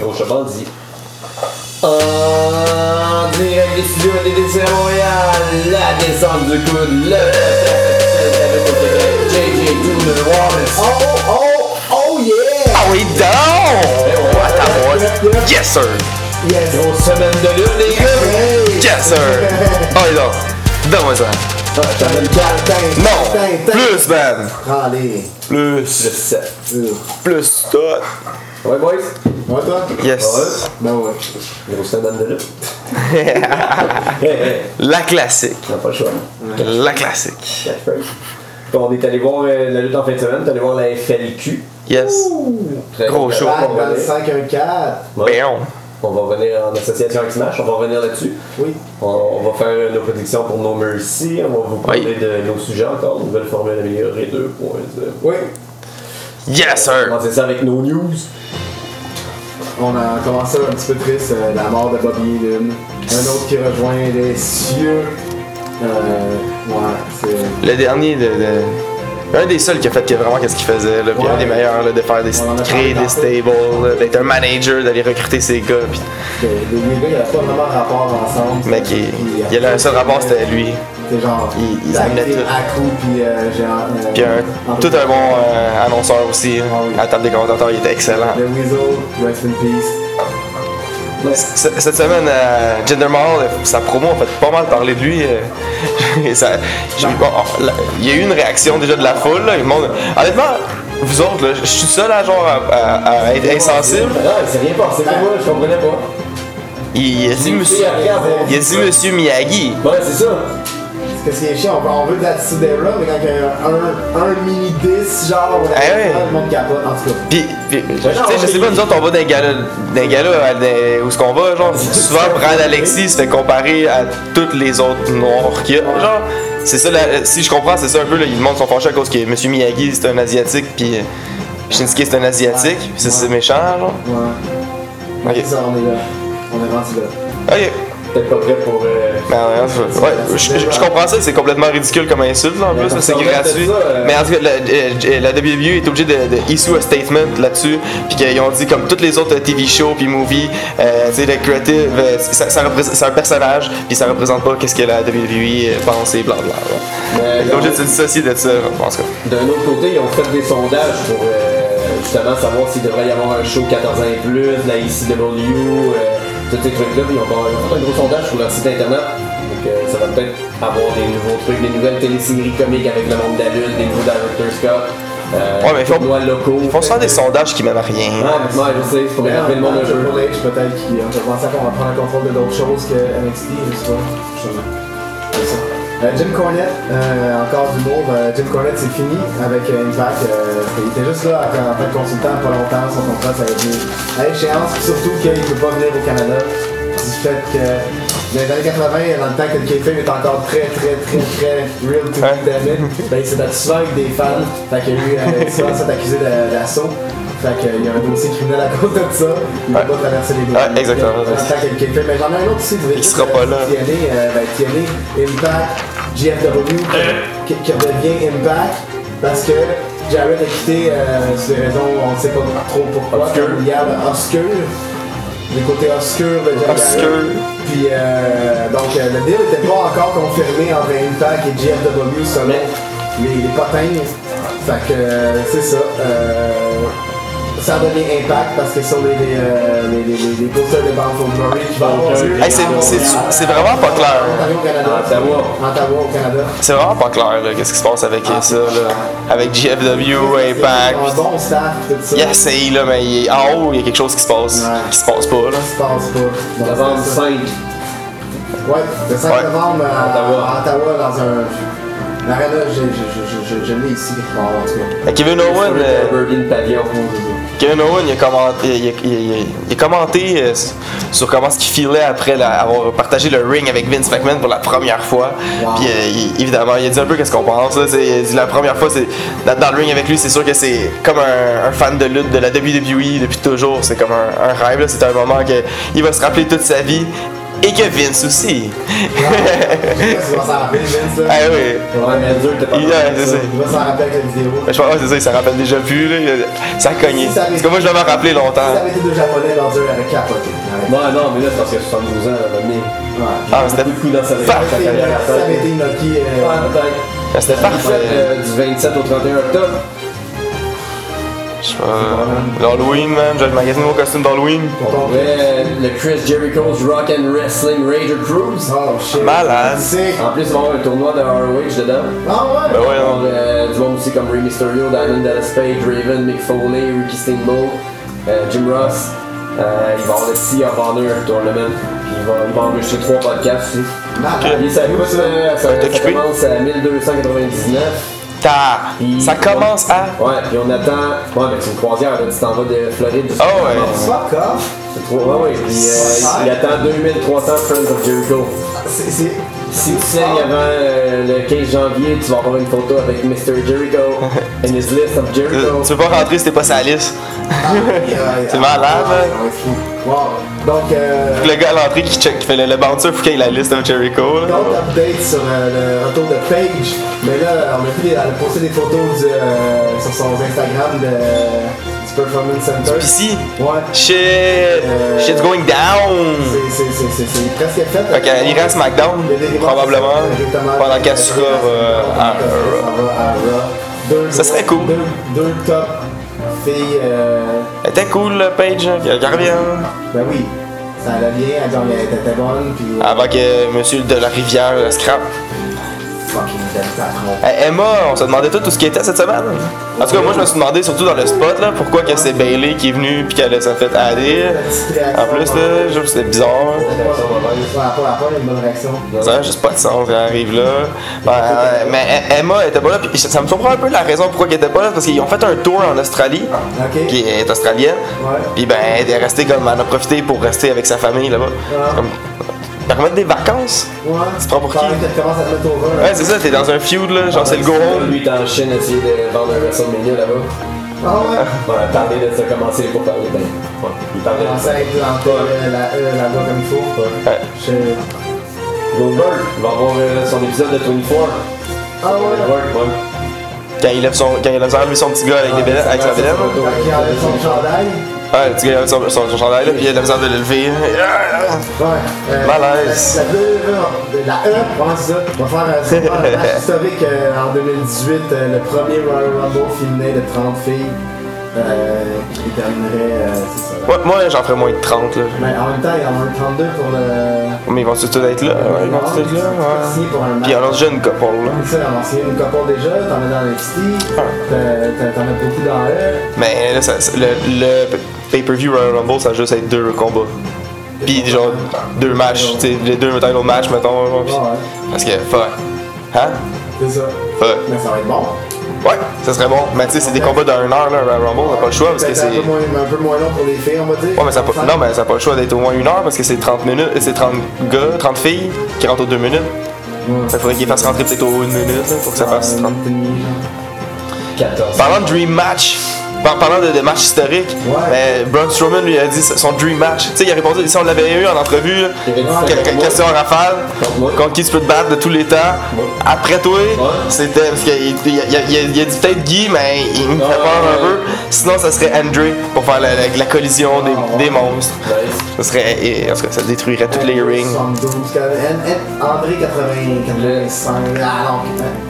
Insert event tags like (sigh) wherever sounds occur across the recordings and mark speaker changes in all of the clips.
Speaker 1: Gauchement dit.
Speaker 2: En direct des studios des déserts Montréal, la descente du coude, le JJ Doolin Wallace.
Speaker 1: Oh, oh, oh yeah!
Speaker 3: Oh, oui, donc! What a boy! Yes, sir!
Speaker 1: Yes!
Speaker 2: Grosse semaine de lune, les gars!
Speaker 1: Hey!
Speaker 3: Yes, sir! Oh, oui, donc! Donne-moi ça!
Speaker 2: Ah,
Speaker 1: T'en as une carte, t'in, t'in,
Speaker 3: Non!
Speaker 1: t'in.
Speaker 3: Plus, man!
Speaker 1: Prends-les.
Speaker 2: Le
Speaker 3: Plus!
Speaker 2: 7.
Speaker 1: Dur.
Speaker 3: Plus, toi!
Speaker 2: Ouais, boys?
Speaker 1: Ouais, toi?
Speaker 3: Yes!
Speaker 1: Ben ouais.
Speaker 2: Grosse semaine de lune. (laughs) Hey, hey,
Speaker 3: La classique!
Speaker 2: on n'a pas le choix.
Speaker 3: La classique!
Speaker 2: Cash break. Bon, on est allé voir euh, la lutte en fin de semaine, t'es allé voir la FLQ.
Speaker 3: Yes!
Speaker 2: Très
Speaker 3: Gros
Speaker 2: On
Speaker 3: show.
Speaker 1: Back
Speaker 2: va,
Speaker 1: dans le
Speaker 2: revenir,
Speaker 1: 5-1-4.
Speaker 2: Ouais.
Speaker 3: Bam!
Speaker 2: on va revenir en association avec Smash, on va revenir là-dessus.
Speaker 1: Oui.
Speaker 2: On, on va faire nos prédictions pour No Mercy, on va vous parler
Speaker 3: Oui.
Speaker 2: de nos sujets encore, nouvelle formule améliorée 2.0.
Speaker 1: Oui.
Speaker 2: On
Speaker 3: Yes,
Speaker 2: va
Speaker 3: sir!
Speaker 2: commencer ça avec nos news.
Speaker 1: On a commencé un petit peu triste, euh, la mort de Bobby Lynn. Un autre qui rejoint les cieux. Euh, ouais, c'est...
Speaker 3: Le dernier de. de- Un des seuls qui a fait qui- vraiment qu'est-ce qu'il faisait, là, puis
Speaker 1: Ouais.
Speaker 3: un des meilleurs là, de faire des
Speaker 1: On en a
Speaker 3: créer
Speaker 1: parlé
Speaker 3: des stables, là, d'être un manager, d'aller recruter ses gars, puis
Speaker 1: que Les gars, il n'y a pas vraiment rapport ensemble.
Speaker 3: mec il,
Speaker 1: Puis,
Speaker 3: il y avait un seul rapport c'était lui.
Speaker 1: C'est genre,
Speaker 3: Il- il
Speaker 1: ça a
Speaker 3: amenait
Speaker 1: été
Speaker 3: tout.
Speaker 1: à coup, puis euh, j'ai... euh,
Speaker 3: Puis un, tout un bon euh, annonceur aussi.
Speaker 1: Ah oui.
Speaker 3: À la table des commentateurs, il était excellent.
Speaker 1: Le Weasel, Rest in Peace.
Speaker 3: C- Cette semaine, euh, Jinder Mahal, sa promo a fait pas mal parler de lui. euh, (laughs) et ça- j'ai- bon, oh, la- il y a eu une réaction déjà de la foule. là, le monde- honnêtement, vous autres, là, je suis seul à, genre, à, à- à être insensible.
Speaker 2: Non, Ah, il s'est rien passé pour moi, je comprenais pas.
Speaker 3: Il, il a dit monsieur, il a dit monsieur Miyagi.
Speaker 2: Ouais, c'est ça.
Speaker 1: Qu'est-ce qui est chiant, on veut, on veut de l'attitude d'Era, mais quand il y a un, un mini 10, genre, on a
Speaker 3: Eh ouais.
Speaker 1: le monde capote, en tout cas.
Speaker 3: Puis, puis, tu sais, je sais pas, nous autres, on va dans les galas, dans les galas, à- dans- où est-ce qu'on va, genre, souvent, prendre Alexis, se fait comparer à toutes les autres noirs qu'il y a, genre, c'est ça, la- si je comprends, c'est ça un peu, là, ils demandent son fâché à cause que Monsieur Miyagi, c'est un Asiatique, puis euh, Shinsuke, c'est un Asiatique, puis c'est c'est méchant, genre.
Speaker 1: Ouais.
Speaker 3: Ok.
Speaker 1: C'est ça, on est là. On est rendu là.
Speaker 3: Ok,
Speaker 2: Peut-être pas prêt pour. euh,
Speaker 3: ben, ouais, ouais, je je- je comprends ça, c'est complètement ridicule comme insulte, là, en plus, là, c'est gratuit, mais en tout cas, la, euh, la WWE est obligée de, de issue a statement là-dessus, puis qu'ils ont dit comme toutes les autres euh, TV shows puis movies, euh, tu sais, le creative, euh, ça, ça représente- c'est un personnage, puis ça représente pas qu'est-ce que la WWE pense et blablabla.
Speaker 2: Mais
Speaker 3: Ils sont obligés de se dissocier de ça, en tout cas.
Speaker 2: D'un autre côté, ils ont fait des sondages pour euh, justement savoir s'il devrait y avoir un show 14 ans et plus, la ICW, euh, tous ces trucs-là. Puis Ils ont, ils ont fait un gros sondage sur leur site internet. Donc euh, ça va peut-être avoir des nouveaux trucs, des nouvelles téléséries comiques avec le monde de la lune, des nouveaux Director Scott, euh,
Speaker 3: Ouais, mais ils font-
Speaker 2: tournois locaux.
Speaker 3: Ils font se faire des sondages qui mènent à rien.
Speaker 2: Ouais, mais ouais, je sais, c'est pour rappeler le monde un peu.
Speaker 1: Triple H, peut-être qu'il on peut penser qu'on va prendre le contrôle de d'autres choses que NXT, je sais pas. Justement. C'est ça. Euh, Jim Cornette, euh, encore du mot, euh, Jim Cornette c'est fini avec euh, Impact. euh, il était juste là en en tant que consultant pas longtemps, son contrat ça a été à échéance, puis surtout qu'il ne peut pas venir au Canada du fait que dans les années 80, dans le temps que le kayfabe est encore très très très très real to
Speaker 3: Ouais.
Speaker 1: the minute, ben, il s'est battu souvent avec des fans, fait qu'il y a eu euh, souvent cet accusé de- d'assaut. Fait qu'il y a un dossier criminel à cause de ça, il ne
Speaker 3: Ouais.
Speaker 1: peut pas traverser les
Speaker 3: Ouais, exactement.
Speaker 1: en tant que quelqu'un. Mais j'en ai un autre aussi.
Speaker 3: Il sera pas là.
Speaker 1: TNA, euh, ben, TNA, Impact, GFW,
Speaker 3: Euh.
Speaker 1: qui, qui redevient Impact, parce que Jared a quitté, euh, sur des raisons, on ne sait pas trop pourquoi,
Speaker 2: Obscure.
Speaker 1: Il y a le obscur, le côté obscur de Jared.
Speaker 3: Obscur.
Speaker 1: Puis, euh, donc, euh, le deal n'était pas encore confirmé entre Impact et GFW selon les, les potins. Fait que, euh, c'est ça. euh, ça devient impact parce que sur les, les, euh, les, les, les, les posters de Bound for Glory qui vont avoir lieu
Speaker 3: Hey, c'est- c'est c'est vraiment pas clair.
Speaker 1: en Ontario au Canada.
Speaker 2: En Ottawa.
Speaker 1: En Ottawa au Canada.
Speaker 3: C'est vraiment pas clair, là, qu'est-ce qui se passe avec euh, ça, là. Avec GFW, Impact.
Speaker 1: Un bon staff, tout ça.
Speaker 3: Il essaye, là, mais il est- en haut, il y a quelque chose qui se passe,
Speaker 1: Ouais.
Speaker 3: qui se passe pas, là.
Speaker 1: Ça se passe pas. Donc,
Speaker 2: La bande
Speaker 1: c'est ça.
Speaker 2: 5.
Speaker 1: Ouais, le 5
Speaker 3: Ouais.
Speaker 1: novembre à
Speaker 2: Ottawa.
Speaker 1: à Ottawa dans un. L'arena, je, je, je, je, je l'ai ici. Bon, en tout cas.
Speaker 3: Euh, Kevin Owen, euh,
Speaker 2: Berlin Pavillon.
Speaker 3: Kevin Owen, il a commenté, il a- il a- il a commenté, euh, sur comment ce qu'il filait après la- avoir partagé le ring avec Vince McMahon pour la première fois. Puis euh, il- évidemment, il a dit un peu qu'est-ce qu'on pense. là. C'est- il a dit la première fois, c'est dans, dans le ring avec lui, c'est sûr que c'est comme un, un fan de lutte de E la WWE depuis toujours. C'est comme un, un rêve. là. C'est un moment que il va se rappeler toute sa vie. Et que Vince aussi.
Speaker 1: sais pas si tu vas s'en rappeler, Vince, là.
Speaker 3: (laughs) Ah oui.
Speaker 2: Ouais, mais dur, t'as pas
Speaker 3: Il-
Speaker 2: compris
Speaker 3: c'est
Speaker 2: ça.
Speaker 3: ça.
Speaker 1: Il va s'en rappeler avec la vidéo.
Speaker 3: Mais Je pense que c'est ça, il s'en rappelle déjà plus, là. Il- Ça a cogné.
Speaker 1: Si ça avait-
Speaker 3: Parce que moi, je l'avais rappelé
Speaker 1: Si ça
Speaker 3: longtemps.
Speaker 1: avait été deux japonais, l'ordure avait capoté. Ouais.
Speaker 2: Ouais, non, mais là, c'est parce qu'il a 72 ans, à un moment donné.
Speaker 1: Ouais.
Speaker 3: Ah, c'était
Speaker 2: Beaucoup de coups dans sa tête.
Speaker 3: Fuck.
Speaker 1: Si ça avait été Inoki, euh,
Speaker 2: Ouais, peut-être.
Speaker 3: ah, c'était
Speaker 2: Parfait,
Speaker 3: parfait.
Speaker 2: euh, du 27 au 31 octobre.
Speaker 3: Je sais pas. euh, L'Halloween, man. J'ai magasiné mon costume d'Halloween.
Speaker 1: pour ton-
Speaker 2: Ouais, le Chris Jericho's Rock and Wrestling Rager Cruise.
Speaker 1: Oh shit.
Speaker 3: Malade.
Speaker 1: Sick.
Speaker 2: En plus, ils vont avoir un tournoi de ROH dedans.
Speaker 1: Ah ouais.
Speaker 3: Ben ouais,
Speaker 2: Alors,
Speaker 3: non.
Speaker 2: euh, du monde aussi comme Rey Mysterio, Diamond Dallas Page, Raven, Mick Foley, Ricky Steamboat, euh, Jim Ross. Euh, il va avoir le Sea of Honor tournament. Puis il va, il va enregistrer trois podcasts aussi.
Speaker 1: Malade.
Speaker 2: Et ça, euh, ça, ça,
Speaker 3: t'as
Speaker 2: ça
Speaker 3: occupé?
Speaker 2: commence à 1299.
Speaker 3: Ta.
Speaker 2: Puis-
Speaker 3: Ça commence à.
Speaker 2: Ouais, puis on attend. Ouais, ben c'est une croisière, là, tu t'en vas de Floride.
Speaker 3: Ah ouais.
Speaker 1: Fuck off.
Speaker 2: C'est trop- Ouais, ouais, puis euh, il attend 2300 Friends of Jericho.
Speaker 1: C'est. c'est-
Speaker 2: Si tu signes avant euh, le 15 janvier, tu vas avoir une photo avec Mr.
Speaker 3: (laughs)
Speaker 2: Jericho and his list of Jericho.
Speaker 3: Euh, Tu veux pas rentrer si t'es pas sa liste.
Speaker 1: aïe, (laughs) aïe,
Speaker 3: C'est
Speaker 1: aïe.
Speaker 3: malade,
Speaker 1: Ouais,
Speaker 3: hein.
Speaker 1: ouais, fou. Wow. Donc, euh,
Speaker 3: Le gars à l'entrée qui check, qui fait le, le bouncer, faut qu'il ait la liste de Jericho. là.
Speaker 1: D'autres updates sur euh, le retour de Paige, mais là, on a pu elle a posté des photos du, euh, sur son Instagram de, du Performance Center.
Speaker 3: Pis si.
Speaker 1: Ouais,
Speaker 3: Shit. Shit's going down.
Speaker 1: c'est- c'est- c'est c'est- c'est presque fait.
Speaker 3: Fait qu'il ira à SmackDown,
Speaker 1: Le délire-
Speaker 3: probablement,
Speaker 1: Exactement.
Speaker 3: pendant qu'elle sera, euh, à Raw.
Speaker 1: Elle va à Raw. Deux-
Speaker 3: Ça serait cool.
Speaker 1: Deux, deux top filles. euh,
Speaker 3: Elle était cool, le Paige. hein, qu'elle revienne.
Speaker 1: ben oui, ça allait bien, elle gagnait, elle était bonne, puis euh,
Speaker 3: Avant que Monsieur de la Rivière la scrap.
Speaker 1: fucking Delta Pro.
Speaker 3: Hey, Emma, on se demandait tout, tout ce qui était cette semaine. En tout cas, moi, je me suis demandé, surtout dans le spot, là, pourquoi que c'est Bailey qui est venue puis qu'elle s'est fait aller. En plus, là, je trouve que c'était bizarre.
Speaker 1: Ouais, ouais, ouais, ouais, ouais, une bonne réaction.
Speaker 3: Ça a juste pas de sens, elle arrive là. Ben, euh, mais E- Emma était pas là, puis ça, ça me surprend un peu la raison pourquoi elle était pas là, parce qu'ils ont fait un tour en Australie,
Speaker 1: Ok.
Speaker 3: qui est australienne,
Speaker 1: Ouais.
Speaker 3: puis ben elle est restée comme, elle a profité pour rester avec sa famille là-bas. C'est Comme, permettre des vacances?
Speaker 1: Ouais.
Speaker 3: Tu te prends pour qui?
Speaker 1: Quand même, tu commences à te mettre au vin.
Speaker 3: Ouais, c'est ça, t'es dans un feud là, genre c'est le go home.
Speaker 2: Lui, il est en Chine, essayer de vendre un WrestleMania là-bas.
Speaker 1: Ah ouais.
Speaker 2: On a parlé de ça, commencer pour parler. Ben, ouais, il parlait de
Speaker 1: Commencer
Speaker 2: ça.
Speaker 1: à implanter euh, la E là-bas comme il faut.
Speaker 3: Ouais.
Speaker 1: Je-
Speaker 2: Goldberg il va avoir euh, son épisode de 24.
Speaker 1: Ah ouais.
Speaker 2: Goldberg, ouais.
Speaker 3: Quand il lève son, quand il lève enlever son petit gars avec, des bédaines- avec sa bédaine.
Speaker 1: Quand il enlève son chandail.
Speaker 3: Ouais, le petit gars il enlève son, son, son chandail là, puis il a de la misère de l'élever. Ah!
Speaker 1: Ouais. euh,
Speaker 3: Malaise.
Speaker 1: La, la, E, la E, comment c'est ça? On va faire un super match historique euh, en 2018, euh, le premier Royal Rumble féminin de 30 filles euh, qui terminerait. euh, c'est ça.
Speaker 3: Moi, moi j'en ferais moins de 30 là.
Speaker 1: Mais en même temps, il y en a un 32 pour le.
Speaker 3: Mais ils vont tous être là, ouais, ils vont tous être là, ouais.
Speaker 1: Signé pour un
Speaker 3: Puis il y en a
Speaker 1: match.
Speaker 3: déjà une couple là.
Speaker 1: Ça, on s'est une copine déjà, t'en as dans NXT,
Speaker 3: Ah.
Speaker 1: t'en t'en as beaucoup dans E.
Speaker 3: Mais là, ça- ça- le, le pay-per-view Royal Rumble, ça va juste être deux combats. Puis genre deux matchs, tu sais, les deux title matchs, mettons. genre, pis-
Speaker 1: Ah, Ouais.
Speaker 3: Parce que, fuck. Hein?
Speaker 1: C'est ça.
Speaker 3: Fuck.
Speaker 1: Mais ça va être bon.
Speaker 3: Ouais, ça serait bon. Mais tu sais, c'est des combats d'un heure, là, Royal Rumble, t'as pas le choix parce que
Speaker 1: Peut-être
Speaker 3: c'est.
Speaker 1: un, peu
Speaker 3: Ouais,
Speaker 1: moins- un peu moins long pour les filles, on va dire.
Speaker 3: mais ça a pas... Non, mais ça a pas le choix d'être au moins une heure parce que c'est 30 minutes, euh, c'est 30 gars, 30 filles qui rentrent aux deux minutes. Ça faudrait qu'ils fassent rentrer peut-être aux une minute là, pour que ça fasse 30.
Speaker 2: 14.
Speaker 3: Parlant de Dream Match, par- parlant de, de match historique,
Speaker 1: Ouais.
Speaker 3: mais Braun Strowman lui a dit son Dream Match. Tu sais, il a répondu, si on l'avait eu en entrevue, là,
Speaker 2: Il avait dit ça
Speaker 3: que-
Speaker 2: contre
Speaker 3: que-
Speaker 2: moi.
Speaker 3: question à rafale,
Speaker 2: Contre moi.
Speaker 3: contre qui tu peux te battre de tous les temps,
Speaker 2: Moi.
Speaker 3: après toi, c'était parce qu'il il, il- il- il a dit peut-être Guy, mais il me fait
Speaker 2: Ouais,
Speaker 3: peur un
Speaker 2: ouais.
Speaker 3: peu. Sinon, ça serait André pour faire la, la- la collision des,
Speaker 2: Ah,
Speaker 3: des monstres.
Speaker 2: Nice.
Speaker 3: Ça serait, et- en tout cas, ça détruirait tous les rings.
Speaker 1: André 85. Ah non,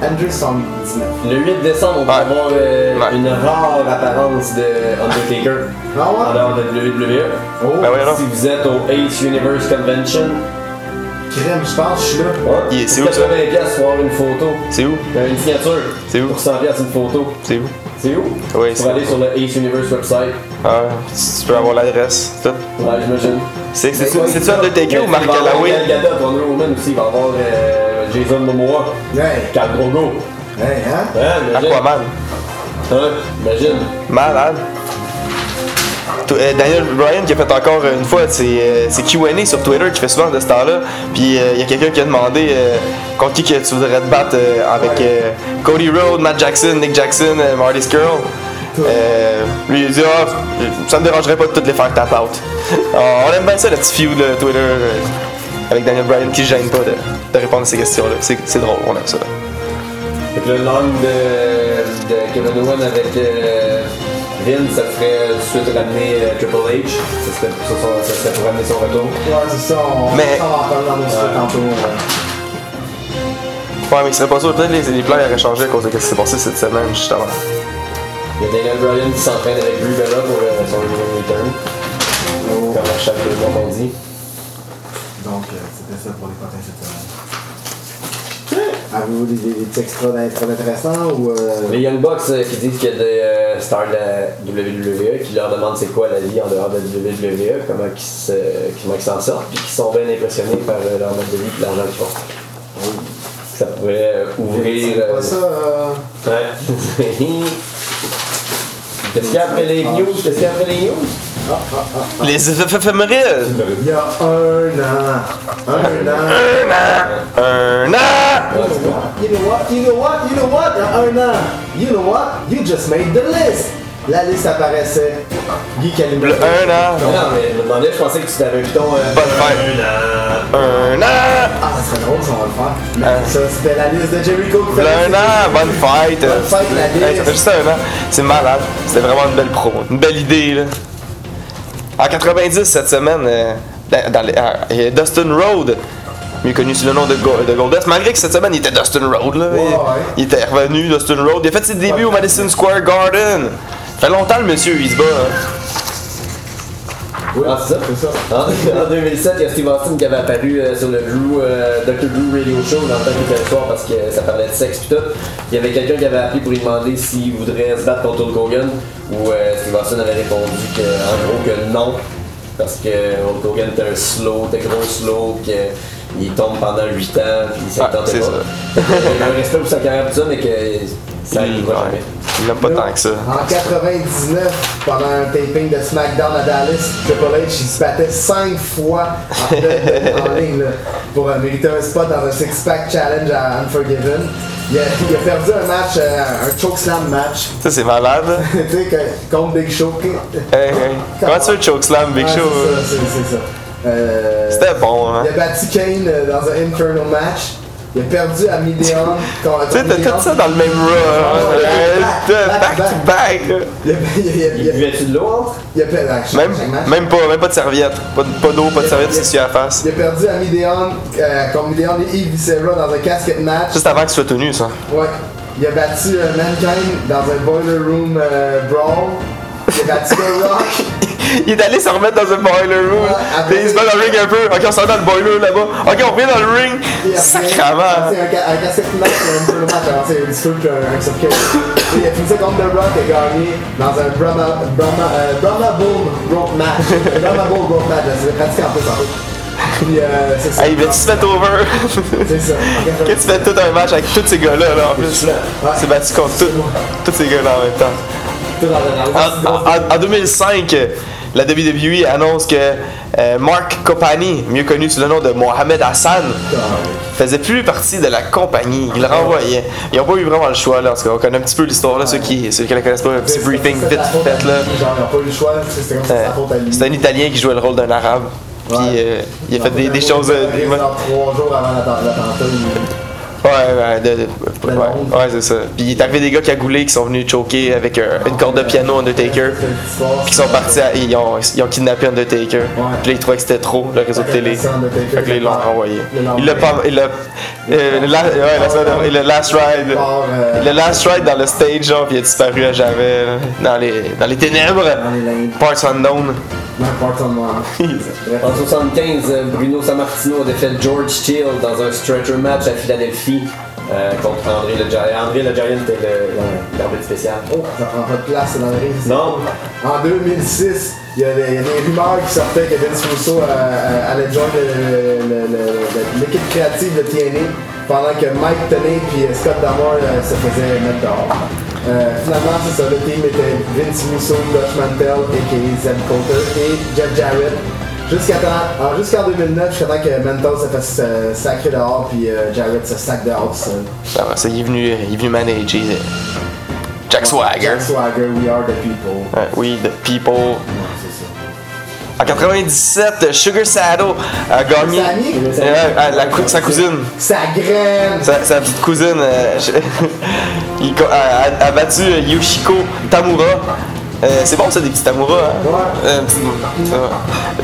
Speaker 1: André 79.
Speaker 2: Le 8 décembre, on va
Speaker 3: Ouais.
Speaker 2: avoir euh,
Speaker 3: Ouais.
Speaker 2: une rare apparence de Undertaker en
Speaker 1: Ah ouais?
Speaker 2: dehors de E. WWE.
Speaker 1: Oh,
Speaker 3: Ben ouais, non.
Speaker 2: Si vous êtes au Ace Universe Convention, hein,
Speaker 1: crème, je pense que je suis là.
Speaker 3: Il est- c'est où, ça?
Speaker 2: 80 pièces pour avoir une photo,
Speaker 3: C'est où?
Speaker 2: Euh, une signature.
Speaker 3: C'est où?
Speaker 2: Pour 100 pièces une photo.
Speaker 3: C'est où?
Speaker 2: C'est où? Pour
Speaker 3: Oui, c'est
Speaker 2: aller sur le Ace Universe website.
Speaker 3: Ah, tu tu peux avoir l'adresse. tout.
Speaker 2: Ouais, j'imagine.
Speaker 3: C'est c'est-
Speaker 1: Mais quoi,
Speaker 3: c'est-tu Undertaker ou Marc Callaway?
Speaker 2: Gal Gadot, Wonder Woman aussi, il va avoir euh, Jason Momoa,
Speaker 1: Hey,
Speaker 2: Khal Drogo.
Speaker 1: hey, hein?
Speaker 2: Hein, imagine.
Speaker 3: Aquaman.
Speaker 2: Hein, imagine.
Speaker 3: Malade. Toi, euh, Daniel Bryan qui a fait encore euh, une fois, c'est euh, c'est QA sur Twitter qui fait souvent de ce temps-là. Puis euh, il y a quelqu'un qui a demandé euh, contre qui que tu voudrais te battre euh, avec euh, Cody Rhodes, Matt Jackson, Nick Jackson, euh, Marty Skrull. Euh, lui il a dit Ah, (laughs) ça me dérangerait pas de toutes les faire tap out. Ah, on aime bien ça le petit feud là, Twitter. euh, avec Daniel Bryan qui se gêne pas de, de répondre à ces questions-là. C'est c'est drôle, on aime ça.
Speaker 2: Fait que le long de, de Kevin Owens avec euh, Vin, ça ferait tout de suite ramener euh, Triple H. Ça serait, ça, ça- ça serait pour ramener son retour.
Speaker 1: Ouais, c'est ça, on
Speaker 3: Mais-
Speaker 1: on va en parler dans notre truc tantôt. euh.
Speaker 3: Ouais, mais il serait pas sûr. Peut-être les, les plans auraient changé à cause de ce qui s'est passé cette semaine, justement.
Speaker 2: Il y a Daniel Bryan qui s'entraîne avec Brie Bella pour euh, son Union Return. Comme à chaque fois on dit.
Speaker 1: Donc, euh, c'était ça pour les potins cette semaine. Avez-vous des, des, des petits extras d'intro intéressants ou. Euh...
Speaker 2: Les Young Bucks euh, qui disent qu'il y a des euh, stars de la WWE qui leur demandent c'est quoi la vie en dehors de la WWE, comment ils se- comment ils s'en sortent, puis qui sont bien impressionnés par euh, leur mode de vie et l'argent qu'ils font. Ça pourrait euh, ouvrir.
Speaker 1: C'est
Speaker 2: euh,
Speaker 1: pas ça. Euh...
Speaker 2: Ouais. (laughs) Qu'est-ce qu'il y a après les news? Qu'est-ce qu'il y a après les news?
Speaker 1: Ah, ah, ah.
Speaker 3: Les éphémérides!
Speaker 1: Il y a un an. Un an.
Speaker 3: Un an!
Speaker 1: You know what? You know what? You know what? Il y a un an. You know what? You just made the list. La liste apparaissait. Guy Calimero.
Speaker 3: Le un
Speaker 2: Non,
Speaker 3: an!
Speaker 2: mais je me demandais, je pensais que tu avais un ton. Euh,
Speaker 3: Pas de fête.
Speaker 2: euh,
Speaker 3: Un an!
Speaker 1: Ah, ça serait drôle si on va le faire. Mais
Speaker 3: Euh.
Speaker 1: ça, c'était la liste de Jericho. qui
Speaker 3: Voilà
Speaker 1: faisait-
Speaker 3: un an, bonne fête!
Speaker 1: Bonne fête, la
Speaker 3: Hey, ça fait
Speaker 1: liste.
Speaker 3: juste un an. C'est malade. C'était vraiment une belle promo. Une belle idée, là. En 90, cette semaine, euh, dans- dans les- ah, il y a Dustin Road, mieux connu sous le nom de, Go- de Goldust, malgré que cette semaine, il était Dustin Road, là. Il-
Speaker 1: ouais.
Speaker 3: Il, était revenu, Dustin Road. Il a fait ses débuts au Madison Square Garden. Ça fait longtemps, le monsieur, il se bat. hein.
Speaker 1: Oui,
Speaker 2: Ah, c'est ça?
Speaker 1: c'est ça.
Speaker 2: En, en 2007, il y a Steve Austin qui avait apparu euh, sur le Drew, euh, Dr. Drew Radio Show dans le temps qu'il était le soir parce que ça parlait de sexe pis tout. Il y avait quelqu'un qui avait appelé pour lui demander s'il voudrait se battre contre Hulk Hogan où euh, Steve Austin avait répondu que, en gros que non parce que Hulk Hogan était un slow, était gros slow, qu'il tombe pendant 8 ans puis il s'en
Speaker 3: Ah,
Speaker 2: tentait
Speaker 3: c'est
Speaker 2: pas.
Speaker 3: ça.
Speaker 2: Il a un respect pour sa carrière tout ça mais que ça
Speaker 3: Il-
Speaker 2: arrive
Speaker 3: Mm, ouais.
Speaker 2: jamais.
Speaker 3: Il l'aime pas tant que ça.
Speaker 1: En 99, pendant un taping de SmackDown à Dallas, Triple H, il se battait 5 fois en,
Speaker 3: (laughs)
Speaker 1: fait, en ligne là, pour euh, mériter un spot dans un six-pack challenge à Unforgiven. Il a, il a perdu un match, euh, un chokeslam match, (laughs)
Speaker 3: Ça, c'est malade. là.
Speaker 1: tu sais, que- contre Big Show.
Speaker 3: Hey, hey. Comment tu veux chokeslam, Big
Speaker 1: Ouais,
Speaker 3: Show?
Speaker 1: c'est ça, C'est c'est ça. Euh,
Speaker 3: C'était bon, hein?
Speaker 1: Il a battu Kane euh, dans un Inferno match. Il a perdu à Mideon.
Speaker 3: (laughs) Tu sais, t'as tout ça dans le même row. hein. Euh, Back to back.
Speaker 1: Il a, il a- il a-
Speaker 2: Il
Speaker 1: il a-
Speaker 2: buvait-tu de l'eau hein? entre?
Speaker 1: il a perdu à chaque- chaque match.
Speaker 3: Même, même pas, même pas de serviette. Pas, de- pas d'eau, pas de serviette, c'est sur la face.
Speaker 1: Il a perdu à Mideon euh, contre Mideon et Yves Viscera dans un casket match.
Speaker 3: Juste avant que tu sois tenu, ça. (laughs)
Speaker 1: Ouais. Il a battu euh, Mankind dans un Boiler Room euh, Brawl. Il a battu The Rock.
Speaker 3: Il est allé se remettre dans un boiler room.
Speaker 1: après-
Speaker 3: il se met dans le ring un peu. Ok, on sort dans le boiler là-bas. Ok, on revient dans le ring.
Speaker 1: Et après,
Speaker 3: Sacrement.
Speaker 1: C'est un, ca- un casquette match, euh, un peu le match, alors c'est un petit peu qu'un- un circuit. Et Il a fini ça contre The Rock et gagné dans un Brahma, Brahma, euh, Brahma Bull Rope match. Un Brahma Bull Rope match, je l'ai pratiqué un peu tantôt. Puis euh, c'est ça.
Speaker 3: Hey, il voulait-tu se mettre over? (laughs)
Speaker 1: C'est ça.
Speaker 3: Que tu fais tout un match avec tous ces gars-là, là, en plus. C'est battu contre tout- tous ces gars-là en même temps.
Speaker 1: Tout dans le- dans le-
Speaker 3: En, en- en 2005, la WWE annonce que euh, Mark Copani, mieux connu sous le nom de Mohamed Hassan, faisait plus partie de la compagnie. Ils le renvoyaient. Ils n'ont pas eu vraiment le choix, là, parce qu'on connaît un petit peu l'histoire, là, ceux qui, ceux qui la connaissent pas, un petit
Speaker 1: C'est-
Speaker 3: briefing
Speaker 1: c'est
Speaker 3: vite
Speaker 1: la faute à
Speaker 3: fait, là.
Speaker 1: lui, Genre, ils n'ont pas eu le choix, c'est- c'est comme si c'était
Speaker 3: Euh,
Speaker 1: la faute à lui.
Speaker 3: C'est un Italien qui jouait le rôle d'un Arabe. Puis
Speaker 1: Ouais.
Speaker 3: euh, il a fait des, des
Speaker 1: Ils ont
Speaker 3: choses. euh,
Speaker 1: un
Speaker 3: des-
Speaker 1: reste dans trois jours avant la tentative.
Speaker 3: Ouais, ouais, de- de-
Speaker 1: Ben
Speaker 3: ouais,
Speaker 1: non.
Speaker 3: ouais, c'est ça. Puis il est arrivé des gars qui a goulé, qui sont venus choquer avec euh, une corde de piano Undertaker. Puis ils sont partis, à- ils, ont, ils ont kidnappé Undertaker. Puis là, ils trouvaient que c'était trop, le réseau de
Speaker 1: Fait
Speaker 3: télé.
Speaker 1: que
Speaker 3: Fait
Speaker 1: ça, Undertaker,
Speaker 3: que là, ils l'ont
Speaker 1: il l'a-
Speaker 3: renvoyé.
Speaker 1: il l'a
Speaker 3: Il l'a pas. Il l'a. euh, la- Ouais, la semaine dernière, le Last Ride.
Speaker 1: Par, euh,
Speaker 3: Le Last Ride dans le stage, genre, puis il a disparu à jamais, là, dans les, dans les ténèbres.
Speaker 1: Dans les lignes.
Speaker 3: Parts Unknown.
Speaker 1: N'importe
Speaker 3: (laughs)
Speaker 1: comment.
Speaker 2: En 75, euh, Bruno Sammartino a défait George Steele dans un stretcher match à Philadelphie euh, contre André le Giant. André le Giant était le- le- l'arbitre spécial.
Speaker 1: Oh, ça prend pas de place dans le ring. ici.
Speaker 2: Non.
Speaker 1: En 2006, il y, a des- il y a des rumeurs qui sortaient que Vince Russo euh, euh, allait joindre le- le- le- le- l'équipe créative de TNA pendant que Mike Tenay et Scott Damore euh, se faisaient mettre dehors. Euh, finalement, c'est ça, le team était Vince Russo, Dutch Mantel, a.k.a. Zeb Coulter et Jeff Jarrett. Jusqu'à temps- alors, jusqu'en 2009, jusqu'à temps que Mantel se fasse euh, sacrer dehors puis euh, Jarrett se sac dehors. tout seul.
Speaker 3: Ah ouais, ça, il est venu, il est venu manager euh, Jack Swagger.
Speaker 1: Jack Swagger, we are the people.
Speaker 3: Ouais, we the people.
Speaker 1: Ouais, c'est ça.
Speaker 3: En 97, Sugar Saddle a gagné
Speaker 1: Sa amie?
Speaker 3: Euh, euh, la cou- sa cousine.
Speaker 1: Sa graine!
Speaker 3: Sa, sa petite cousine euh, je- (laughs) il co- a, a- a battu euh, Yoshiko Tamura. Euh, c'est bon ça des petits Tamura hein?
Speaker 1: Ouais.
Speaker 3: Euh, petit- euh, (laughs)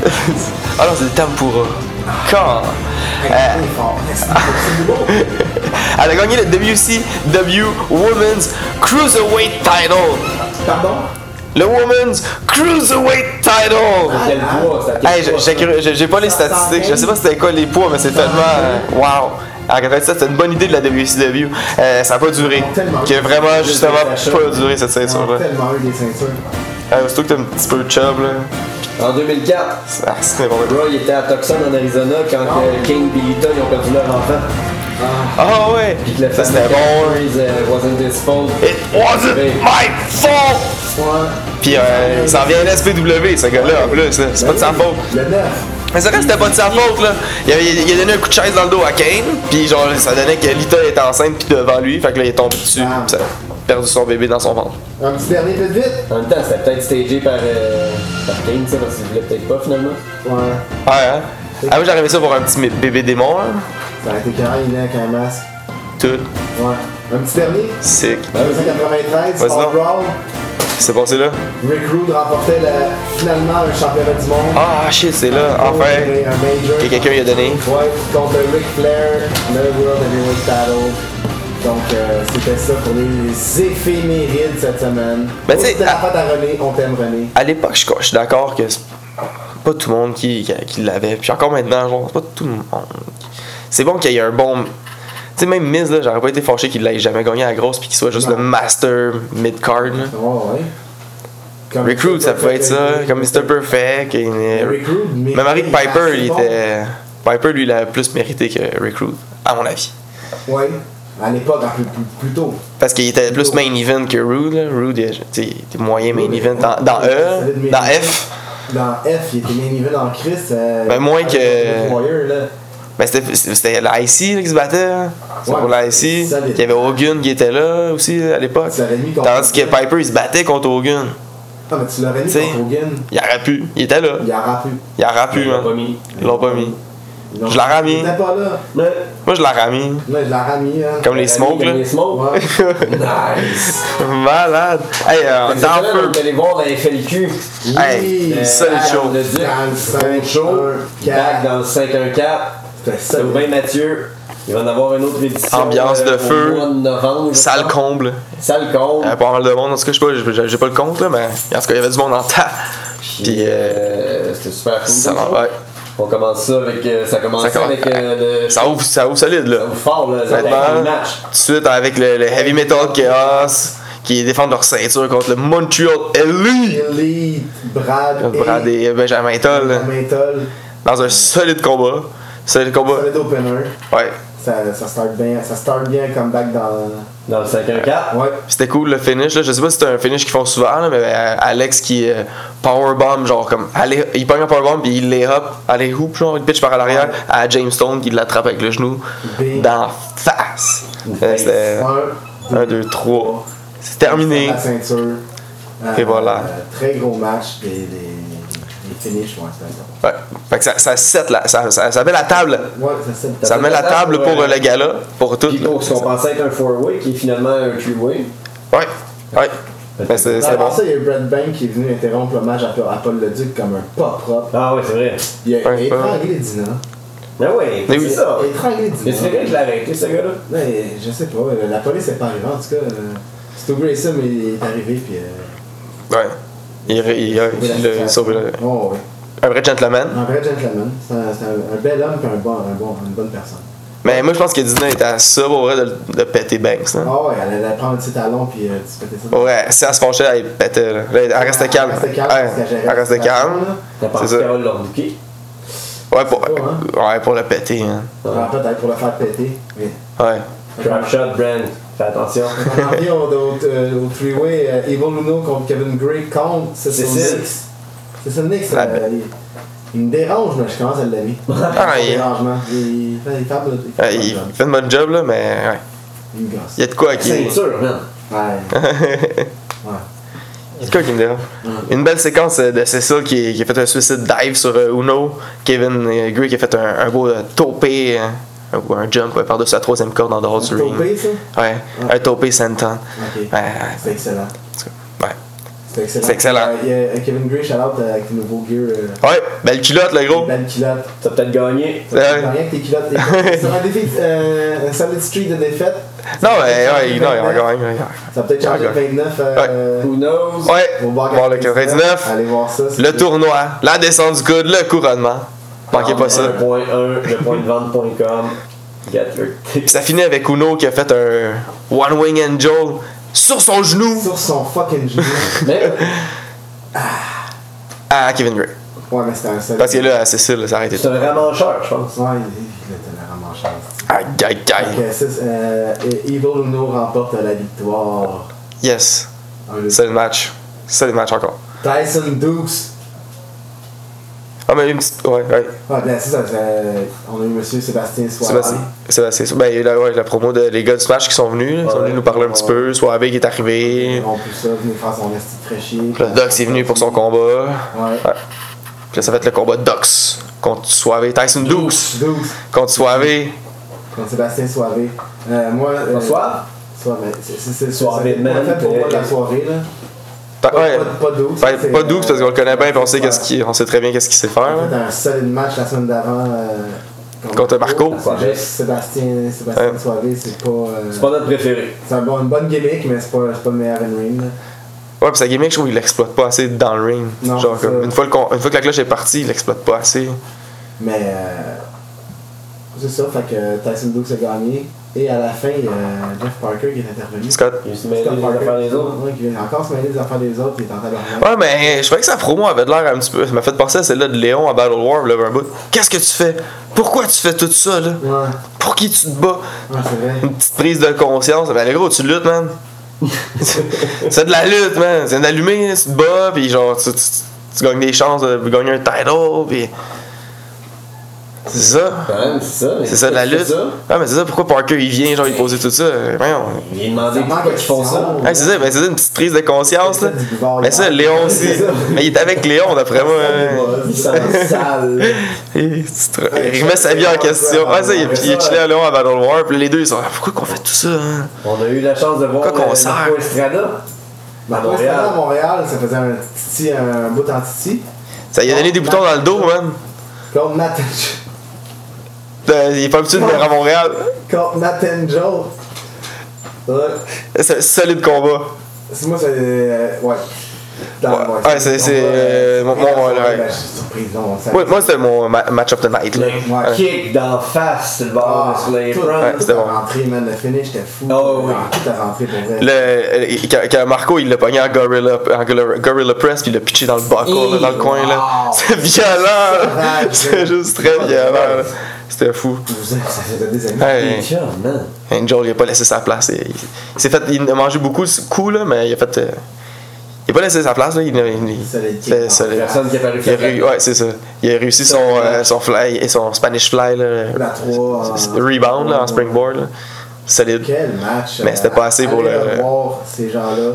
Speaker 3: ah non c'est des Tampura. Quand?
Speaker 1: Il est fort.
Speaker 3: Eh.
Speaker 1: C'est beau.
Speaker 3: (laughs) Elle a gagné le WCW Women's Cruiserweight Title.
Speaker 1: Pardon?
Speaker 3: Le Women's Cruiserweight Title.
Speaker 2: Quel
Speaker 1: Ah.
Speaker 2: poids, ça
Speaker 3: Hey, j'ai- j'ai curieux- j'ai j'ai pas les statistiques, je sais pas c'était quoi les poids, mais c'est tellement. euh, Wow! En 97, c'est une bonne idée de la WCW. Euh, ça a pas duré. Qui a vraiment, justement, pas duré cette
Speaker 1: Ils ont
Speaker 3: ceinture-là.
Speaker 1: tellement eu des ceintures.
Speaker 3: Euh, surtout que t'as un petit peu de chub, là.
Speaker 2: En 2004,
Speaker 3: Ah, c'est n'importe quoi.
Speaker 2: Raw il était à Tucson en Arizona quand euh, King et Lita ils ont perdu leur enfant.
Speaker 3: Ah ouais!
Speaker 2: Puis que le
Speaker 3: Ça,
Speaker 2: fan
Speaker 3: c'était
Speaker 2: de
Speaker 3: bon.
Speaker 2: Cowboys, euh, wasn't his fault.
Speaker 3: It wasn't my fault!
Speaker 1: Ouais.
Speaker 3: Pis euh, il s'en vient SPW, ce gars-là, en plus. là. C'est pas de sa faute.
Speaker 1: Le 9.
Speaker 3: Mais c'est vrai que c'était pas de sa faute là. Il, avait- il a donné un coup de chaise dans le dos à Kane, puis genre ça donnait que Lita était enceinte puis devant lui, fait que là il est tombé dessus,
Speaker 1: Ah.
Speaker 3: pis ça a perdu son bébé dans son ventre.
Speaker 1: Un petit dernier vite vite.
Speaker 2: En même temps, c'était peut-être stagé par, euh, par King, ça, parce qu'il voulait peut-être pas finalement.
Speaker 1: Ouais.
Speaker 3: Ouais hein? Ah moi j'arrivais ça pour un petit mé- bébé démon là.
Speaker 1: Ça a été carré, il est avec un masque.
Speaker 3: Tout
Speaker 1: Ouais. Un petit dernier. Ben,
Speaker 3: sick.
Speaker 1: 1993,
Speaker 3: Vas-y
Speaker 1: Paul
Speaker 3: donc.
Speaker 1: Brawl.
Speaker 3: C'est passé là?
Speaker 1: Rick Rude remportait la- finalement un championnat du monde.
Speaker 3: Ah shit c'est là,
Speaker 1: Oh,
Speaker 3: enfin!
Speaker 1: Un major.
Speaker 3: Et quelqu'un lui a donné.
Speaker 1: Ouais, contre Ric Flair, le World Heavyweight Battle. Donc, euh, c'était ça pour les éphémérides cette semaine.
Speaker 3: Ben, tu sais,
Speaker 1: c'était la
Speaker 3: à-
Speaker 1: fête à René, on t'aime René.
Speaker 3: À l'époque je, je suis d'accord que c'est pas tout le monde qui, qui, qui l'avait, puis encore maintenant genre c'est pas tout le monde. qui- C'est bon qu'il y ait un bon... Tu sais même Miz là, j'aurais pas été fâché qu'il l'ait jamais gagné à la grosse puis qu'il soit juste
Speaker 1: Non.
Speaker 3: le master mid-card là.
Speaker 1: Oh, ouais. Comme
Speaker 3: Recruit, ça pouvait être ça,
Speaker 1: Perfect,
Speaker 3: comme Mr. Perfect. Et,
Speaker 1: Rick Rude, mais-
Speaker 3: mais Marie Piper, il
Speaker 1: bon.
Speaker 3: était. Piper, lui, il a plus mérité que Recruit, à mon avis.
Speaker 1: Ouais, à l'époque, un peu plus, plus tôt.
Speaker 3: Parce qu'il était plus main event que Rude. là. Rude, il tu sais, il était moyen main event dans, dans E, dans F.
Speaker 1: Dans F, il était main event en Chris. euh,
Speaker 3: Ben, moins
Speaker 1: avec
Speaker 3: que-
Speaker 1: Ultimate Warrior, là.
Speaker 3: Ben, c'était c'était la IC là, qui se battait. là. C'est
Speaker 1: Ouais,
Speaker 3: pour la IC.
Speaker 1: c'est solide.
Speaker 3: Il y avait Hogan qui était là aussi là, à l'époque.
Speaker 1: Tu l'avais mis contre-
Speaker 3: Tandis que Piper, il se battait contre Hogan.
Speaker 1: Ah, mais tu l'aurais mis
Speaker 3: T'sais.
Speaker 1: contre Hogan,
Speaker 3: Il aurait pu. Il était là.
Speaker 1: il y aura plus.
Speaker 3: Il aurait pu,
Speaker 2: Ils l'ont
Speaker 3: hein.
Speaker 2: pas mis.
Speaker 3: Ils l'ont pas mis.
Speaker 1: Donc,
Speaker 3: Je l'aurais mis.
Speaker 1: Il était pas là.
Speaker 2: Mais,
Speaker 3: Moi, je l'aurais mis. (laughs)
Speaker 1: Là, je l'aurais mis. hein.
Speaker 3: Comme les smokes, là.
Speaker 2: Euh, Les smokes.
Speaker 1: Ouais.
Speaker 2: (laughs) Nice!
Speaker 3: Malade. Hey, euh, on
Speaker 2: Fait que
Speaker 3: est en
Speaker 2: là,
Speaker 3: feu.
Speaker 2: on est allé voir dans les FLQ.
Speaker 3: Hey,
Speaker 1: Oui,
Speaker 3: solide
Speaker 2: euh,
Speaker 3: show.
Speaker 2: on a dit,
Speaker 1: Dans le
Speaker 2: gros show.
Speaker 1: 5-1-4.
Speaker 2: Back dans le 5-1-4.
Speaker 1: C'était ça.
Speaker 2: C'est Aubin Mathieu. Il va en avoir une autre édition. euh,
Speaker 3: Ambiance de
Speaker 2: au
Speaker 3: feu.
Speaker 2: mois de novembre, je
Speaker 3: Sale
Speaker 2: crois.
Speaker 3: comble.
Speaker 2: Sale con.
Speaker 3: Euh, pas mal de monde, en tout cas, je sais pas, j'ai- j'ai- j'ai pas le compte là, mais en tout cas, il y avait du monde en tas. Puis, euh,
Speaker 2: Euh, C'était super cool.
Speaker 3: ça, va- ouais.
Speaker 2: On commence ça avec. euh, ça commence
Speaker 3: Ça commence-
Speaker 2: avec euh, le.
Speaker 3: ça, ouvre, ça ouvre solide là.
Speaker 2: ça ouvre fort, là. Ça
Speaker 3: Honnêtement,
Speaker 2: le
Speaker 3: là,
Speaker 2: match.
Speaker 3: tout de suite avec le, le Heavy Metal Chaos qui défendent leur ceinture contre le Montreal Elite.
Speaker 1: Elite, Brad,
Speaker 3: Brad et Benjamin Toll là,
Speaker 1: Mental,
Speaker 3: dans un solide combat. Solide combat.
Speaker 1: solid opener.
Speaker 3: Ouais.
Speaker 1: Ça, ça start bien, ça start bien comme back dans.
Speaker 2: Dans le 5-1-4.
Speaker 1: Ouais.
Speaker 3: C'était cool le finish. Là. Je sais pas si c'était un finish qu'ils font souvent, là, mais euh, Alex qui euh, powerbomb, genre comme. allez- il pogne un powerbomb puis il les hop, allez hoop, genre il pitch par à l'arrière à James Stone qui l'attrape avec le genou
Speaker 1: Bing.
Speaker 3: d'en face. Euh, C'était
Speaker 1: Un,
Speaker 3: 1, 2, 3. C'est terminé.
Speaker 1: La ceinture. Euh,
Speaker 3: Et voilà.
Speaker 1: Très gros match. Des, des, des finishes, ouais, c'est ça.
Speaker 3: Ouais. Fait que ça, ça set la, ça, ça, ça met la table.
Speaker 1: Ouais, c'est ça.
Speaker 3: Ça met la table pour euh, le gala, pour tout.
Speaker 2: Puis
Speaker 3: là.
Speaker 2: pour ce qu'on pensait être un 4-way qui est finalement un 3-way.
Speaker 3: Ouais, ouais. Ben, c'est c'est
Speaker 1: Avant
Speaker 3: bon.
Speaker 1: ça, il y a Brad Bank qui est venu interrompre l'hommage à, à Paul Leduc comme un pas propre.
Speaker 2: Ah ouais, c'est vrai.
Speaker 1: Il a,
Speaker 3: Ouais,
Speaker 1: il a
Speaker 3: ouais.
Speaker 1: étranglé Dina.
Speaker 2: Ah ouais,
Speaker 3: Mais
Speaker 2: c'est
Speaker 3: oui.
Speaker 2: ça.
Speaker 1: Il a étranglé
Speaker 2: Mais c'est
Speaker 1: Dina.
Speaker 2: quelqu'un qui l'a arrêté, ce gars-là.
Speaker 1: Mais je sais pas, euh, la police est pas arrivée en tout cas. euh, Stu Grayson il est arrivé puis. euh,
Speaker 3: Ouais. Il, il, il,
Speaker 1: oui, la
Speaker 3: il a
Speaker 1: situation.
Speaker 3: sauvé le-
Speaker 1: Oh, oui.
Speaker 3: un vrai gentleman.
Speaker 1: Un vrai gentleman. C'est un, c'est un- un bel homme et un bon, un bon- une bonne personne.
Speaker 3: Mais moi, je pense que Dina était à ça pour vrai de, de péter Banks. Là.
Speaker 1: Ah ouais, elle allait prendre ses talons puis euh, tu pétais ça.
Speaker 3: Ouais, si elle se penchait, elle pétait. Là. Là, elle restait calme.
Speaker 1: Elle restait calme.
Speaker 3: Ouais,
Speaker 1: parce qu'elle gérait
Speaker 3: elle restait
Speaker 1: la situation,
Speaker 3: calme.
Speaker 1: là.
Speaker 2: T'as pensé
Speaker 3: C'est ça.
Speaker 2: qu'elle l'a rebooké.
Speaker 3: Ouais, pour,
Speaker 1: C'est pas,
Speaker 3: ouais, pour le péter. hein.
Speaker 1: Alors, peut-être pour le faire péter. Mais...
Speaker 3: Ouais.
Speaker 2: Trap shot, Brand. Fais attention.
Speaker 1: On en revient au, au, euh, au freeway euh, Evil Luno contre Kevin Gray contre Cecil
Speaker 2: Cecil.
Speaker 1: Nix. Cecil Nix,
Speaker 3: Ah,
Speaker 1: euh, il, il me dérange, mais je commence à l'aimer.
Speaker 3: Ah,
Speaker 1: il...
Speaker 3: il-
Speaker 1: Dérangement. Il, il fait il fait un bon job.
Speaker 3: Ouais, il fait une bonne job, là, mais ouais.
Speaker 1: Il me gosse.
Speaker 3: (laughs) il y a de quoi qui.
Speaker 2: Ceinture, man.
Speaker 1: Ouais.
Speaker 3: ouais,
Speaker 1: Ouais.
Speaker 3: C'est quoi qui me dérange? Une belle séquence euh, de Cecil qui, qui a fait un suicide dive sur euh, Uno. Kevin euh, Gray qui a fait un, un beau euh, topé euh, ou un jump ouais, par-dessus la troisième corde en dehors du
Speaker 1: C'est
Speaker 3: ring.
Speaker 1: topé, ça
Speaker 3: Ouais, un topé senton.
Speaker 1: Ok.
Speaker 3: Ouais, ouais,
Speaker 1: C'est excellent.
Speaker 3: ouais.
Speaker 1: C'est excellent.
Speaker 3: C'est excellent.
Speaker 1: Euh, il y a Kevin Gray, shout out uh, avec tes nouveaux gears. euh,
Speaker 3: Ouais, belle culotte, le
Speaker 1: des
Speaker 3: gros.
Speaker 1: belles culottes.
Speaker 2: T'as peut-être gagné.
Speaker 3: Oh. Ah Ouais.
Speaker 1: Rien que tes culottes. tes culottes. Sur un défi, euh, un solid streak de défaite,
Speaker 3: Non, mais ouais, non, il y en a quand même. ouais, ouais.
Speaker 1: ça va peut-être changer de 29. euh,
Speaker 2: Who knows?
Speaker 3: Ouais,
Speaker 1: au bar
Speaker 3: voir le 99.
Speaker 1: 99. Allez voir ça. c'est-
Speaker 3: Le tournoi, la descente du coude, le couronnement.
Speaker 2: Ah,
Speaker 3: Manquez
Speaker 2: ben,
Speaker 3: pas ça.
Speaker 2: 1.1, le point de vente.com. Get your
Speaker 3: Puis ça finit avec Uno qui a fait un One Wing Angel sur son genou
Speaker 1: Sur son fucking genou.
Speaker 2: Mais,
Speaker 3: à Kevin Gray.
Speaker 1: ouais, mais c'était un solid.
Speaker 3: Parce que là, à Cécile, ça a arrêté.
Speaker 2: c'est un ramancheur, je pense.
Speaker 1: Ouais, il était la ramanchage.
Speaker 3: Aïe, aïe, aïe.
Speaker 1: Ok, c'est- euh, Evil Uno remporte la victoire.
Speaker 3: Yes.
Speaker 1: Un, deux.
Speaker 3: C'est le match. C'est le match encore.
Speaker 1: Tyson Dukes.
Speaker 3: Ah, mais une petite. Ouais, ouais.
Speaker 1: Ouais, ben, c'est ça, c'est- on a eu Monsieur Sébastien Soiré.
Speaker 3: Sébastien. Sébastien. Ben, il y a eu la, ouais, la promo de les gars du Smash qui sont venus. là. Ils sont
Speaker 2: Ouais.
Speaker 3: venus nous parler un petit peu. Soirée qui est
Speaker 1: Ils
Speaker 3: arrivé.
Speaker 1: ont plus ça, venir faire son esti de fraîchier.
Speaker 3: Le Dox est venu pour son combat.
Speaker 1: Ouais.
Speaker 3: Puis là, ça va être le combat de Dox contre Soave. Tyson Dukes
Speaker 1: Dukes
Speaker 3: contre Soave.
Speaker 1: contre Sébastien Soiré. Euh, moi. euh,
Speaker 2: Bonsoir.
Speaker 1: Soiré, c'est- c'est- c'est-
Speaker 2: Soirée
Speaker 1: c'est-
Speaker 2: de
Speaker 1: on fait pour
Speaker 2: même,
Speaker 1: moi de la
Speaker 2: euh,
Speaker 1: soirée, là.
Speaker 3: Pas,
Speaker 1: Pas-
Speaker 3: Ah, ouais.
Speaker 1: Pas, pas Dukes.
Speaker 3: Ben,
Speaker 1: c'est,
Speaker 3: pas Dukes parce qu'on le connaît bien et on sait,
Speaker 1: ouais.
Speaker 3: qu'est-ce qu'il- on sait très bien qu'est-ce qu'il sait faire.
Speaker 1: On a
Speaker 3: là.
Speaker 1: fait un solide match la semaine d'avant. euh,
Speaker 3: Contre Marco.
Speaker 1: C'est juste Sébastien, Sébastien
Speaker 3: Ouais.
Speaker 1: Soiré, c'est pas. euh,
Speaker 2: C'est pas notre préféré.
Speaker 1: C'est un bon- une bonne gimmick, mais c'est pas, c'est pas le meilleur in-ring. là.
Speaker 3: Ouais, puis sa gimmick, je trouve qu'il l'exploite pas assez dans le ring.
Speaker 1: Non,
Speaker 3: Genre,
Speaker 1: c'est
Speaker 3: comme,
Speaker 1: ça.
Speaker 3: une, fois le con- une fois que la cloche est partie, il l'exploite pas assez.
Speaker 1: Mais euh, c'est ça, fait que Tyson Dukes a gagné. Et à la fin, il y a Jeff Parker qui est intervenu.
Speaker 3: Scott.
Speaker 2: Il se mêlé des affaires des autres.
Speaker 1: Ouais, qui vient encore se mêler des affaires des autres, il est en tabarnak.
Speaker 3: Ouais, mais je trouvais que sa promo avait de l'air un petit peu. Ça m'a fait penser à celle-là de Léon à Battle War, là, un bout. Qu'est-ce que tu fais Pourquoi tu fais tout ça, là
Speaker 1: Ouais, ouais,
Speaker 3: Pour qui tu te bats
Speaker 1: c'est vrai.
Speaker 3: Une petite prise de conscience. Ben, le gros, tu luttes, man. c'est de la lutte, man. C'est d'allumer, tu te bats, puis genre, tu, tu- tu gagnes des chances de gagner un title, puis. C'est ça.
Speaker 2: Quand même, c'est ça. mais
Speaker 3: C'est ça de la
Speaker 2: c'est
Speaker 3: lutte.
Speaker 2: ça.
Speaker 3: Ah, mais c'est ça, pourquoi Parker il vient, genre, il posait tout ça euh, voyons.
Speaker 2: Il est demandé
Speaker 1: Ça manque
Speaker 2: pourquoi ils font ça.
Speaker 1: d'action.
Speaker 3: Ah, c'est ça, mais c'est ça, une petite prise de conscience, là.
Speaker 1: Du buvard,
Speaker 3: Mais
Speaker 1: il
Speaker 3: ça,
Speaker 1: parle.
Speaker 3: Léon aussi.
Speaker 1: C'est ça.
Speaker 3: Mais il est avec Léon, d'après moi. hein.
Speaker 2: Il sent sale.
Speaker 3: Il se tra- il remet sa vie en question. Ouais, ça, il est, il est chillé à Léon à Battle War, puis les deux, ils sont. ah, Pourquoi qu'on fait tout ça, hein?
Speaker 2: On a eu la chance de voir
Speaker 3: Pourquoi qu'on
Speaker 2: euh,
Speaker 3: sert?
Speaker 2: Marco Estrada à
Speaker 1: Quand c'était
Speaker 2: Montréal.
Speaker 1: à Montréal, ça faisait un titi, un bout en titi.
Speaker 3: Ça lui a donné des boutons dans le dos, man.
Speaker 1: Contre Nat (laughs)
Speaker 3: Euh, Il est pas habitué de venir à Montréal.
Speaker 1: contre Nat and Joe. Ouais.
Speaker 3: C'est un solide combat.
Speaker 1: C'est moi, c'est. euh, ouais. Dans-
Speaker 3: Ouais, ouais, c'est- c'est,
Speaker 1: on va-
Speaker 3: euh, mon- mon- ouais, ouais.
Speaker 1: Ben, je suis surprise, non, on s'en-
Speaker 3: Ouais, moi, c'était mon ma- match of the night, là.
Speaker 2: Le
Speaker 1: Ouais.
Speaker 2: kick d'en face sur le bord
Speaker 1: Ah,
Speaker 2: de Slave
Speaker 1: tout-
Speaker 2: Run.
Speaker 3: Ouais,
Speaker 1: tout
Speaker 3: c'était
Speaker 1: est
Speaker 3: bon.
Speaker 1: rentré, man. Le finish était fou.
Speaker 2: Oh, oui.
Speaker 1: Tout est rentré pour vrai.
Speaker 3: Le, euh, quand, quand Marco il l'a pogné en gorilla, en gorilla, Gorilla press puis il l'a pitché dans le buckle là, dans le coin là.
Speaker 1: Wow.
Speaker 3: (laughs) C'est violent! là.
Speaker 1: Sauvage.
Speaker 3: (laughs) C'est juste très violent. là. C'était fou.
Speaker 1: Vous êtes- Ça fait des années.
Speaker 3: Hey,
Speaker 2: Tiens, man.
Speaker 3: Angel il a pas laissé sa place. Il, il- il s'est fait. Il a mangé beaucoup de coups là, mais il a fait. euh, il a pas laissé sa place là. Il, il- il-
Speaker 1: Solide
Speaker 3: c'est-
Speaker 1: kick.
Speaker 3: c'est-
Speaker 2: Personne qui a paru
Speaker 3: il a réu- ouais, c'est ça. Il a réussi son, euh, son fly et son Spanish fly
Speaker 1: La
Speaker 3: là.
Speaker 1: euh, 3.
Speaker 3: Rebound là, en springboard. là. Solide.
Speaker 1: Quel match.
Speaker 3: Mais c'était pas assez
Speaker 1: allez
Speaker 3: pour le- Mm-hmm.
Speaker 1: voir ces gens-là.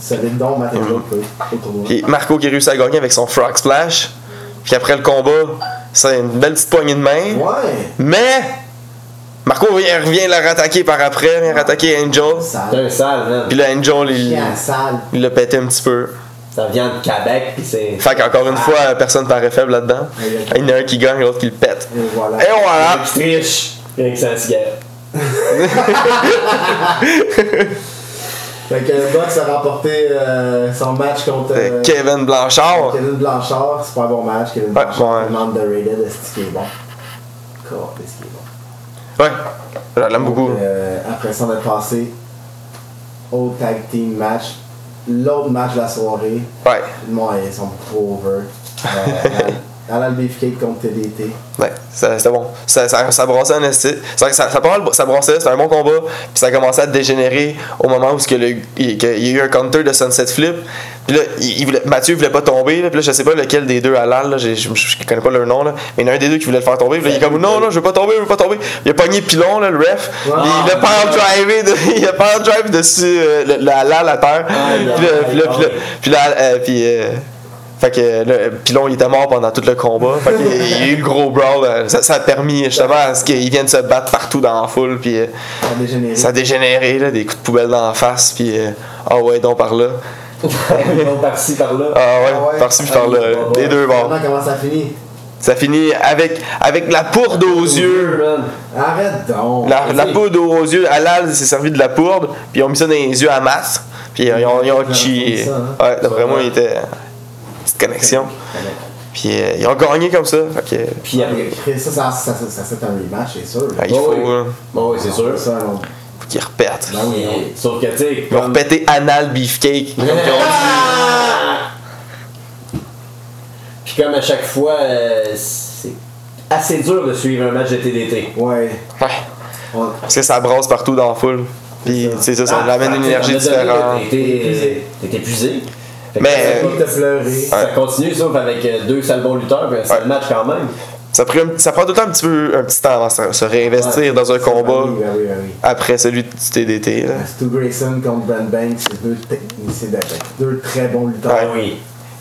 Speaker 1: Solide don, Matt Angel, au tournoi.
Speaker 3: Puis Marco qui réussit à gagner avec son frog splash. Puis après le combat, c'est une belle petite poignée de main.
Speaker 1: Ouais.
Speaker 3: Mais Marco il revient la rattaquer par après, vient rattaquer Angel.
Speaker 2: C'est
Speaker 1: Sale.
Speaker 2: un sale, man.
Speaker 3: Puis là Angel il
Speaker 1: Chien sale.
Speaker 3: il l'a pété un petit peu.
Speaker 2: Ça vient de Québec, pis c'est.
Speaker 3: Fait qu'encore une fois, personne paraît faible là-dedans. Il y en a un qui gagne, l'autre qui le pète.
Speaker 1: Et voilà.
Speaker 2: Ah,
Speaker 3: Et voilà!
Speaker 2: Qui triche. Rien que ça, cigarette.
Speaker 1: Fait que Box a remporté euh, son match contre.
Speaker 3: Euh,
Speaker 1: euh,
Speaker 3: Kevin Blanchard.
Speaker 1: Kevin Blanchard, c'est pas un bon match. Kevin
Speaker 3: Ouais,
Speaker 1: Blanchard,
Speaker 3: ouais.
Speaker 1: tellement underrated, est-ce qu'il est bon? Cool, est-ce qu'il est bon?
Speaker 3: Ouais, je l'aime beaucoup.
Speaker 1: Euh, après ça, on a passé au tag team match. L'autre match de la soirée.
Speaker 3: Ouais,
Speaker 1: Moi, ils sont trop over. Euh, Alan Beefcake contre TDT.
Speaker 3: ouais, ça- c'était bon. Ça, ça, ça brassait un esti. Ça, ça, ça, brassait, ça brassait, c'était un bon combat. Puis ça a commencé à dégénérer au moment où ce que le- il que il y a eu un counter de Sunset Flip. Puis là, il, il voulait- Mathieu voulait pas tomber. là. Puis là, je sais pas lequel des deux à l'al, là, j'ai- je, je connais pas leur nom, là. mais il y en a un des deux qui voulait le faire tomber. Puis là, il est comme non, non, je veux pas tomber, je veux pas tomber. Il a pogné Pilon, là, le ref. Et il l'a power-drivé, de- (laughs) il a power-drive dessus euh, le- la l'al à terre.
Speaker 2: Aïe,
Speaker 3: Puis là,
Speaker 2: aïe,
Speaker 3: puis là, puis là,
Speaker 2: aïe.
Speaker 3: puis là, euh, puis, euh, fait que euh, là, euh, Pilon il était mort pendant tout le combat. Fait qu'il il y a eu le gros brawl. euh, Ça, ça a permis justement à ce qu'ils viennent se battre partout dans la foule. Puis euh,
Speaker 1: Ça a dégénéré.
Speaker 3: ça a dégénéré, là, des coups de poubelle dans la face. Puis euh, ah ouais, donc par là.
Speaker 2: (laughs) par-ci, par-là.
Speaker 3: Ah ouais,
Speaker 1: Ah ouais.
Speaker 3: par-ci puis par là.
Speaker 2: Ah ouais.
Speaker 3: Des deux bords.
Speaker 1: Maintenant, comment ça finit
Speaker 3: Ça finit avec, avec la pourde aux yeux.
Speaker 2: man.
Speaker 1: Arrête donc.
Speaker 3: La, la poudre aux yeux, Alal s'est servi de la pourde, puis ils ont mis ça dans les yeux à masse, puis euh, ils ont, ils ont
Speaker 1: Ils ont
Speaker 3: chi-
Speaker 1: fait ça, hein.
Speaker 3: Ouais, d'après moi, il était. Petite connexion. Puis euh, ils ont gagné comme ça. Fait que, euh,
Speaker 2: Puis après.
Speaker 1: Chris, ça, ça, ça, ça, ça, c'est un rematch, c'est sûr.
Speaker 3: il faut,
Speaker 2: oui.
Speaker 3: hein,
Speaker 2: Bon, oui, c'est sûr.
Speaker 1: Ça, non.
Speaker 3: faut qu'ils repètent.
Speaker 1: Ben oui, non.
Speaker 2: Sauf que, tu sais,
Speaker 3: Ah, Ils ont
Speaker 2: comme-
Speaker 3: repété Anal Beefcake. comme ils ont dit.
Speaker 2: Ah! Puis comme à chaque fois, euh, c'est assez dur de suivre un match de TDT.
Speaker 1: Ouais.
Speaker 3: Ouais.
Speaker 1: On-
Speaker 3: Parce que ça brasse partout dans la foule. Puis c'est ça, ça
Speaker 2: Ah,
Speaker 3: amène
Speaker 2: t'sais,
Speaker 3: une énergie
Speaker 2: on a donné,
Speaker 3: différente.
Speaker 2: t'es- T'es t'es épuisé. euh, Fait que
Speaker 3: Mais,
Speaker 2: ça-
Speaker 1: J'ai envie de te pleurer.
Speaker 2: Ça continue, sauf avec euh, deux sales bons lutteurs, puis un sale
Speaker 3: Ouais.
Speaker 2: match quand même.
Speaker 3: Ça, prend un- ça prend tout le temps un petit peu un petit temps avant de se se réinvestir
Speaker 2: Ouais.
Speaker 3: dans un combat
Speaker 1: Ben oui, ben oui, ben oui.
Speaker 3: après celui du TDT. là.
Speaker 1: Stu Grayson contre Brad Banks, c'est deux techniciens d'attaque. Deux très bons
Speaker 3: Ouais.
Speaker 1: lutteurs.
Speaker 2: oui.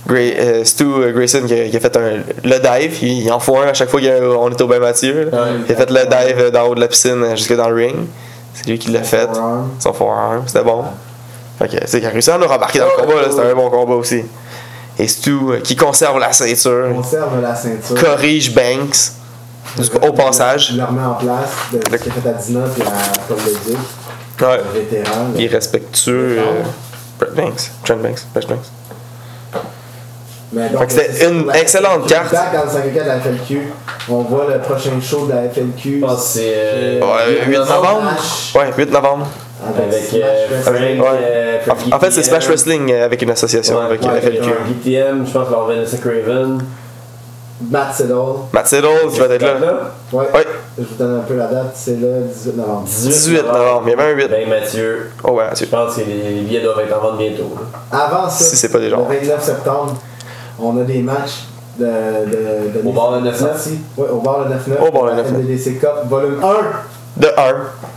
Speaker 3: Gray, euh, Stu euh, Grayson qui a, qui a fait un, le dive, il, il en faut un à chaque fois qu'on est au bain Mathieu. là.
Speaker 2: Ouais.
Speaker 3: il a fait le dive euh, d'en haut de la piscine euh, jusque dans le ring. C'est lui qui l'a fait.
Speaker 1: forearm.
Speaker 3: Son forearm, c'était bon. Fait que, tu sais, il a réussi à nous rembarquer dans le
Speaker 2: Ouais,
Speaker 3: combat, là,
Speaker 2: ouais,
Speaker 3: c'était
Speaker 2: ouais.
Speaker 3: un bon combat aussi. Et Stu euh, qui conserve la ceinture,
Speaker 1: On conserve la ceinture.
Speaker 3: corrige Banks au passage.
Speaker 1: Il le remet en place de ce qu'il a fait à Dina puis à Paul Le Duc,
Speaker 3: Ouais.
Speaker 1: le vétéran.
Speaker 3: Il est
Speaker 1: là.
Speaker 3: respectueux. euh, Brett Banks, Trent Banks, Brett Banks.
Speaker 1: Mais donc,
Speaker 3: Fait que c'était une
Speaker 1: la-
Speaker 3: excellente
Speaker 1: feedback
Speaker 3: carte.
Speaker 1: dans le 54 de la FLQ. On voit le prochain show de la
Speaker 2: Je
Speaker 1: FLQ.
Speaker 2: pense que c'est. euh,
Speaker 3: Ouais,
Speaker 2: Young
Speaker 3: 8
Speaker 2: Guns
Speaker 3: novembre.
Speaker 1: Smash.
Speaker 3: Ouais, 8 novembre.
Speaker 1: Avec
Speaker 2: Avec
Speaker 1: Smash
Speaker 2: euh, Frank,
Speaker 1: Wrestling.
Speaker 3: Ouais.
Speaker 2: euh, Frankie
Speaker 3: En, en fait, c'est
Speaker 2: TM.
Speaker 3: Smash Wrestling euh, avec une association
Speaker 2: Ouais,
Speaker 3: avec euh,
Speaker 2: ouais,
Speaker 3: la FLQ.
Speaker 2: avec Frankie TM, je pense qu'on va Vanessa Craven.
Speaker 1: Matt Siddle.
Speaker 3: Matt Siddle qui va être là.
Speaker 1: Ouais.
Speaker 3: Ouais.
Speaker 1: Je vous donne un peu la date, c'est le 18 novembre.
Speaker 3: 18 novembre, il y avait un 8.
Speaker 2: Ben Mathieu,
Speaker 3: Oh ouais,
Speaker 2: je
Speaker 3: Mathieu.
Speaker 2: pense que les les billets doivent être en vente bientôt. là.
Speaker 1: Avant ça,
Speaker 3: Si c'est pas déjà.
Speaker 1: le 29 septembre, on a des matchs de. de, de
Speaker 2: Au bar le 9-9?
Speaker 1: Sortie. Ouais, au bar le 9-9.
Speaker 3: Au bar le 9-9.
Speaker 1: MDDC Cup, volume 1.
Speaker 3: De 1,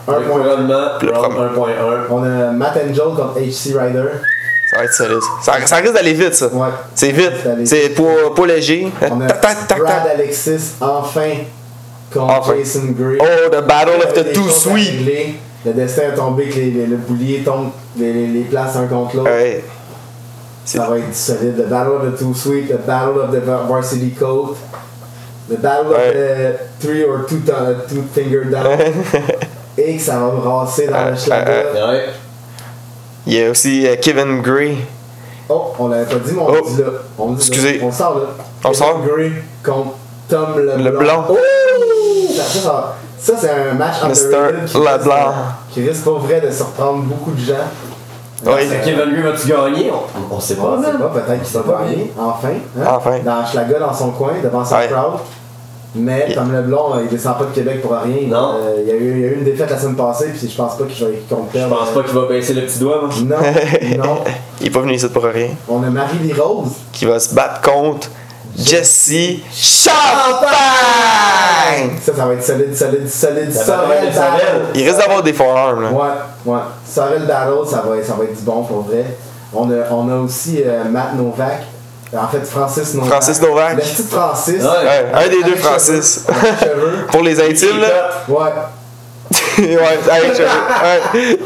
Speaker 2: Le
Speaker 1: 1.1.
Speaker 2: couronnement,
Speaker 3: Le premier.
Speaker 2: round 1.1.
Speaker 1: On a Matt Angel contre HC Rider.
Speaker 3: ça va être solide. Ça, ça risque d'aller vite, ça.
Speaker 1: Ouais.
Speaker 3: C'est vite. C'est pas, pas léger.
Speaker 1: On a
Speaker 3: Tac, tac, tac,
Speaker 1: Brad
Speaker 3: tac.
Speaker 1: Alexis, enfin, contre
Speaker 3: Enfin.
Speaker 1: Jason Gray.
Speaker 3: Oh, the battle of the
Speaker 1: Les
Speaker 3: two
Speaker 1: choses à
Speaker 3: sweet.
Speaker 1: régler. Le destin est tombé, que les, les- le boulier tombe, les, les, les places un contre l'autre.
Speaker 3: (laughs) Ouais.
Speaker 1: Ça va être solide. The Battle of the Two Sweet, The Battle of the Va- Varsity Coat, The Battle
Speaker 3: Ouais.
Speaker 1: of the Three or Two, ton- two Finger Down, et que ça va brasser dans
Speaker 3: Ouais,
Speaker 1: le schlager.
Speaker 3: ouais,
Speaker 2: Ouais.
Speaker 3: Il y a aussi euh, Kevin Gray.
Speaker 1: Oh, on l'avait pas dit, mais on
Speaker 3: Oh.
Speaker 1: le dit là. On le dit là.
Speaker 3: Excusez.
Speaker 1: On le sort là.
Speaker 3: On le
Speaker 1: Kevin
Speaker 3: sort?
Speaker 1: Gray contre Tom LeBlanc.
Speaker 3: Leblanc.
Speaker 1: Oh! Ça, ça, ça- ça, c'est un match
Speaker 3: Mr.
Speaker 1: underrated qui risque-
Speaker 3: Leblanc.
Speaker 1: Qui risque pour vrai de surprendre beaucoup de gens.
Speaker 3: Oui.
Speaker 2: Fait que Kevin Gray va-tu gagner? On, on sait
Speaker 1: On
Speaker 2: pas,
Speaker 1: ne
Speaker 2: man.
Speaker 1: sait pas, peut-être qu'il va gagner, enfin. hein,
Speaker 3: Enfin.
Speaker 1: Dans Schlaga, dans son coin, devant son
Speaker 3: Ouais.
Speaker 1: crowd. Mais
Speaker 3: Yeah.
Speaker 1: Tom Leblon, euh, il descend pas de Québec pour rien.
Speaker 2: Non.
Speaker 1: Euh, il, y a eu, il y a eu une défaite la semaine passée, puis je pense pas qu'il va qu'il compte
Speaker 2: Je
Speaker 1: perdre.
Speaker 2: pense pas qu'il va baisser le petit doigt, moi.
Speaker 1: Non,
Speaker 3: (laughs)
Speaker 1: non.
Speaker 3: Il est pas venu ici pour rien.
Speaker 1: On a Marie-Lee Rose.
Speaker 3: Qui va se battre contre Jesse Champagne.
Speaker 1: Ça, ça va être solide, solide, solide.
Speaker 2: Ça va
Speaker 1: Sorel
Speaker 2: être solide.
Speaker 1: Darrow.
Speaker 3: Il risque d'avoir des forearms, là.
Speaker 1: Ouais, ouais. Sorel Darrow, ça va, ça va être du bon pour vrai. On a, on a aussi euh, Matt Novak. En fait, Francis Novak.
Speaker 3: Francis Novak.
Speaker 1: Le petit Francis.
Speaker 2: Ouais.
Speaker 3: Ouais, un des
Speaker 1: Avec
Speaker 3: deux,
Speaker 1: cheveux. (laughs)
Speaker 3: Francis.
Speaker 1: Avec cheveux.
Speaker 3: Pour les intimes, là.
Speaker 2: Euh,
Speaker 1: Ouais.
Speaker 3: ouais, avec cheveux. Ouais.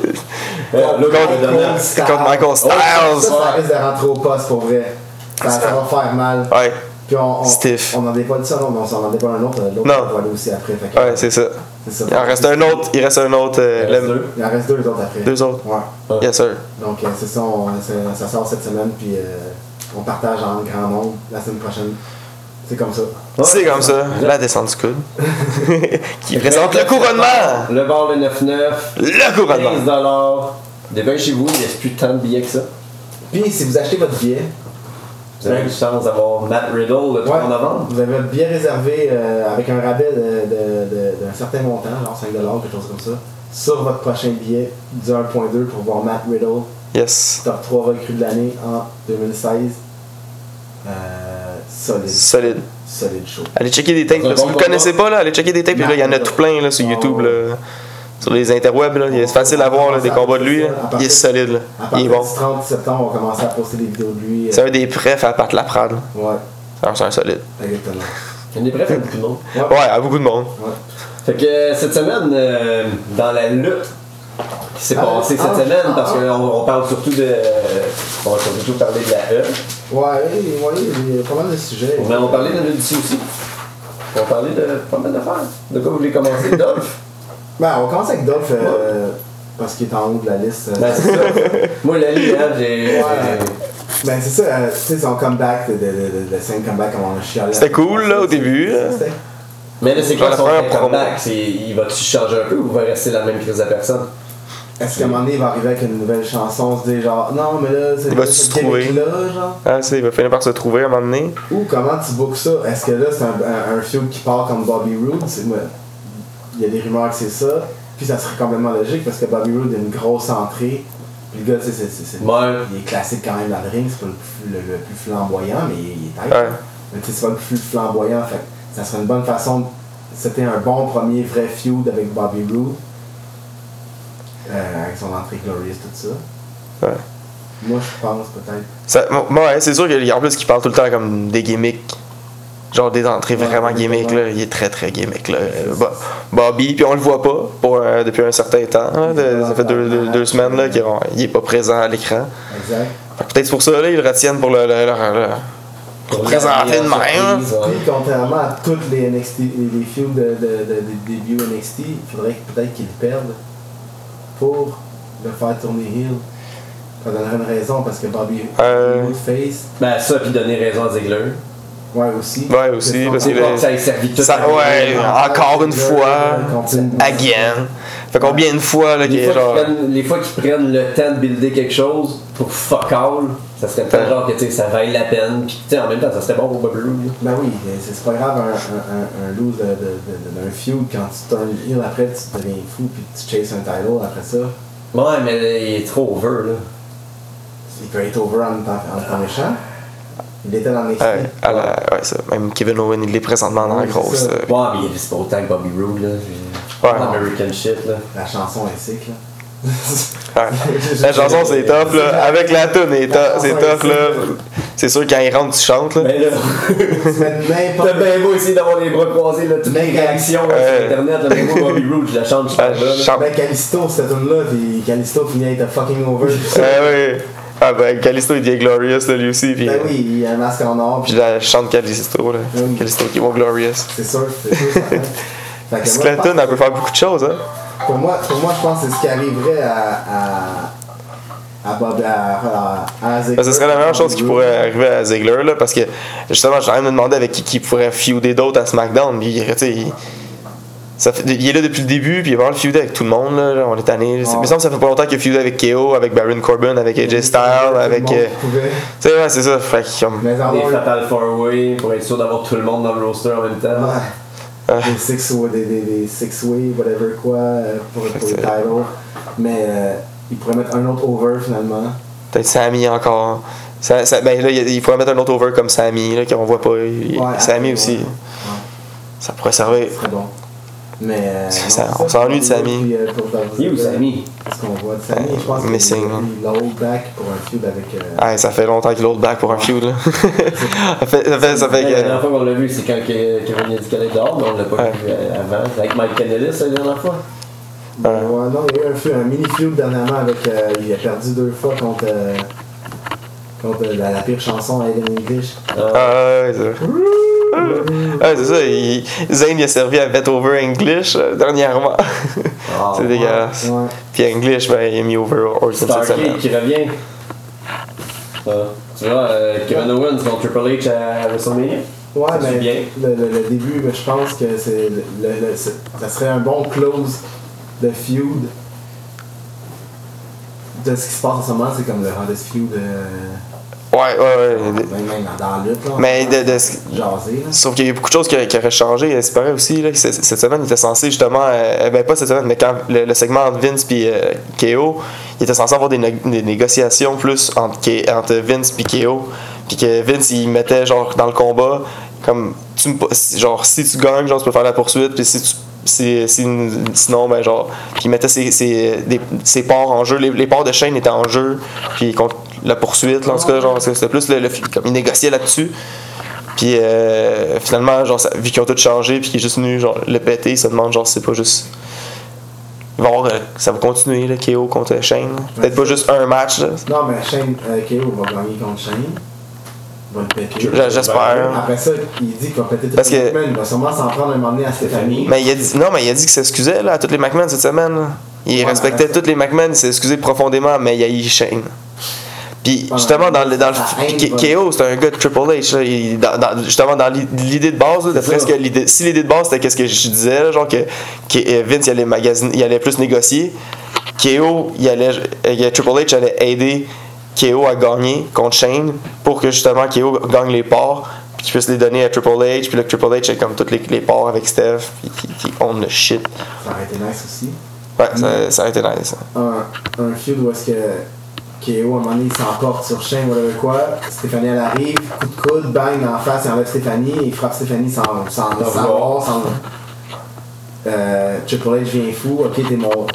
Speaker 2: Euh, le gars, le dernier.
Speaker 1: Styles.
Speaker 3: Contre Michael Styles.
Speaker 1: Ouais, Ça, ça risque de rentrer au poste pour vrai. Ça, ça va faire mal.
Speaker 3: Ouais,
Speaker 1: Puis on, on,
Speaker 3: Stiff.
Speaker 1: on n'en est pas de ça, non, mais on s'en en est pas un autre. L'autre
Speaker 3: Non.
Speaker 1: on va aller aussi après. Fait que
Speaker 3: ouais, c'est ça.
Speaker 1: c'est
Speaker 3: Il en reste un autre, il reste un autre. euh,
Speaker 2: Il reste
Speaker 3: le-
Speaker 2: deux.
Speaker 1: Il en reste deux autres après.
Speaker 3: Deux autres.
Speaker 1: Ouais.
Speaker 3: Yes, sir.
Speaker 1: Donc euh, c'est ça, on- c'est- ça sort cette semaine, puis euh, on partage en grand nombre la semaine prochaine. C'est comme ça.
Speaker 3: C'est comme ça, la descente du coude. qui présente le couronnement!
Speaker 2: Le bar le 9-9.
Speaker 3: Le
Speaker 2: 15
Speaker 3: couronnement!
Speaker 2: dollars. Demain chez vous, il reste plus tant de billets que ça.
Speaker 1: Puis si vous achetez votre billet,
Speaker 2: Vous avez une chance d'avoir Matt Riddle le 3
Speaker 1: Ouais.
Speaker 2: novembre.
Speaker 1: vous avez votre billet réservé euh, avec un rabais de- de- de- d'un certain montant, genre 5$, quelque chose comme ça, sur votre prochain billet du 1.2 pour voir Matt Riddle
Speaker 3: Yes.
Speaker 1: Top 3 recrues de l'année en 2016. Euh, solide.
Speaker 3: Solide.
Speaker 1: Solide show.
Speaker 3: Allez checker des tapes.
Speaker 2: C'est un
Speaker 3: là. Si
Speaker 2: bon
Speaker 3: vous
Speaker 2: combat.
Speaker 3: le connaissez pas, là, allez checker des tapes.
Speaker 1: Non,
Speaker 3: là, Il y en a
Speaker 1: non.
Speaker 3: tout plein là, sur
Speaker 1: Oh.
Speaker 3: YouTube. là, Sur les interwebs, là. Il est facile à voir là, des combats de lui. là. Il est solide. là.
Speaker 1: À
Speaker 3: Il
Speaker 1: partir
Speaker 3: est bon.
Speaker 1: du 30 septembre, on va commencer à poster des vidéos de lui. euh,
Speaker 3: C'est un des prefs à part de la Prade. là.
Speaker 1: Ouais,
Speaker 3: Alors, C'est un solide.
Speaker 1: exactement.
Speaker 2: On est prêt à beaucoup de monde.
Speaker 3: Ouais, à beaucoup de monde.
Speaker 1: Ouais.
Speaker 2: Fait que euh, cette semaine, euh, dans la lutte qui s'est
Speaker 1: Ah,
Speaker 2: passée
Speaker 1: ah,
Speaker 2: cette semaine,
Speaker 1: ah,
Speaker 2: parce qu'on on parle surtout de. euh, on va surtout parler de la E.
Speaker 1: Ouais, et- ouais, il y a pas mal de sujets.
Speaker 2: Mais on parlait de l'audition aussi. On parlait de pas mal d'affaires. De quoi vous voulez
Speaker 1: (laughs)
Speaker 2: commencer, Dolph
Speaker 1: Ben, on commence avec Dolph, euh, parce qu'il est en haut de la liste. euh.
Speaker 2: Ben, c'est ça. Moi, la lutte, hein, j'ai.
Speaker 1: Ouais. Ben, c'est ça, euh, tu sais, son comeback, de, de, de, de, de scène comeback, comment on chialait.
Speaker 3: C'était cool, là, au début, hein? là.
Speaker 1: C'était-
Speaker 2: Mais là, c'est quoi
Speaker 3: Genre,
Speaker 2: son
Speaker 3: la première promo.
Speaker 2: comeback C'est- Il va-tu changer un peu ou va rester la même crise à personne
Speaker 1: Est-ce qu'à un moment donné, il va arriver avec une nouvelle chanson, se dire genre, non, mais là, c'est
Speaker 3: Il va se
Speaker 1: ce
Speaker 3: trouver.
Speaker 1: gimmick-là, genre?
Speaker 3: Ah, c'est- il va finir par se trouver à un moment donné.
Speaker 1: Ou comment tu bookes ça? Est-ce que là, c'est un, un, un feud qui part comme Bobby Roode? C'est- ouais. Il y a des rumeurs que c'est ça. Puis ça serait complètement logique parce que Bobby Roode a une grosse entrée. Puis le gars, tu sais, c'est, c'est, c'est-
Speaker 2: Ouais.
Speaker 1: il est classique quand même dans le ring. C'est pas le plus, le, le plus flamboyant, mais il, il est tight.
Speaker 3: Ouais.
Speaker 1: Mais tu sais, c'est pas le plus flamboyant. Fait que ça serait une bonne façon. de- C'était un bon premier vrai feud avec Bobby Roode. Euh, avec son entrée glorieuse, tout ça.
Speaker 3: Ouais.
Speaker 1: Moi, je pense peut-être.
Speaker 3: Ça- bon, bon, ouais, c'est sûr qu'en plus, il parle tout le temps comme des gimmicks. Genre des entrées
Speaker 1: Ouais,
Speaker 3: vraiment gimmicks, là. Il est très, très gimmick, là. Euh, Bo- Bobby, puis on le voit pas pour, euh, depuis un certain temps. là. De- ça fait deux, deux- deux semaines, là, qu'il n'est pas présent à l'écran.
Speaker 1: Exact.
Speaker 3: Fait que Peut-être pour ça, là, ils le retiennent pour le, le- le- le- Pour présenter de même.
Speaker 2: Surprise, ouais.
Speaker 1: Puis, contrairement à toutes les NXT, les, les feuds de, de- de- de- des débuts NXT, il faudrait que- peut-être qu'ils le perdent pour le faire tourner heel. Ça donnerait une raison parce que Bobby
Speaker 3: Euh.
Speaker 1: Roode face,
Speaker 2: Ben, ça, puis donner raison à Ziggler.
Speaker 1: ouais aussi.
Speaker 3: Ouais, aussi, parce
Speaker 2: C'est
Speaker 3: qu'il
Speaker 2: pas que
Speaker 3: est.
Speaker 2: ça ait servi tout
Speaker 3: ben, ça-
Speaker 2: à rien.
Speaker 3: ouais, encore une fois.
Speaker 1: Continue.
Speaker 3: Again. Fait combien de fois, là, qu'il
Speaker 2: Les
Speaker 3: est
Speaker 2: fois,
Speaker 3: genre.
Speaker 2: qu'ils prennent, les fois qu'ils prennent le temps de builder quelque chose pour fuck all, ça serait peut-être
Speaker 3: Ouais.
Speaker 2: genre que tu sais, ça vaille la peine. Puis tu sais, en même temps, ça serait bon pour Bob Roode.
Speaker 1: Ben oui, mais c'est c'est pas grave un, un, un, un lose de- de- de- d'un feud quand tu turn heel après tu deviens fou puis tu chases un title après ça.
Speaker 2: Ouais, mais là, il est trop over là.
Speaker 1: Il peut être over en tant en tant méchant. Il était dans NXT.
Speaker 3: Ouais, à la- ouais, ça. Même Kevin Owen, il est présentement dans la
Speaker 1: Ouais, c'est
Speaker 3: grosse.
Speaker 1: ça.
Speaker 3: euh,
Speaker 2: Ouais, mais c'est pas autant que Bobby Roode là.
Speaker 3: Ouais.
Speaker 2: American shit là.
Speaker 1: La chanson est sick là. (laughs)
Speaker 3: Ouais. La chanson c'est top là, avec la tune est top- c'est top là. C'est sûr quand il rentre tu chantes là.
Speaker 1: Ben,
Speaker 2: Mais Ben, là, (laughs)
Speaker 1: Tu mets n'importe
Speaker 2: t'as bien beau essayer d'avoir les bras croisés là, toutes les
Speaker 1: Mais-
Speaker 2: réactions là,
Speaker 3: Ouais.
Speaker 2: sur internet, là, mais moi, Bobby Roode, je la chante, je
Speaker 3: Ah,
Speaker 2: la là.
Speaker 3: chante.
Speaker 1: Ben Calisto, cette tune là puis Calisto finit à être fucking over.
Speaker 3: (laughs) Ah oui. Ah ben Calisto il devient glorious là, lui aussi puis,
Speaker 1: ben oui, il a un masque en or,
Speaker 3: puis
Speaker 1: puis
Speaker 3: là, je chante Calisto là.
Speaker 1: Oui.
Speaker 3: Calisto qui va glorious.
Speaker 1: c'est sûr, c'est sûr. certain. Fait que
Speaker 3: (laughs) Parce que
Speaker 1: moi,
Speaker 3: la tune elle peut faire beaucoup de choses hein.
Speaker 1: pour, moi, pour moi, je pense que c'est ce qui arriverait à. à, à Bob. à. à, à
Speaker 3: Ben, ce serait la meilleure chose qui pourrait arriver à Ziggler là parce que justement j'ai rien me demander avec qui, qui pourrait feuder d'autres à SmackDown puis tu sais il, ça fait- il est là depuis le début puis il va avoir le feud avec tout le monde là, genre, on est tanné.
Speaker 1: Ouais.
Speaker 3: Il me semble que ça fait pas longtemps qu'il a feudé avec KO, avec Baron Corbin, avec AJ Styles, avec
Speaker 1: Tout le
Speaker 3: euh,
Speaker 1: monde pouvait,
Speaker 3: Tu sais, ouais, c'est ça. Fait que, comme,
Speaker 1: mais
Speaker 2: Des
Speaker 1: avoir le-
Speaker 2: Fatal Four Way pour être sûr d'avoir tout le monde dans le roster en même temps.
Speaker 3: Ah.
Speaker 1: Ouais. Des six way, des, des, des six way, whatever quoi, euh, pour, pour les
Speaker 3: c'est-
Speaker 1: titles. Mais euh, il pourrait mettre un autre over finalement.
Speaker 3: peut-être Sammy encore. Ça, ça- ben là, il il pourrait mettre un autre over comme Sammy, là, qu'on voit pas. Il-
Speaker 1: Ouais,
Speaker 3: Sammy
Speaker 1: ouais.
Speaker 3: aussi,
Speaker 1: Ouais.
Speaker 3: ça pourrait servir.
Speaker 1: C'est bon. Mais. euh,
Speaker 3: Ça,
Speaker 1: non,
Speaker 3: ça,
Speaker 1: c'est
Speaker 3: on s'ennuie de Sami.
Speaker 1: Puis, euh, pour David
Speaker 2: Il est où,
Speaker 1: Zeta,
Speaker 2: Sami?
Speaker 1: Ce qu'on voit de Sami, je pense
Speaker 3: Missing, hein.
Speaker 1: qu'il
Speaker 3: là.
Speaker 1: il hold back pour un feud avec. euh,
Speaker 3: Ah, ça fait longtemps qu'il l'autre back pour un feud, là. (laughs) ça fait, ça fait, ça fait
Speaker 2: Ouais, La dernière
Speaker 3: que.
Speaker 2: fois qu'on l'a vu, c'est quand que- Kevin Yadick allait dehors, mais on l'a pas
Speaker 3: Ouais.
Speaker 2: vu euh, avant. Avec Mike Canellis la dernière fois.
Speaker 1: ouais,
Speaker 2: Ben,
Speaker 1: non, il y a eu un, feud, un mini feud dernièrement avec. euh, il a perdu deux fois contre. euh, contre euh, la, la pire chanson à Eden English.
Speaker 3: Ah, ouais, c'est vrai. Ah, c'est ça. il- Zayn, il a servi à Bet Over English euh, dernièrement. (laughs)
Speaker 2: Ah,
Speaker 3: c'est
Speaker 2: ouais.
Speaker 3: dégueulasse.
Speaker 1: Ouais.
Speaker 3: Puis English, ben, il a mis over Orson cette
Speaker 2: Starkey
Speaker 3: semaine.
Speaker 2: qui revient. Ah. tu vois, euh, Kevin Owens contre Triple H à WrestleMania.
Speaker 1: Ouais,
Speaker 2: Ça suit bien.
Speaker 1: mais le, le- le début, mais je pense que c'est le, le- c'est- ça serait un bon close de feud. De ce qui se passe en ce moment, c'est comme le Hardest Feud. euh,
Speaker 3: Ouais, ouais, ouais.
Speaker 1: Même, même dans la lutte, là.
Speaker 3: Mais
Speaker 1: on
Speaker 3: de-
Speaker 1: peut
Speaker 3: de ce-
Speaker 1: Jaser, là.
Speaker 3: Sauf qu'il y a eu beaucoup de choses qui, qui auraient changé. C'est pareil aussi, là, que c- cette semaine, il était censé justement, euh, ben pas cette semaine, mais quand le, le segment entre Vince et KO, il était censé avoir des, né- des négociations plus entre, K- entre Vince et KO. Puis que Vince, il mettait genre dans le combat, comme, tu me pa- si- genre, si tu gagnes, genre, tu peux faire la poursuite, puis si tu si, si- sinon, ben genre, puis il mettait ses, ses, des- ses parts en jeu, les, les parts de chaîne étaient en jeu, puis contre la poursuite, là, en tout cas, genre, c'était plus le, le- comme il négociait là-dessus. Puis euh, finalement, genre, ça- vu qu'ils ont tout changé, puis qu'il est juste venu genre, le péter, ils se demandent, genre, c'est pas juste. Ils vont voir, euh, ça va continuer, le KO contre Shane. là. Peut-être pas juste un match, là.
Speaker 1: Non, mais Shane, euh, KO va gagner contre Shane. Il va le péter.
Speaker 3: J- J'espère.
Speaker 1: Après ça, il dit qu'il va péter
Speaker 3: Parce
Speaker 1: toute la
Speaker 3: que-
Speaker 1: semaine. Il va sûrement s'en prendre un moment donné à Stéphanie.
Speaker 3: Mais il a dit, non, mais il a dit qu'il s'excusait là, à tous les McMahon cette semaine. là. Il
Speaker 1: Ouais,
Speaker 3: respectait
Speaker 1: mais-
Speaker 3: tous les McMahon, il s'est excusé profondément, mais il a eu Shane. Puis
Speaker 1: Ouais,
Speaker 3: justement, dans le. Dans le
Speaker 1: la haine,
Speaker 3: K-
Speaker 1: ouais.
Speaker 3: KO, c'est un gars de Triple H. là, il- dans- dans- justement, dans l'i- l'idée de base, là, d'après
Speaker 2: ça.
Speaker 3: ce que l'idée- si l'idée de base c'était qu'est-ce que je disais, là, genre que, que, euh, Vince il allait, magasiner, il allait plus négocier, KO, il allait, euh, Triple H allait aider KO à gagner contre Shane pour que justement KO gagne les parts, puis qu'il puisse les donner à Triple H, puis là que Triple H ait comme toutes les, les parts avec Steph, puis qui, qui own le shit.
Speaker 1: Ça aurait été nice aussi.
Speaker 3: Ouais, ça, ça a été nice. hein.
Speaker 1: Un, un feud où est-ce que KO, à un moment donné, il s'emporte sur Shane, whatever quoi. Stéphanie, elle arrive, coup de coude, bang, en face, il enlève Stéphanie, il frappe Stéphanie sans, sans, sans voir, sans. Euh, Triple H vient fou, ok, t'es mon.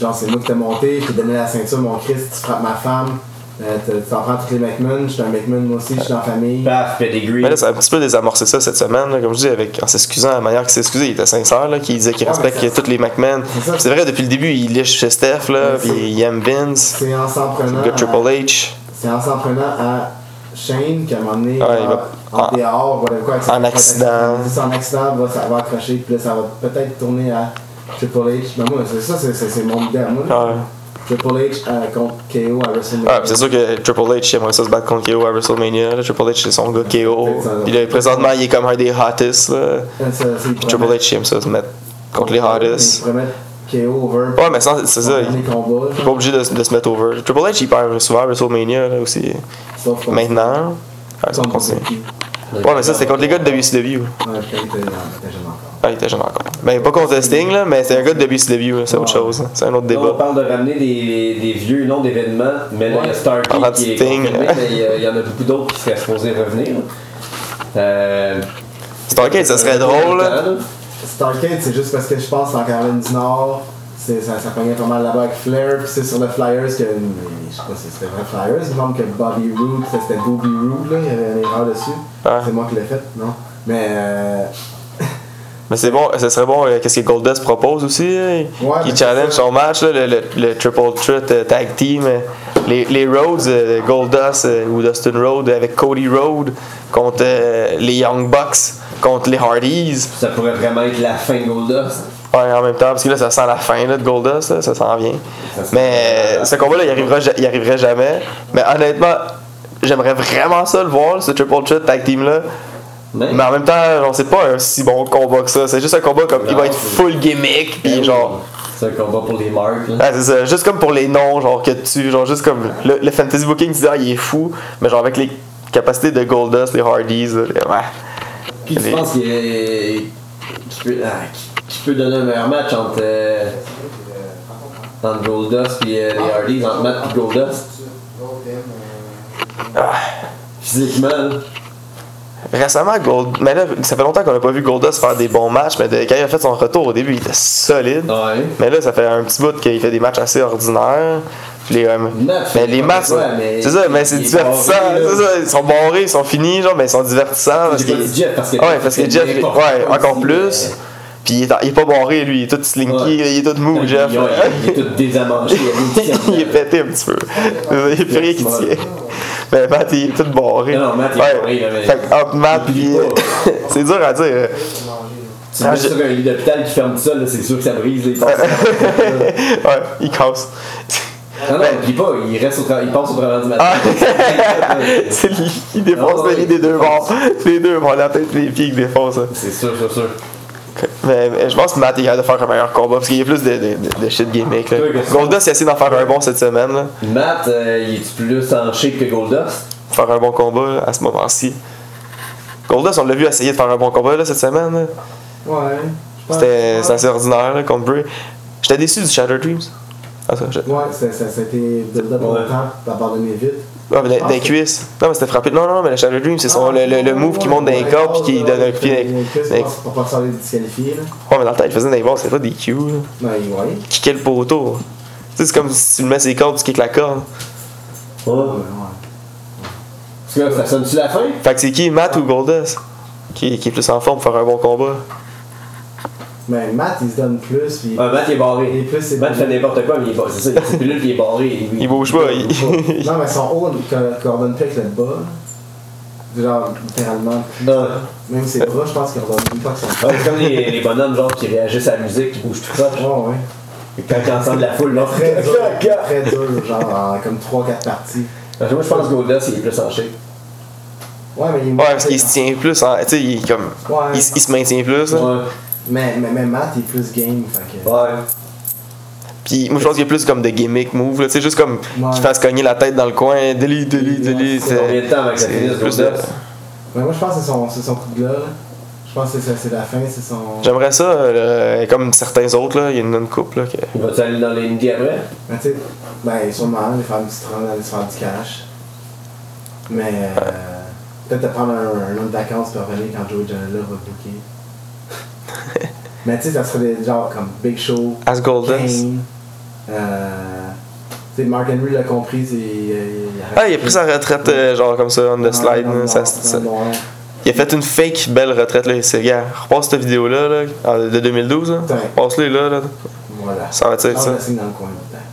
Speaker 1: Genre, c'est moi qui t'ai monté, je t'ai donné la ceinture, mon Christ, tu frappes ma femme, euh, te- tu t'en prends toutes les McMahon, je suis un McMahon, moi aussi, je suis en famille.
Speaker 2: Paf, pedigree.
Speaker 3: Mais là, ça a un petit peu désamorcé ça cette semaine, là, comme je dis, avec, en s'excusant, la manière qu'il s'est excusé, il était sincère, là, qu'il disait qu'il
Speaker 1: Ouais,
Speaker 3: respecte
Speaker 1: mais ça-
Speaker 3: toutes les McMahon.
Speaker 1: C'est ça.
Speaker 3: C'est vrai, depuis le début, il lèche chez Steph, là,
Speaker 1: Ouais,
Speaker 3: puis
Speaker 1: c'est-
Speaker 3: il aime Vince,
Speaker 1: C'est en s'en prenant.
Speaker 3: le gars
Speaker 1: à-
Speaker 3: Triple H.
Speaker 1: C'est en s'en prenant à Shane qu'à un moment donné,
Speaker 3: Ouais,
Speaker 1: genre,
Speaker 3: il va-
Speaker 1: en
Speaker 3: en-
Speaker 1: dehors, whatever quoi, avec sa
Speaker 3: en
Speaker 1: protection,
Speaker 3: accident.
Speaker 1: si en accident, va, ça va accrocher, puis là, ça va peut-être tourner à Triple H. Mais moi, c'est ça, c'est, c'est, c'est mon idée à moi.
Speaker 3: Ouais.
Speaker 1: Triple H euh, contre KO à WrestleMania.
Speaker 3: Ouais, puis c'est sûr que Triple H il aimerait ça se battre contre KO à WrestleMania. là. Triple H, c'est son gars KO.
Speaker 1: C'est ça.
Speaker 3: Puis là, présentement, il est comme un des hottest. Là.
Speaker 1: Euh, ça, c'est-
Speaker 3: Puis Triple H, il aime ça se mettre contre les
Speaker 1: Il
Speaker 3: hottest.
Speaker 1: pourrait mettre KO over.
Speaker 3: Ouais, mais sans- c'est ça, il
Speaker 1: Les
Speaker 3: n'est
Speaker 1: combats,
Speaker 3: pas obligé de, de se mettre over. Triple H, il perd souvent à WrestleMania là, aussi.
Speaker 1: sauf contre-
Speaker 3: Maintenant, ouais, ça
Speaker 1: contre
Speaker 3: continue.
Speaker 1: Becky.
Speaker 3: Ouais, mais ça, c'était contre les gars de WCW.
Speaker 1: Ouais, puis il était- il était jeune encore.
Speaker 3: Ah, il était jeune encore. Ben, pas contre Sting, là, mais c'est un gars de WCW, là, c'est autre chose. là. C'est un autre
Speaker 2: Là, on
Speaker 3: débat.
Speaker 2: parle de ramener des, des- des vieux noms d'événements, mais là, il y a
Speaker 3: On
Speaker 2: Starkey
Speaker 3: parle du
Speaker 2: qui est
Speaker 3: Sting. euh.
Speaker 2: confirmé, mais il y a- il y, en a beaucoup d'autres qui seraient supposés revenir. Euh,
Speaker 3: Starcade, ça serait drôle. là.
Speaker 1: Starcade, c'est juste parce que je pense en Caroline du Nord, c'est, ça, ça pognait pas mal là-bas avec Flair, puis c'est sur le Flyers que. Je sais pas si c'était vrai Flyers, il me semble que Bobby Roode, ça, c'était Bobby Roode, là, il y avait une erreur dessus.
Speaker 3: Ah.
Speaker 1: C'est moi qui l'ai fait, non? Mais. Euh,
Speaker 3: Mais c'est bon, ce serait bon, euh, qu'est-ce que Goldust propose aussi. hein.
Speaker 1: mais
Speaker 3: il
Speaker 1: c'est
Speaker 3: challenge
Speaker 1: ça.
Speaker 3: son match, là, le, le- le Triple Threat euh, Tag Team. euh, les, les Rhodes, euh, Goldust euh, ou Dustin Rhodes avec Cody Rhodes contre euh, les Young Bucks, contre les Hardys.
Speaker 2: Ça pourrait vraiment être la fin de Goldust.
Speaker 3: Ouais, en même temps, parce que là, ça sent la fin là, de Goldust, là, ça s'en vient.
Speaker 2: Ça sent-
Speaker 3: Mais euh, ce combat-là, il arrivera, ja- il arriverait jamais. Mais honnêtement, j'aimerais vraiment ça le voir, ce Triple Threat Tag Team-là.
Speaker 2: Mais-
Speaker 3: Mais en même temps, genre, c'est pas un si bon combat que ça. C'est juste un combat comme il va être full gimmick,
Speaker 2: Ben
Speaker 3: puis genre.
Speaker 2: C'est un combat pour les marques. là.
Speaker 3: Ah, c'est ça, juste comme pour les noms, genre que tu. Genre, juste comme. Le, le fantasy booking, tu dis, ah, il est fou, mais genre avec les capacités de Goldust, les Hardys, là, ouais.
Speaker 2: Qui tu
Speaker 3: Les-
Speaker 2: penses qu'il est- qui peut, ah, qui- qui peut donner un meilleur match entre, euh, entre Goldust et
Speaker 3: Ah.
Speaker 2: les Hardys, entre Matt et Goldust
Speaker 3: Ah.
Speaker 2: Physiquement, là.
Speaker 3: Récemment, Gold. Mais là, ça fait longtemps qu'on a pas vu Goldust faire des bons matchs, mais de- quand il a fait son retour au début, il était solide.
Speaker 2: ouais.
Speaker 3: Mais là, ça fait un petit bout qu'il fait des matchs assez ordinaires. Puis les, euh,
Speaker 2: Match,
Speaker 3: mais les
Speaker 2: ouais,
Speaker 3: matchs,
Speaker 2: ouais, mais
Speaker 3: c'est ça, mais c'est
Speaker 2: il est
Speaker 3: divertissant.
Speaker 2: barré, là.
Speaker 3: c'est ça, ils sont barrés, ils sont finis, genre, mais ils sont divertissants. Parce
Speaker 2: J'ai pas
Speaker 3: que-
Speaker 2: dit Jeff, parce que-
Speaker 3: ouais, parce que
Speaker 2: c'est
Speaker 3: Jeff,
Speaker 2: n'importe
Speaker 3: ouais,
Speaker 2: quoi euh,
Speaker 3: encore
Speaker 2: aussi,
Speaker 3: plus.
Speaker 2: mais-
Speaker 3: Puis il est, il est pas barré, lui, il est tout slinky,
Speaker 2: Ouais.
Speaker 3: il est tout mou,
Speaker 2: Il-
Speaker 3: Jeff.
Speaker 2: Il, il est tout désamanché. il est tout-
Speaker 3: (laughs) il est pété un petit peu. Il n'y a plus rien qui
Speaker 2: Small.
Speaker 3: tient. Mais Matt, il est tout barré.
Speaker 2: Non, non, Matt, il est barré, là, mais-
Speaker 3: Fait que, entre Matt,
Speaker 2: Il
Speaker 3: puis-
Speaker 2: est pas.
Speaker 3: c'est dur à dire.
Speaker 2: Tu mets
Speaker 3: Ah, je-
Speaker 2: sur un lit d'hôpital qui ferme ça, là, c'est sûr que ça brise les
Speaker 3: (laughs) ouais, il casse.
Speaker 2: Non, non, oublie pas, il reste au travail, il passe au travail du matin.
Speaker 3: Ah. C'est lui qui défonce
Speaker 2: Ah ouais.
Speaker 3: le lit des deux bords. Les deux bords, la tête et les pieds qui défoncent. hein.
Speaker 2: (laughs) C'est sûr, c'est sûr.
Speaker 3: Mais, mais je pense que Matt est capable de faire un meilleur combat parce qu'il y a plus de, de, de, de shit gimmick. Là.
Speaker 2: Oui, bien sûr.
Speaker 3: Goldust il a essayé d'en faire un bon cette semaine. Là.
Speaker 2: Matt, euh, il est plus en shape que Goldust?
Speaker 3: faire un bon combat là, à ce moment-ci. Goldust, on l'a vu essayer de faire un bon combat là, cette semaine. là.
Speaker 1: Ouais. je pense-
Speaker 3: C'était c'est
Speaker 1: Ouais,
Speaker 3: assez ordinaire là, contre Bray. J'étais déçu du Shadow Dreams. Ah, ça, je-
Speaker 1: Ouais, ça, ça, ça a été build-up
Speaker 2: Ouais.
Speaker 1: longtemps, t'as abandonné vite.
Speaker 3: Ah,
Speaker 1: Ah,
Speaker 3: mais dans- dans les
Speaker 1: c'est-
Speaker 3: cuisses. Non, mais c'était frappé. Non, non, mais le Shadow Dream, c'est son, le,
Speaker 1: Ah,
Speaker 3: le- le move qui monte dans les corps puis qui donne un coup. Ah, Ouais,
Speaker 1: pied. Pour pas se faire disqualifier, là.
Speaker 3: mais dans le temps, il faisait des balles, c'est pas des Q. là.
Speaker 1: Ben, il ouais.
Speaker 3: Kicker le pot autour. Tu sais, c'est comme si tu le mets ses cordes, tu kicks la corde.
Speaker 1: Ouais,
Speaker 2: Parce
Speaker 1: ouais.
Speaker 2: que là, ça sonne-tu la fin?
Speaker 3: Fait que c'est qui, Matt ou Goldust qui, qui est plus en forme pour faire un bon combat
Speaker 1: Mais Matt, il se donne plus, puis
Speaker 2: Ah, Matt, il est barré.
Speaker 1: il est plus. c'est-
Speaker 2: Matt fait n'importe quoi, mais il est barré. C'est ça, c'est pilule, puis il est barré.
Speaker 3: Il bouge pas, il- (laughs)
Speaker 1: Non, mais son haut, que Gordon Peck le bas, genre littéralement,
Speaker 2: Non.
Speaker 1: même ses bras, je pense qu'il redonne une fois que son
Speaker 2: Ouais, c'est comme les, les bonhommes genre qui réagissent à la musique, qui bougent tout croche.
Speaker 1: Ouais, ouais.
Speaker 2: Et Quand ils entendent la foule, là. (laughs)
Speaker 1: Très dur,
Speaker 2: Parce
Speaker 1: très dur, genre en comme 3-4 parties.
Speaker 2: que moi, je pense que Goldust, il est plus en shape.
Speaker 1: Ouais, mais il est
Speaker 3: Ouais, parce qu'il se tient plus. hein. Tu sais, il, est comme,
Speaker 1: Ouais.
Speaker 3: il, s- il se maintient plus. là.
Speaker 2: Ouais.
Speaker 1: Mais, mais, mais Matt, il est plus game, fait que.
Speaker 2: Ouais.
Speaker 3: Puis moi, je pense qu'il y a plus comme de gimmick move. là. Tu sais, juste comme
Speaker 1: Ouais.
Speaker 3: qu'il fasse cogner la tête dans le coin. Deli, deli, deli.
Speaker 1: C'est
Speaker 2: C'est combien de temps avant que ça
Speaker 3: Euh, c'est
Speaker 2: finisse,
Speaker 3: plus de-
Speaker 2: Goldust?
Speaker 1: Mais moi, je pense que c'est son, c'est son coup de gueule. Je pense que c'est- c'est la fin, c'est son.
Speaker 3: J'aimerais ça, euh, comme certains autres, là, il y a une, une couple. Là, que...
Speaker 2: Il va-tu aller dans les indies après?
Speaker 1: Mais tu sais, ben, sûrement, aller faire un petit run, aller se faire du cash. Mais. euh, Peut-être de prendre un, un an de vacances pour revenir quand Joey Janela va booker.
Speaker 3: (laughs)
Speaker 1: mais tu sais, ça serait des genres comme Big Show,
Speaker 3: As Goldust.
Speaker 1: Kane. Euh, tu sais, Mark Henry l'a compris, c'est. il
Speaker 3: Ah, il a pris sa retraite, euh, genre comme ça, on the slide.
Speaker 1: Dans le
Speaker 3: là,
Speaker 1: noir,
Speaker 3: ça-
Speaker 1: dans
Speaker 3: ça-
Speaker 1: le noir.
Speaker 3: Il a fait une fake belle retraite, là. Il s'est gars, repasse cette vidéo-là, là, en- de 2012, là.
Speaker 1: Ouais.
Speaker 3: Passe-les, là, là.
Speaker 1: Voilà.
Speaker 3: Ça va être
Speaker 1: Ah,
Speaker 3: ça.
Speaker 1: on la signe dans le coin là-dedans.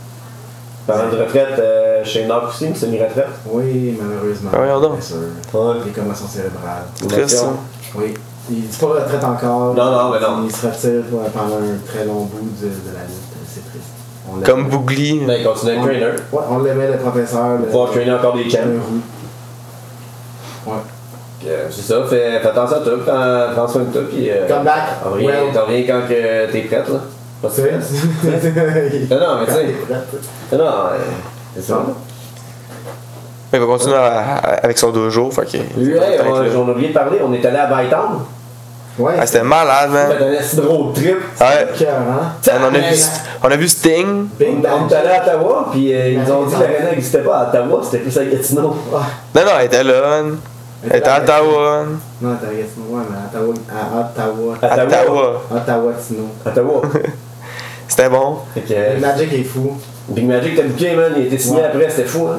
Speaker 2: Parlant de retraite, euh, chez Nord aussi, une semi-retraite.
Speaker 1: Oui, malheureusement.
Speaker 3: Ah, voyons donc.
Speaker 1: Bien sûr.
Speaker 2: Ouais.
Speaker 1: Les commotions cérébrales.
Speaker 3: Triste, ça.
Speaker 1: Oui. Il dit pas retraite encore.
Speaker 2: Non, non, mais non.
Speaker 1: Il se retire euh, pendant un très long bout de, de la lutte. C'est triste. On l'aimait.
Speaker 3: Comme Bougli.
Speaker 2: Ben, il continue
Speaker 1: on,
Speaker 2: avec Trainer.
Speaker 1: Ouais, on l'aimait, le professeur. Le,
Speaker 2: Faut pouvoir trainer encore des champs.
Speaker 1: le roux. Ouais.
Speaker 2: Euh, C'est ça, fais, fais attention à toi, prends, prends soin de toi, puis. Euh,
Speaker 1: Come back.
Speaker 2: T'en reviens,
Speaker 1: Well.
Speaker 2: t'en reviens quand que t'es prête, là. Pas de
Speaker 1: (laughs) C'est
Speaker 2: stress. Non, non, Euh, mais tu sais. Non, non, euh, c'est ça.
Speaker 3: Il va continuer à- à- avec son dojo, fait que.
Speaker 2: Lui, hey,
Speaker 3: Peut-être,
Speaker 2: on,
Speaker 3: là.
Speaker 2: j'en ai oublié de parler, on est allé à Bytown.
Speaker 1: Ouais.
Speaker 3: Ah, c'était malade,
Speaker 2: On
Speaker 3: man.
Speaker 2: fait un assez drôle trip.
Speaker 3: Ouais.
Speaker 1: cœur, hein.
Speaker 3: Man, on, a vu, on a vu Sting.
Speaker 1: Bing
Speaker 2: on
Speaker 1: bang.
Speaker 2: est allé à Ottawa, puis euh, ils nous ont dit que
Speaker 1: Ouais.
Speaker 2: l'arena n'existait pas à Ottawa, c'était plus à Gatineau.
Speaker 1: Ah.
Speaker 3: Non, non, elle était là. man. Elle était à Ottawa. man.
Speaker 1: Non, t'as regardé Snow, ouais, mais à Ottawa. À Ottawa.
Speaker 2: Ottawa.
Speaker 3: Ottawa.
Speaker 1: Ottawa, Tino.
Speaker 3: (laughs)
Speaker 2: Ottawa.
Speaker 3: C'était bon.
Speaker 2: fait que, euh,
Speaker 1: Magic est fou.
Speaker 2: Big Magic, t'as bouqué, man, il a été signé
Speaker 1: Ouais.
Speaker 2: après, c'était fou, hein.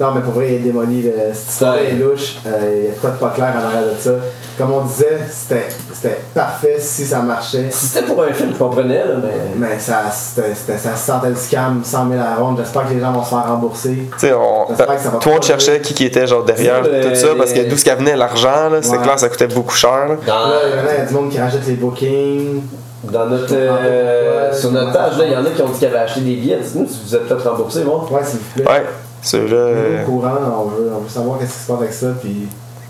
Speaker 1: Non, mais pour vrai, il a démoli le style
Speaker 2: Ouais.
Speaker 1: est louche. Euh, il y a de quoi de pas clair en arrière de ça. Comme on disait, c'était c'était parfait si ça marchait.
Speaker 2: Si c'était pour un film, je comprenais, là, mais.
Speaker 1: Mais ça, c'était- c'était- ça sentait le scam, 100 000 à la ronde. J'espère que les gens vont se faire rembourser.
Speaker 3: Tu sais, on,
Speaker 1: J'espère que ça va
Speaker 3: tout le monde
Speaker 1: pas
Speaker 3: cherchait qui, qui était genre derrière
Speaker 2: Ouais,
Speaker 3: tout ça,
Speaker 2: les-
Speaker 3: parce que d'où ce qu'elle venait, l'argent, là, c'est
Speaker 1: Ouais.
Speaker 3: clair, ça coûtait beaucoup cher. là.
Speaker 2: Dans,
Speaker 1: Là, maintenant, il y a du monde qui rachète les bookings.
Speaker 2: dans notre, euh,
Speaker 1: Ouais,
Speaker 2: sur
Speaker 1: ouais.
Speaker 2: notre page, là, il y en a qui ont dit qu'ils avaient acheté des billets. Dites-nous si vous êtes peut-être remboursé, bon.
Speaker 1: Ouais, s'il vous plaît.
Speaker 3: Ouais, ceux-là.
Speaker 1: Nous,
Speaker 3: euh,
Speaker 1: au courant, on veut, on veut savoir qu'est-ce qui se passe avec ça. Puis,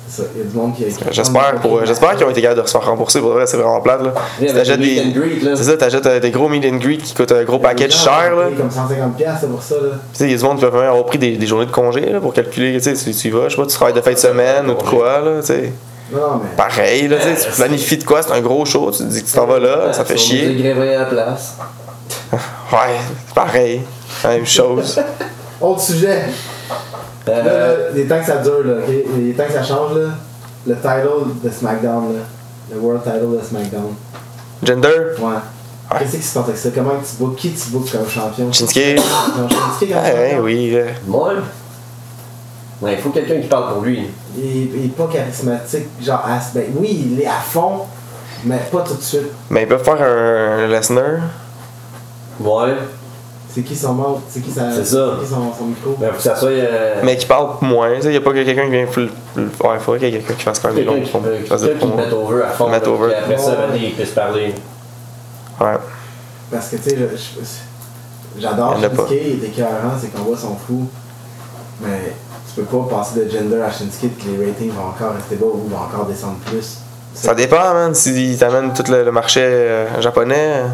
Speaker 1: c'est ça. Il y a du monde qui. qui
Speaker 3: euh, J'espère pour- j'espère qu'ils ont été capables de se faire rembourser, pour de vrai, c'est vraiment plate là.
Speaker 2: Avec
Speaker 3: T'achètes
Speaker 2: le meet and
Speaker 3: des.
Speaker 2: greet, là.
Speaker 3: C'est ça, t'achètes euh, des gros meet and greet qui coûtent un gros
Speaker 1: Les
Speaker 3: package
Speaker 1: gens
Speaker 3: cher
Speaker 1: ont
Speaker 3: là.
Speaker 1: payé comme 150 piastres pour ça. Là.
Speaker 3: Tu sais, il y a du monde qui peuvent même avoir pris des, des journées de congé là, pour calculer, tu sais, si tu y vas, je sais pas, tu travailles de fin de semaine ou de quoi, là, tu sais.
Speaker 1: Non, non, mais.
Speaker 3: Pareil, là, tu sais, tu planifies de quoi, c'est un gros show, tu te dis que tu t'en vas là, ça fait
Speaker 2: Sur
Speaker 3: chier.
Speaker 2: Musée Grévin à la place.
Speaker 3: Ouais, c'est pareil, la même chose.
Speaker 1: Autre sujet.
Speaker 2: Euh,
Speaker 1: Là, là, les temps que ça dure, là, ok? les temps que ça change, là, le title de SmackDown, là, le World title de SmackDown,
Speaker 3: Gender,
Speaker 1: ouais. Qu'est-ce qui se passe avec ça? Comment tu bookes? Qui tu bookes comme champion?
Speaker 3: Shinsuke,
Speaker 1: Non, Shinsuke, comme
Speaker 3: ah, ouais,
Speaker 1: champion,
Speaker 3: oui, là.
Speaker 2: Moi, ouais, il faut quelqu'un qui parle pour lui.
Speaker 1: Il, il est pas charismatique, genre, à- ben, oui, il est à fond, mais pas tout de suite.
Speaker 3: mais ils peuvent faire un Lesnar.
Speaker 2: Ouais.
Speaker 1: C'est qui son membre? C'est qui, sa,
Speaker 2: C'est ça. Ben,
Speaker 1: c'est qui son, son micro?
Speaker 2: Mais faut que ça soit. euh,
Speaker 3: Mais qui parle moins, tu sais, y a pas que quelqu'un qui vient full. full- Ouais, faudrait qu'il y ait quelqu'un qui fasse quand même des
Speaker 2: quelqu'un
Speaker 3: longues
Speaker 2: qui,
Speaker 3: promos,
Speaker 2: peut-
Speaker 3: qui fasse des
Speaker 2: quelqu'un qui
Speaker 3: promos.
Speaker 2: mette over à fond.
Speaker 3: Mette
Speaker 2: là,
Speaker 3: over.
Speaker 2: puis après ça,
Speaker 1: Ouais.
Speaker 2: maintenant, il puisse parler.
Speaker 3: Ouais.
Speaker 1: Parce que, tu sais, je- je- j'adore
Speaker 3: Il y en a pas.
Speaker 1: Shinsuke, il est écœurant, ses combats sont fous, mais tu peux pas passer de gender à Shinsuke que les ratings vont encore rester bas ou vont encore descendre plus.
Speaker 3: Ça dépend, man, s'ils t'amènent tout le, le marché euh, japonais. euh,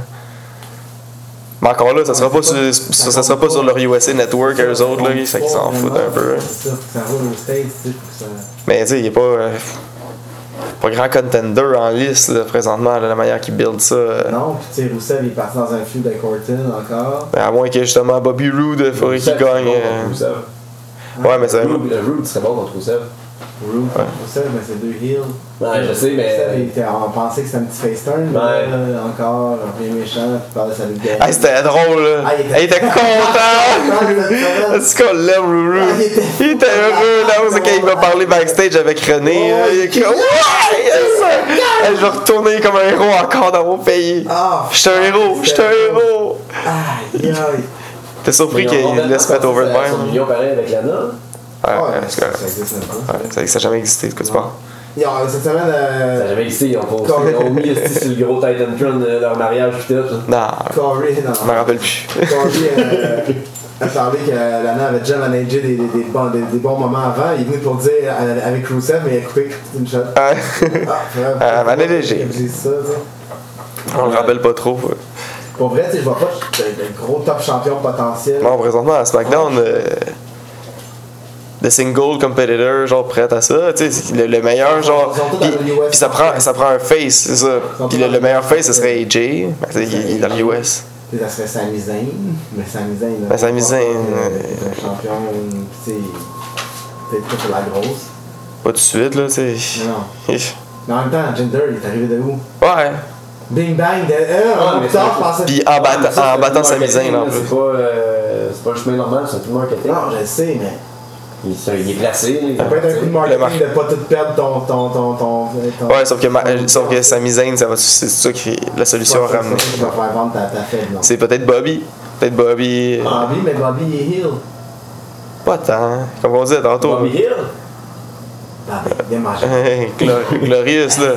Speaker 3: Mais encore là, ça sera pas sur, ça, ça sera pas sur leur USA Network, eux autres, là, fait qu'ils s'en foutent un peu. hein. là.
Speaker 1: C'est ça, faut que ça roule aux States, tu sais, faut que ça.
Speaker 3: Mais tu sais, il est pas. euh, pas grand contender en liste, là, présentement, là, la manière qu'ils build ça. euh.
Speaker 1: Non, puis tu sais, Rousseff, il est parti dans un feud avec Orton encore.
Speaker 3: À moins que justement Bobby Roode, il faudrait qu'il gagne. euh, Ouais, mais ça.
Speaker 2: Rude, Rude serait bon contre Rousseff.
Speaker 1: Rude,
Speaker 3: Ouais.
Speaker 1: Rousseff, mais ben, c'est deux heels.
Speaker 2: Ouais, je sais,
Speaker 1: Rousseff, il
Speaker 2: mais.
Speaker 1: était- on pensait que c'était un petit face turn, mais
Speaker 2: Ouais.
Speaker 1: là, euh, encore, un vieux méchant, puis il parle de sa vie de
Speaker 3: Hey, c'était drôle, là.
Speaker 1: Ah, il était-
Speaker 3: Hey,
Speaker 1: (laughs)
Speaker 3: il était content!
Speaker 1: Ah,
Speaker 3: Est-ce qu'on l'aime, Rourou?
Speaker 1: Ah, il était-
Speaker 3: Il était heureux, là. C'est quand il m'a parlé backstage avec René.
Speaker 1: Oh,
Speaker 3: là, il est comme, Ouais! yes, sir! Hey, Je vais retourner comme un héros encore dans mon pays.
Speaker 1: Ah,
Speaker 3: Je suis un héros, je suis un héros!
Speaker 1: Aïe, aïe.
Speaker 3: T'es surpris qu'il laisse mettre over de
Speaker 2: Son
Speaker 3: même?
Speaker 2: union pareil avec Lana.
Speaker 3: Ouais,
Speaker 1: Ah,
Speaker 3: ouais,
Speaker 1: ouais,
Speaker 3: c'est
Speaker 1: ça
Speaker 3: correct.
Speaker 1: existe même pas.
Speaker 3: Ouais, c'est vrai que ça a jamais existé, de quoi tu
Speaker 1: Non.
Speaker 3: parles?
Speaker 1: Yo, cette semaine,
Speaker 2: Ça n'a
Speaker 1: euh,
Speaker 2: jamais existé, ils ont posté. Ils ont mis esti, sur le gros Titan Tron euh, leur mariage, pis tout.
Speaker 3: Non,
Speaker 1: Corey, non.
Speaker 3: je me rappelle plus.
Speaker 1: Corey euh, a parlé que Lana avait déjà managé des, des, des, bons, des, des bons moments avant. Il est venu pour dire euh, avec Rousseff, mais il a coupé une shot.
Speaker 3: Ah,
Speaker 1: Ah, vraiment.
Speaker 3: Ah, Manet Léger.
Speaker 1: J'ai ça, ça.
Speaker 3: (laughs) On le rappelle pas trop. ouais.
Speaker 1: Pour vrai, tu sais, je vois pas de, de gros top champion potentiel.
Speaker 3: Bon, présentement, à SmackDown, euh, le single competitor, genre, prête à ça, tu sais, c'est le, le meilleur, genre.
Speaker 1: Ils sont tous
Speaker 3: Puis
Speaker 1: dans le hein. US.
Speaker 3: puis ça prend, ça prend un face, c'est ça.
Speaker 1: sont tous
Speaker 3: Puis le,
Speaker 1: dans
Speaker 3: le
Speaker 1: le
Speaker 3: meilleur
Speaker 1: US.
Speaker 3: face, ce serait AJ. Ben, tu sais, il est dans le US.
Speaker 1: Tu sais, Ça serait Sami Zayn. Mais Sami Zayn, là.
Speaker 3: Ben, Sami Zayn,
Speaker 1: euh,
Speaker 3: euh,
Speaker 1: c'est un champion, euh, tu sais, peut-être pas sur la grosse.
Speaker 3: Pas tout de suite, là, tu
Speaker 1: Mais
Speaker 3: sais.
Speaker 1: non.
Speaker 3: Hi.
Speaker 1: Mais en même temps, Jinder, il est arrivé de où
Speaker 3: Ouais.
Speaker 1: Bing bang, de. Euh,
Speaker 2: Ah,
Speaker 1: en
Speaker 2: mais
Speaker 1: retard,
Speaker 2: Ah, c'est-
Speaker 1: je pensais.
Speaker 3: Puis en, battant- Ah, bah, en battant Sami Zayn, là, en plus.
Speaker 2: C'est pas, euh, c'est pas un chemin normal, c'est un tout marketing.
Speaker 1: Non, je le sais, mais.
Speaker 2: Il, se- il est placé. là, il-
Speaker 1: Ah. Ça peut être un coup de
Speaker 3: mar-
Speaker 1: marketing de pas tout perdre ton. ton, ton, ton, ton-
Speaker 3: Ouais, sauf que, ma- euh, sauf que Sami Zayn, ça va- c'est ça qui la solution à
Speaker 1: Ouais,
Speaker 3: ramener.
Speaker 1: c'est ça, Tu vas faire vendre ta, ta faible, non
Speaker 3: C'est peut-être Bobby. Peut-être Bobby. euh,
Speaker 1: Bobby, mais Bobby, il est heel.
Speaker 3: Pas tant. Comme on disait tantôt.
Speaker 2: Bobby Hill.
Speaker 1: Ah, ben, bien
Speaker 3: (laughs)
Speaker 1: mangé.
Speaker 3: Hey, Glo- Glorious, là.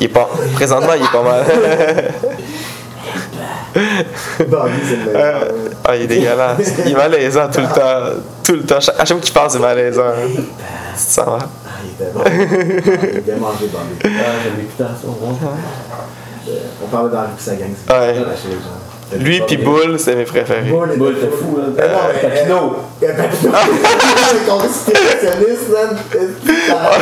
Speaker 3: Il est pas... Présentement, il est pas mal. (laughs)
Speaker 1: Bobby, c'est le meilleur.
Speaker 3: Euh, ah, il est dégueulasse. Il est malaisant tout le temps. Tout le temps. Cha- À chaque fois qu'il parle, c'est malaisant. Tu te sens mal.
Speaker 1: Ah, il était bon. Il a bien mangé, Bobby.
Speaker 2: Ah, j'avais écouté à son nom.
Speaker 1: Euh, On parlait d'Henri puis sa gang. c'est
Speaker 3: Ouais.
Speaker 1: pas lâché, genre.
Speaker 3: Lui pis Bull, c'est mes préférés.
Speaker 1: Bull, était
Speaker 2: Bull, t'es fou, hein.
Speaker 1: Mais non, mais-
Speaker 2: Papineau.
Speaker 1: Eh ben, Papineau, c'est constitutionniste, man.
Speaker 2: hein.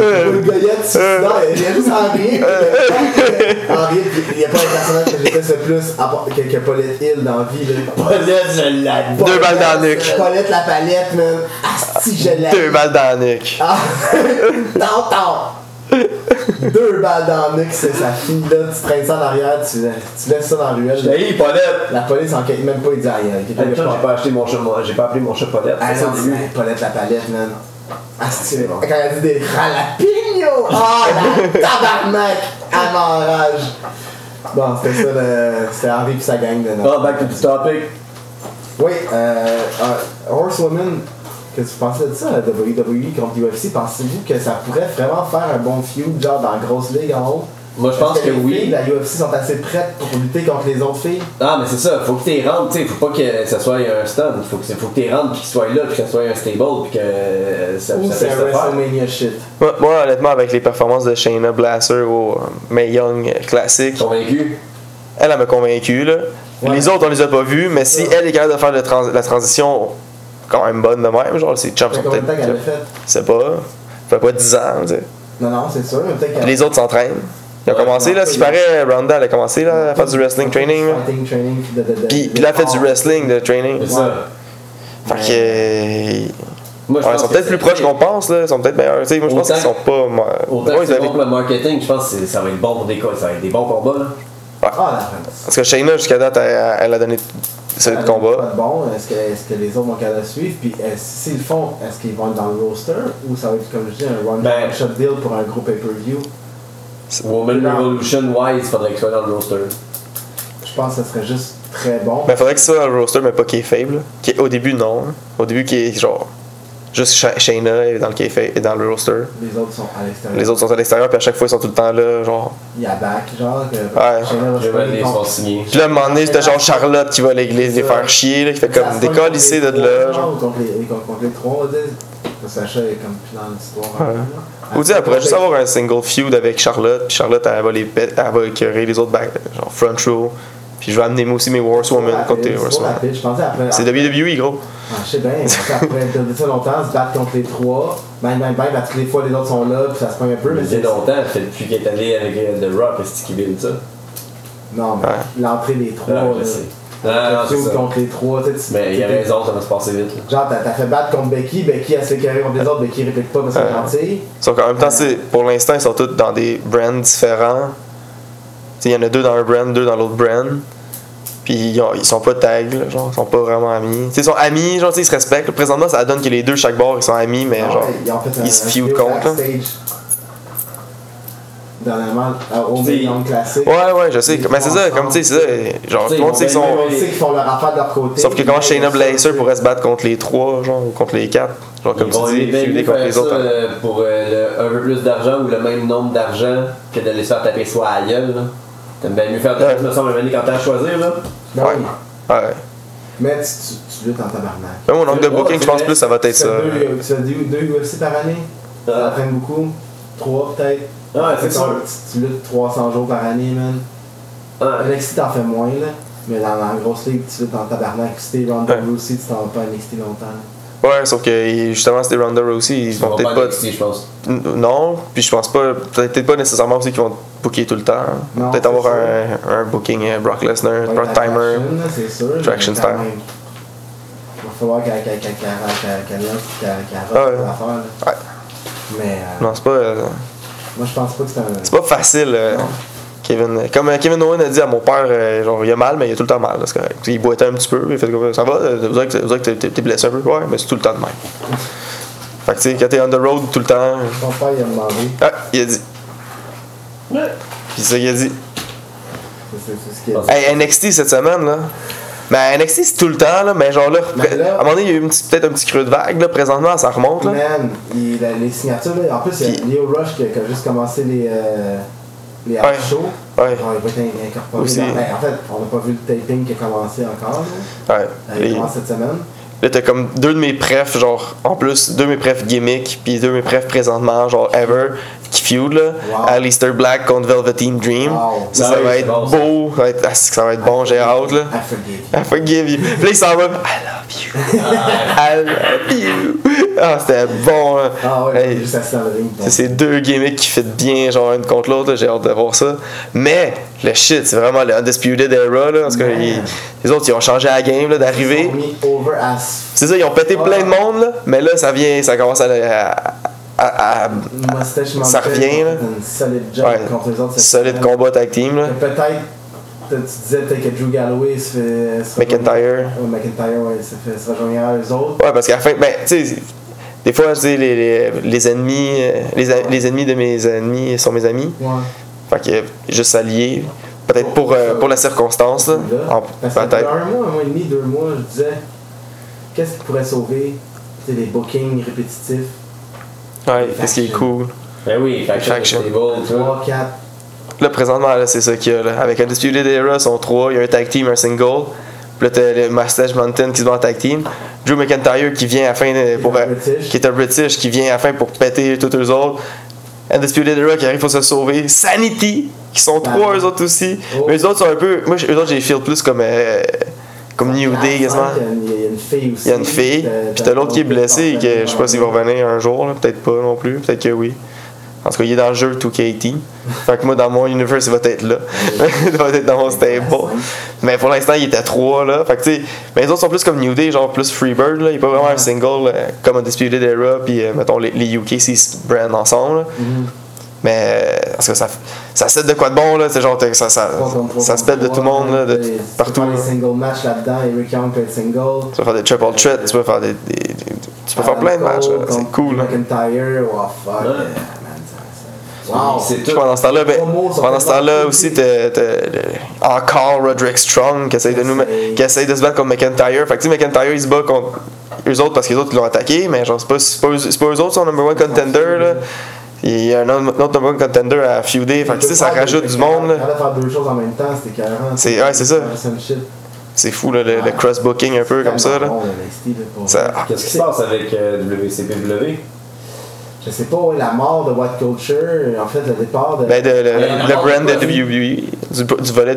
Speaker 3: Euh,
Speaker 1: Le goyette, c'est- non, il y a juste Henri. Henri, il n'y a pas un personnage que je déteste le plus à part- que, que Paulette Hill dans la vie. là.
Speaker 2: Paulette, je l'adore.
Speaker 3: Deux balles dans le nuque.
Speaker 1: Paulette la palette, man. Asti, je l'aime.
Speaker 3: Deux balles dans la nuque.
Speaker 1: Ah, (laughs) t'entends. Deux balles dans le nuque, c'est ça finit là. Tu traînes ça en arrière, tu, tu laisses ça dans la ruelle.
Speaker 2: Hey, Paulette.
Speaker 1: La police enquête même pas, ils disent ah, il y a quelqu'un qui a
Speaker 2: Attends,
Speaker 1: pas-
Speaker 2: j'ai pas acheté mon chat, moi, j'ai pas appelé mon chat Paulette.
Speaker 1: Ah
Speaker 2: c'est ça,
Speaker 1: non,
Speaker 2: au début.
Speaker 1: c'est Paulette la palette, man. Ah, c'est Quand elle dit des jalapenos! Ah, la tabarnak! À m'enrage! Bon, c'était ça, le... c'était Henri pis sa gang de
Speaker 2: Ah,
Speaker 1: notre.
Speaker 2: back to the topic.
Speaker 1: Oui, euh, euh, Horsewoman, qu'est-ce que tu pensais de ça, la WWE contre UFC? Pensez-vous que ça pourrait vraiment faire un bon feud, genre dans la grosse ligue en haut?
Speaker 2: Moi, je pense
Speaker 1: Est-ce
Speaker 2: que
Speaker 1: les filles
Speaker 2: oui.
Speaker 1: de La UFC sont assez prêtes pour lutter contre les autres filles?
Speaker 2: Ah, mais c'est ça, faut que t'y rentres, tu sais, faut pas que ça soit un stand. Faut que, faut que t'y rentres, pis qu'il soit là, pis que ça soit un stable, pis que euh, ça
Speaker 1: Ou
Speaker 2: ça
Speaker 1: c'est
Speaker 2: fasse
Speaker 1: un
Speaker 2: affaire.
Speaker 1: WrestleMania shit?
Speaker 3: Moi, moi, honnêtement, avec les performances de Shayna Blaster au euh, Mae Young euh, classique,
Speaker 2: Convaincu?
Speaker 3: elle, elle m'a convaincu, là.
Speaker 1: Ouais.
Speaker 3: Les autres, on les a pas vus, mais si elle est capable de faire le trans- la transition quand même bonne de même, genre, ses
Speaker 1: Ça
Speaker 3: chums
Speaker 1: fait
Speaker 3: sont
Speaker 1: combien de temps qu'elle l'a
Speaker 3: peut-être.
Speaker 1: fait?
Speaker 3: Je sais pas. Ça fait pas 10 ans, tu sais.
Speaker 1: Non, non, c'est sûr, mais peut-être
Speaker 3: Puis
Speaker 1: qu'elle
Speaker 3: Les autres s'entraînent. Ils ont
Speaker 2: Ouais,
Speaker 3: commencé, là, ce qui paraît, Ronda, elle a commencé, là, à Euh, faire du wrestling training, là.
Speaker 1: Fighting training, de- de- Ah, de-
Speaker 3: Puis,
Speaker 1: de-
Speaker 3: puis là, elle fait du
Speaker 1: Ah.
Speaker 3: wrestling, de training.
Speaker 2: C'est ça.
Speaker 3: Fait que. euh,
Speaker 2: Moi,
Speaker 3: ouais, ils sont
Speaker 2: que
Speaker 3: peut-être
Speaker 2: c'est-
Speaker 3: plus proches qu'on pense, là. Ils sont peut-être meilleurs. Tu sais, moi, je pense
Speaker 2: Autant-
Speaker 3: qu'ils sont pas. moi-
Speaker 2: Autant
Speaker 3: moi,
Speaker 2: que
Speaker 3: ils
Speaker 2: c'est
Speaker 3: avaient-
Speaker 2: bon pour le marketing, je pense que c'est- ça va être bon pour des co- ça va être des bons combats, là.
Speaker 1: Ah, la France.
Speaker 3: Parce que Shayna, jusqu'à date, elle, elle a donné ce
Speaker 1: Elle a
Speaker 3: Euh, combat.
Speaker 1: pas de Bon, est-ce que, est-ce que les autres vont qu'à la suivre? Puis est-ce- s'ils le font, est-ce qu'ils vont être dans le roster ou ça va être, comme je dis, un one
Speaker 2: Ben-
Speaker 1: shot deal pour un gros pay-per-view?
Speaker 2: Woman
Speaker 1: Non.
Speaker 2: Revolution Wise, faudrait qu'il soit dans le roster.
Speaker 1: Je pense que ce serait juste très bon.
Speaker 3: Mais faudrait que ce soit le roster, mais pas qui est faible. Au début, non. là. Au début, qui est genre. Juste Sha- Shayna est dans le kayfabe- est dans le roster.
Speaker 1: Les autres sont à l'extérieur.
Speaker 3: Les autres sont à l'extérieur, puis à chaque fois, ils sont tout le temps là, genre.
Speaker 1: Il y a back, genre. Que
Speaker 3: Ouais.
Speaker 1: Shayna va se
Speaker 2: Je vais
Speaker 1: poigner
Speaker 2: aller sont
Speaker 1: contre-
Speaker 2: signés.
Speaker 3: Puis là, à un moment donné, c'était genre Charlotte qui va les, les- les faire chier, là, qui fait comme
Speaker 1: Ça se
Speaker 3: des
Speaker 1: pogne contre
Speaker 3: cols ici de
Speaker 1: les
Speaker 3: là.
Speaker 1: trois,
Speaker 3: genre.
Speaker 1: ou Contre les, contre- contre les trois, on va dire. Parce que Sacha est comme plus dans l'histoire. hein.
Speaker 3: Ouais. Ou tu sais, elle pourrait juste avoir un single feud avec Charlotte, puis Charlotte, elle va les pet- elle va écœurer les autres back, genre front row. Puis je vais amener moi aussi mes Warwoman contre les Warwoman.
Speaker 1: rapide. Je pensais après.
Speaker 3: C'est WWE, gros.
Speaker 1: Ah, je sais bien, mais ça, après de ça longtemps, se battre contre les trois, bang bang bang, parce que les fois les autres sont là, puis ça se pogne un peu, mais
Speaker 2: Mais c'est longtemps, c'est depuis qu'il est allé avec euh, The Rock, est-ce qu'il build ça?
Speaker 1: Non, mais
Speaker 3: Ouais.
Speaker 1: l'entrée des trois,
Speaker 2: Ah,
Speaker 1: là,
Speaker 2: je sais.
Speaker 1: le
Speaker 2: Ah, non,
Speaker 1: feud
Speaker 2: c'est ça.
Speaker 1: contre les trois, tu sais, tu-
Speaker 2: Mais il y a raison, ça va se passer vite. là.
Speaker 1: Genre, t'as t'as fait battre contre Becky, Becky elle se fait carrer contre les autres, Becky réplique pas parce qu'elle est
Speaker 3: Ouais.
Speaker 1: gentille.
Speaker 3: Sauf qu'en même temps, c'est- pour l'instant, ils sont tous dans des brands différents. Tu sais, Il y en a deux dans un brand, deux dans l'autre brand. Puis ils, ont- ils sont pas tags, là, genre, ils sont pas vraiment amis. Tu sais, ils sont amis, genre, tu sais, ils se respectent. Présentement, ça donne que les deux, chaque bord, ils sont amis, mais
Speaker 1: Ah
Speaker 3: genre.
Speaker 1: ouais, ils ont fait un-
Speaker 3: ils se
Speaker 1: un
Speaker 3: feud
Speaker 1: vidéo
Speaker 3: contre, hein. là.
Speaker 1: backstage. Dernièrement, à- au
Speaker 2: sais,
Speaker 1: Million Classic.
Speaker 3: Ouais, ouais, je sais. Mais c'est ça,
Speaker 1: Ils sont
Speaker 3: comme tu sais, c'est ça. Genre,
Speaker 2: Tu sais,
Speaker 3: tout le monde sait qu'ils sont.
Speaker 1: On sait qu'ils font leur affaire de leur côté.
Speaker 3: Sauf que quand
Speaker 1: mais-
Speaker 3: Shayna Blazer pourrait se battre contre les trois, genre, ou contre les quatre, genre, comme
Speaker 2: Ils vont
Speaker 3: tu dis,
Speaker 2: éviter
Speaker 3: feuder
Speaker 2: de
Speaker 3: contre
Speaker 2: faire
Speaker 3: les
Speaker 2: ça
Speaker 3: autres. hein.
Speaker 2: euh, pour euh, le- un peu plus d'argent ou le même nombre d'argent que de les faire taper soit à la gueule. là. T'aimes bien mieux faire
Speaker 3: Ouais.
Speaker 2: taper, me semble, un quand t'as à choisir. là.
Speaker 1: Ben oui.
Speaker 3: hein. Ouais.
Speaker 1: Mais tu, tu, tu luttes en tabarnak.
Speaker 3: Même mon angle de booking, je pense plus que ça va être
Speaker 1: Tu
Speaker 3: ça.
Speaker 1: fais deux- Tu fais deux, deux UFC par année.
Speaker 2: Ouais.
Speaker 1: Ça entraîne beaucoup. Trois peut-être.
Speaker 2: Ouais, Ah, c'est
Speaker 1: Tu-
Speaker 2: sûr.
Speaker 1: Tu, tu luttes 300 jours par année, man.
Speaker 2: Ouais.
Speaker 1: NXT t'en fais moins, là. Mais dans la grosse ligue, tu luttes en tabarnak. Si t'es Ronda
Speaker 3: Ouais.
Speaker 1: Rousey, tu t'en vas pas à NXT longtemps.
Speaker 3: Ouais, sauf que justement, c'était Ronda Rousey, ils
Speaker 2: Ils vont
Speaker 3: vont peut-être
Speaker 2: pas
Speaker 3: pas.
Speaker 2: NXT, je pense.
Speaker 3: N- Non, puis je pense pas, peut-être pas nécessairement aussi qu'ils vont booker tout le temps. hein.
Speaker 1: Non,
Speaker 3: Peut-être
Speaker 1: c'est
Speaker 3: avoir
Speaker 1: ça.
Speaker 3: un, un booking euh, Brock Lesnar,
Speaker 1: Ouais,
Speaker 3: un timer.
Speaker 1: Traction, là, C'est sûr. mais
Speaker 3: Traction
Speaker 1: quand
Speaker 3: style.
Speaker 1: même, Il va falloir qu'elle qu'elle- qu'elle- qu'elle- qu'elle- qu'elle lance, qu'elle qu'elle
Speaker 3: Ah ouais.
Speaker 1: fasse l'affaire, là.
Speaker 3: Ouais.
Speaker 1: Mais euh,
Speaker 3: Non, c'est pas, euh,
Speaker 1: moi, je pense pas que c'est un.
Speaker 3: c'est pas facile. euh,
Speaker 1: Non.
Speaker 3: Kevin, comme euh, Kevin Owen a dit à mon père, euh, genre, il a mal, mais il a tout le temps mal, là, c'est correct. Il boitait un petit peu, il fait comme ça va, euh, vous savez que vous savez que t'es- t'es t'es blessé un peu, ouais, mais c'est tout le temps de même. Fait que tu sais, quand t'es on the road tout le temps,
Speaker 1: Ton père, il a demandé.
Speaker 3: ah, il a dit. Puis ça, il a dit.
Speaker 1: C'est- C'est c'est ce qu'il a dit.
Speaker 3: Hey, NXT cette semaine, là. Ben, Mais NXT, c'est tout le temps, là. Mais genre là,
Speaker 1: Mais là-
Speaker 3: à un moment donné, il y a eu un petit- peut-être un petit creux de vague, là. Présentement, ça remonte, là.
Speaker 1: Man, il- la- les signatures, là, en plus, il y a
Speaker 3: Puis-
Speaker 1: Leo Rush qui a, qui a juste commencé les, euh, les
Speaker 3: Ouais.
Speaker 1: house shows.
Speaker 3: Ouais.
Speaker 1: Genre, il va être incorporé.
Speaker 3: Aussi.
Speaker 1: dans- Ben, en fait, on n'a pas vu le taping qui a commencé encore. là.
Speaker 3: Ouais.
Speaker 1: Euh, Il
Speaker 3: Les-
Speaker 1: commence cette semaine.
Speaker 3: Là, t'as comme deux de mes prefs, genre, en plus, deux de mes prefs gimmick, puis deux de mes prefs présentement, genre, ever, qui feud, là.
Speaker 1: Wow.
Speaker 3: Alistair Black contre Velveteen Dream.
Speaker 1: Wow.
Speaker 3: Ça, ça
Speaker 2: Nice,
Speaker 3: va
Speaker 2: c'est
Speaker 3: être
Speaker 2: bon, ça.
Speaker 3: beau. Ça va être, ah, ça va être bon, j'ai hâte,
Speaker 1: (laughs) I
Speaker 3: là.
Speaker 1: forgive you.
Speaker 3: I forgive you. Puis là, il s'en va. I love you. (laughs) I love you. Ah, c'était bon, hein.
Speaker 1: Ah ouais,
Speaker 3: Hey.
Speaker 1: il est juste assis dans le ring. bon.
Speaker 3: C'est ces deux gimmicks qui fit bien, genre une contre l'autre, là, j'ai hâte de voir ça. Mais le shit, c'est vraiment le Undisputed Era, là, parce que
Speaker 1: Man.
Speaker 3: ils- les autres, ils ont changé la game là,
Speaker 1: Ils
Speaker 3: d'arrivée.
Speaker 1: sont mis over as
Speaker 3: C'est ça, ils ont pété
Speaker 1: Ouais.
Speaker 3: plein de monde, là, mais là, ça vient, ça commence à. à- à- à-
Speaker 1: une mustache mountain,
Speaker 3: ça revient, là.
Speaker 1: Une solide job
Speaker 3: Ouais.
Speaker 1: contre les autres. cette
Speaker 3: solide
Speaker 1: semaine.
Speaker 3: combat tag team, là.
Speaker 1: Et Peut-être, tu disais peut-être que Drew Galloway se fait. se
Speaker 3: McIntyre.
Speaker 1: rejoint- Ouais, McIntyre, ouais, se fait se rejoindre à eux autres.
Speaker 3: Ouais, parce qu'à la fin, ben, tu sais, des fois, tu sais, les, les, les ennemis, euh, les, a- les ennemis de mes ennemis sont mes amis.
Speaker 1: Ouais.
Speaker 3: Fait que juste s'allier, peut-être pour, euh, pour la circonstance, là.
Speaker 1: Là,
Speaker 3: En-
Speaker 1: parce que
Speaker 3: Ah, peut-être.
Speaker 1: un mois, un mois et demi, deux mois, je disais, qu'est-ce qui pourrait sauver C'est les bookings répétitifs.
Speaker 3: Ouais, qu'est-ce qui est cool.
Speaker 2: Ben oui,
Speaker 3: Faction.
Speaker 2: Faction Stable, tu vois.
Speaker 1: 3, 4.
Speaker 3: Là, présentement, là, c'est ça qu'il y a. Là. Avec Undisputed Era, ils sont trois. Il y a un tag team, un single. Puis là, t'as le Mustache Mountain qui se bat en tag team. Drew McIntyre qui vient afin pour.
Speaker 1: un British.
Speaker 3: Qui est un British, qui vient afin pour péter tous eux autres. Undisputed Era qui arrive pour se sauver. Sanity, qui sont trois eux autres aussi.
Speaker 1: Ah. Oh.
Speaker 3: Mais eux autres sont un peu. Moi, eux autres, j'ai feel plus comme. euh, comme New Day, quasiment.
Speaker 1: Il y a- il y a une fille aussi.
Speaker 3: Il y a une fille, puis t'as l'autre qui est blessé et que je sais pas s'il va revenir un jour, là, peut-être pas non plus, peut-être que oui. En tout cas, il est dans le jeu 2K18. Fait que moi, dans mon univers, il va être là. (laughs) il va être dans mon stable. Mais pour l'instant, il est à 3 là. Fait que tu sais, mais les autres sont plus comme New Day, genre plus Freebird là. Il est pas vraiment un single euh, comme Undisputed Era, puis euh, mettons les, les UK, s'ils se brandent ensemble. là. Mais euh, parce que ça, ça se de quoi de bon là, c'est genre t'as- ça, ça, ça se pète de tout le monde là, de partout.
Speaker 1: Tu peux
Speaker 3: là.
Speaker 1: faire des single matchs là-dedans, Eric Young peut être single.
Speaker 3: Tu peux faire des triple threats, tu peux faire des, des- des- tu peux faire plein de matchs, là. c'est cool. là.
Speaker 1: McIntyre, oh fuck.
Speaker 2: Ouais.
Speaker 1: euh, man, ça- ça- Wow.
Speaker 2: C'est
Speaker 3: Puis
Speaker 2: tout.
Speaker 3: Pendant ce temps-là, ben,
Speaker 1: Promos sont
Speaker 3: pendant ce temps-là
Speaker 1: tellement
Speaker 3: aussi,
Speaker 1: cool.
Speaker 3: t'as t'as le- encore Roderick Strong qui essaye de, nous,
Speaker 1: Essaye.
Speaker 3: qui essaye de se battre contre McIntyre. Fait que tu sais, McIntyre il se bat contre eux autres parce que les autres ils l'ont attaqué, mais genre c'est pas, c'est pas, eux- c'est pas eux autres son number one contender. Là. Il y a un autre autre number one contender à feuder. Fait que tu sais, ça rajoute du monde. là.
Speaker 1: Quand on faire deux choses en même temps, c'était carrément.
Speaker 3: C'est- ouais, c'est ça.
Speaker 1: Some shit.
Speaker 3: C'est fou là, le, le cross-booking un peu comme ça. Là.
Speaker 1: Bon, le NXT, là, pour-
Speaker 3: Ça-
Speaker 2: Qu'est-ce qui se passe avec euh, WCPW?
Speaker 1: je sais pas, ouais, la mort de White Culture, en fait, le départ de.
Speaker 3: Ben, de- le,
Speaker 2: Ouais,
Speaker 3: le
Speaker 2: non,
Speaker 3: brand de
Speaker 2: ouais.
Speaker 3: WWE, du, du volet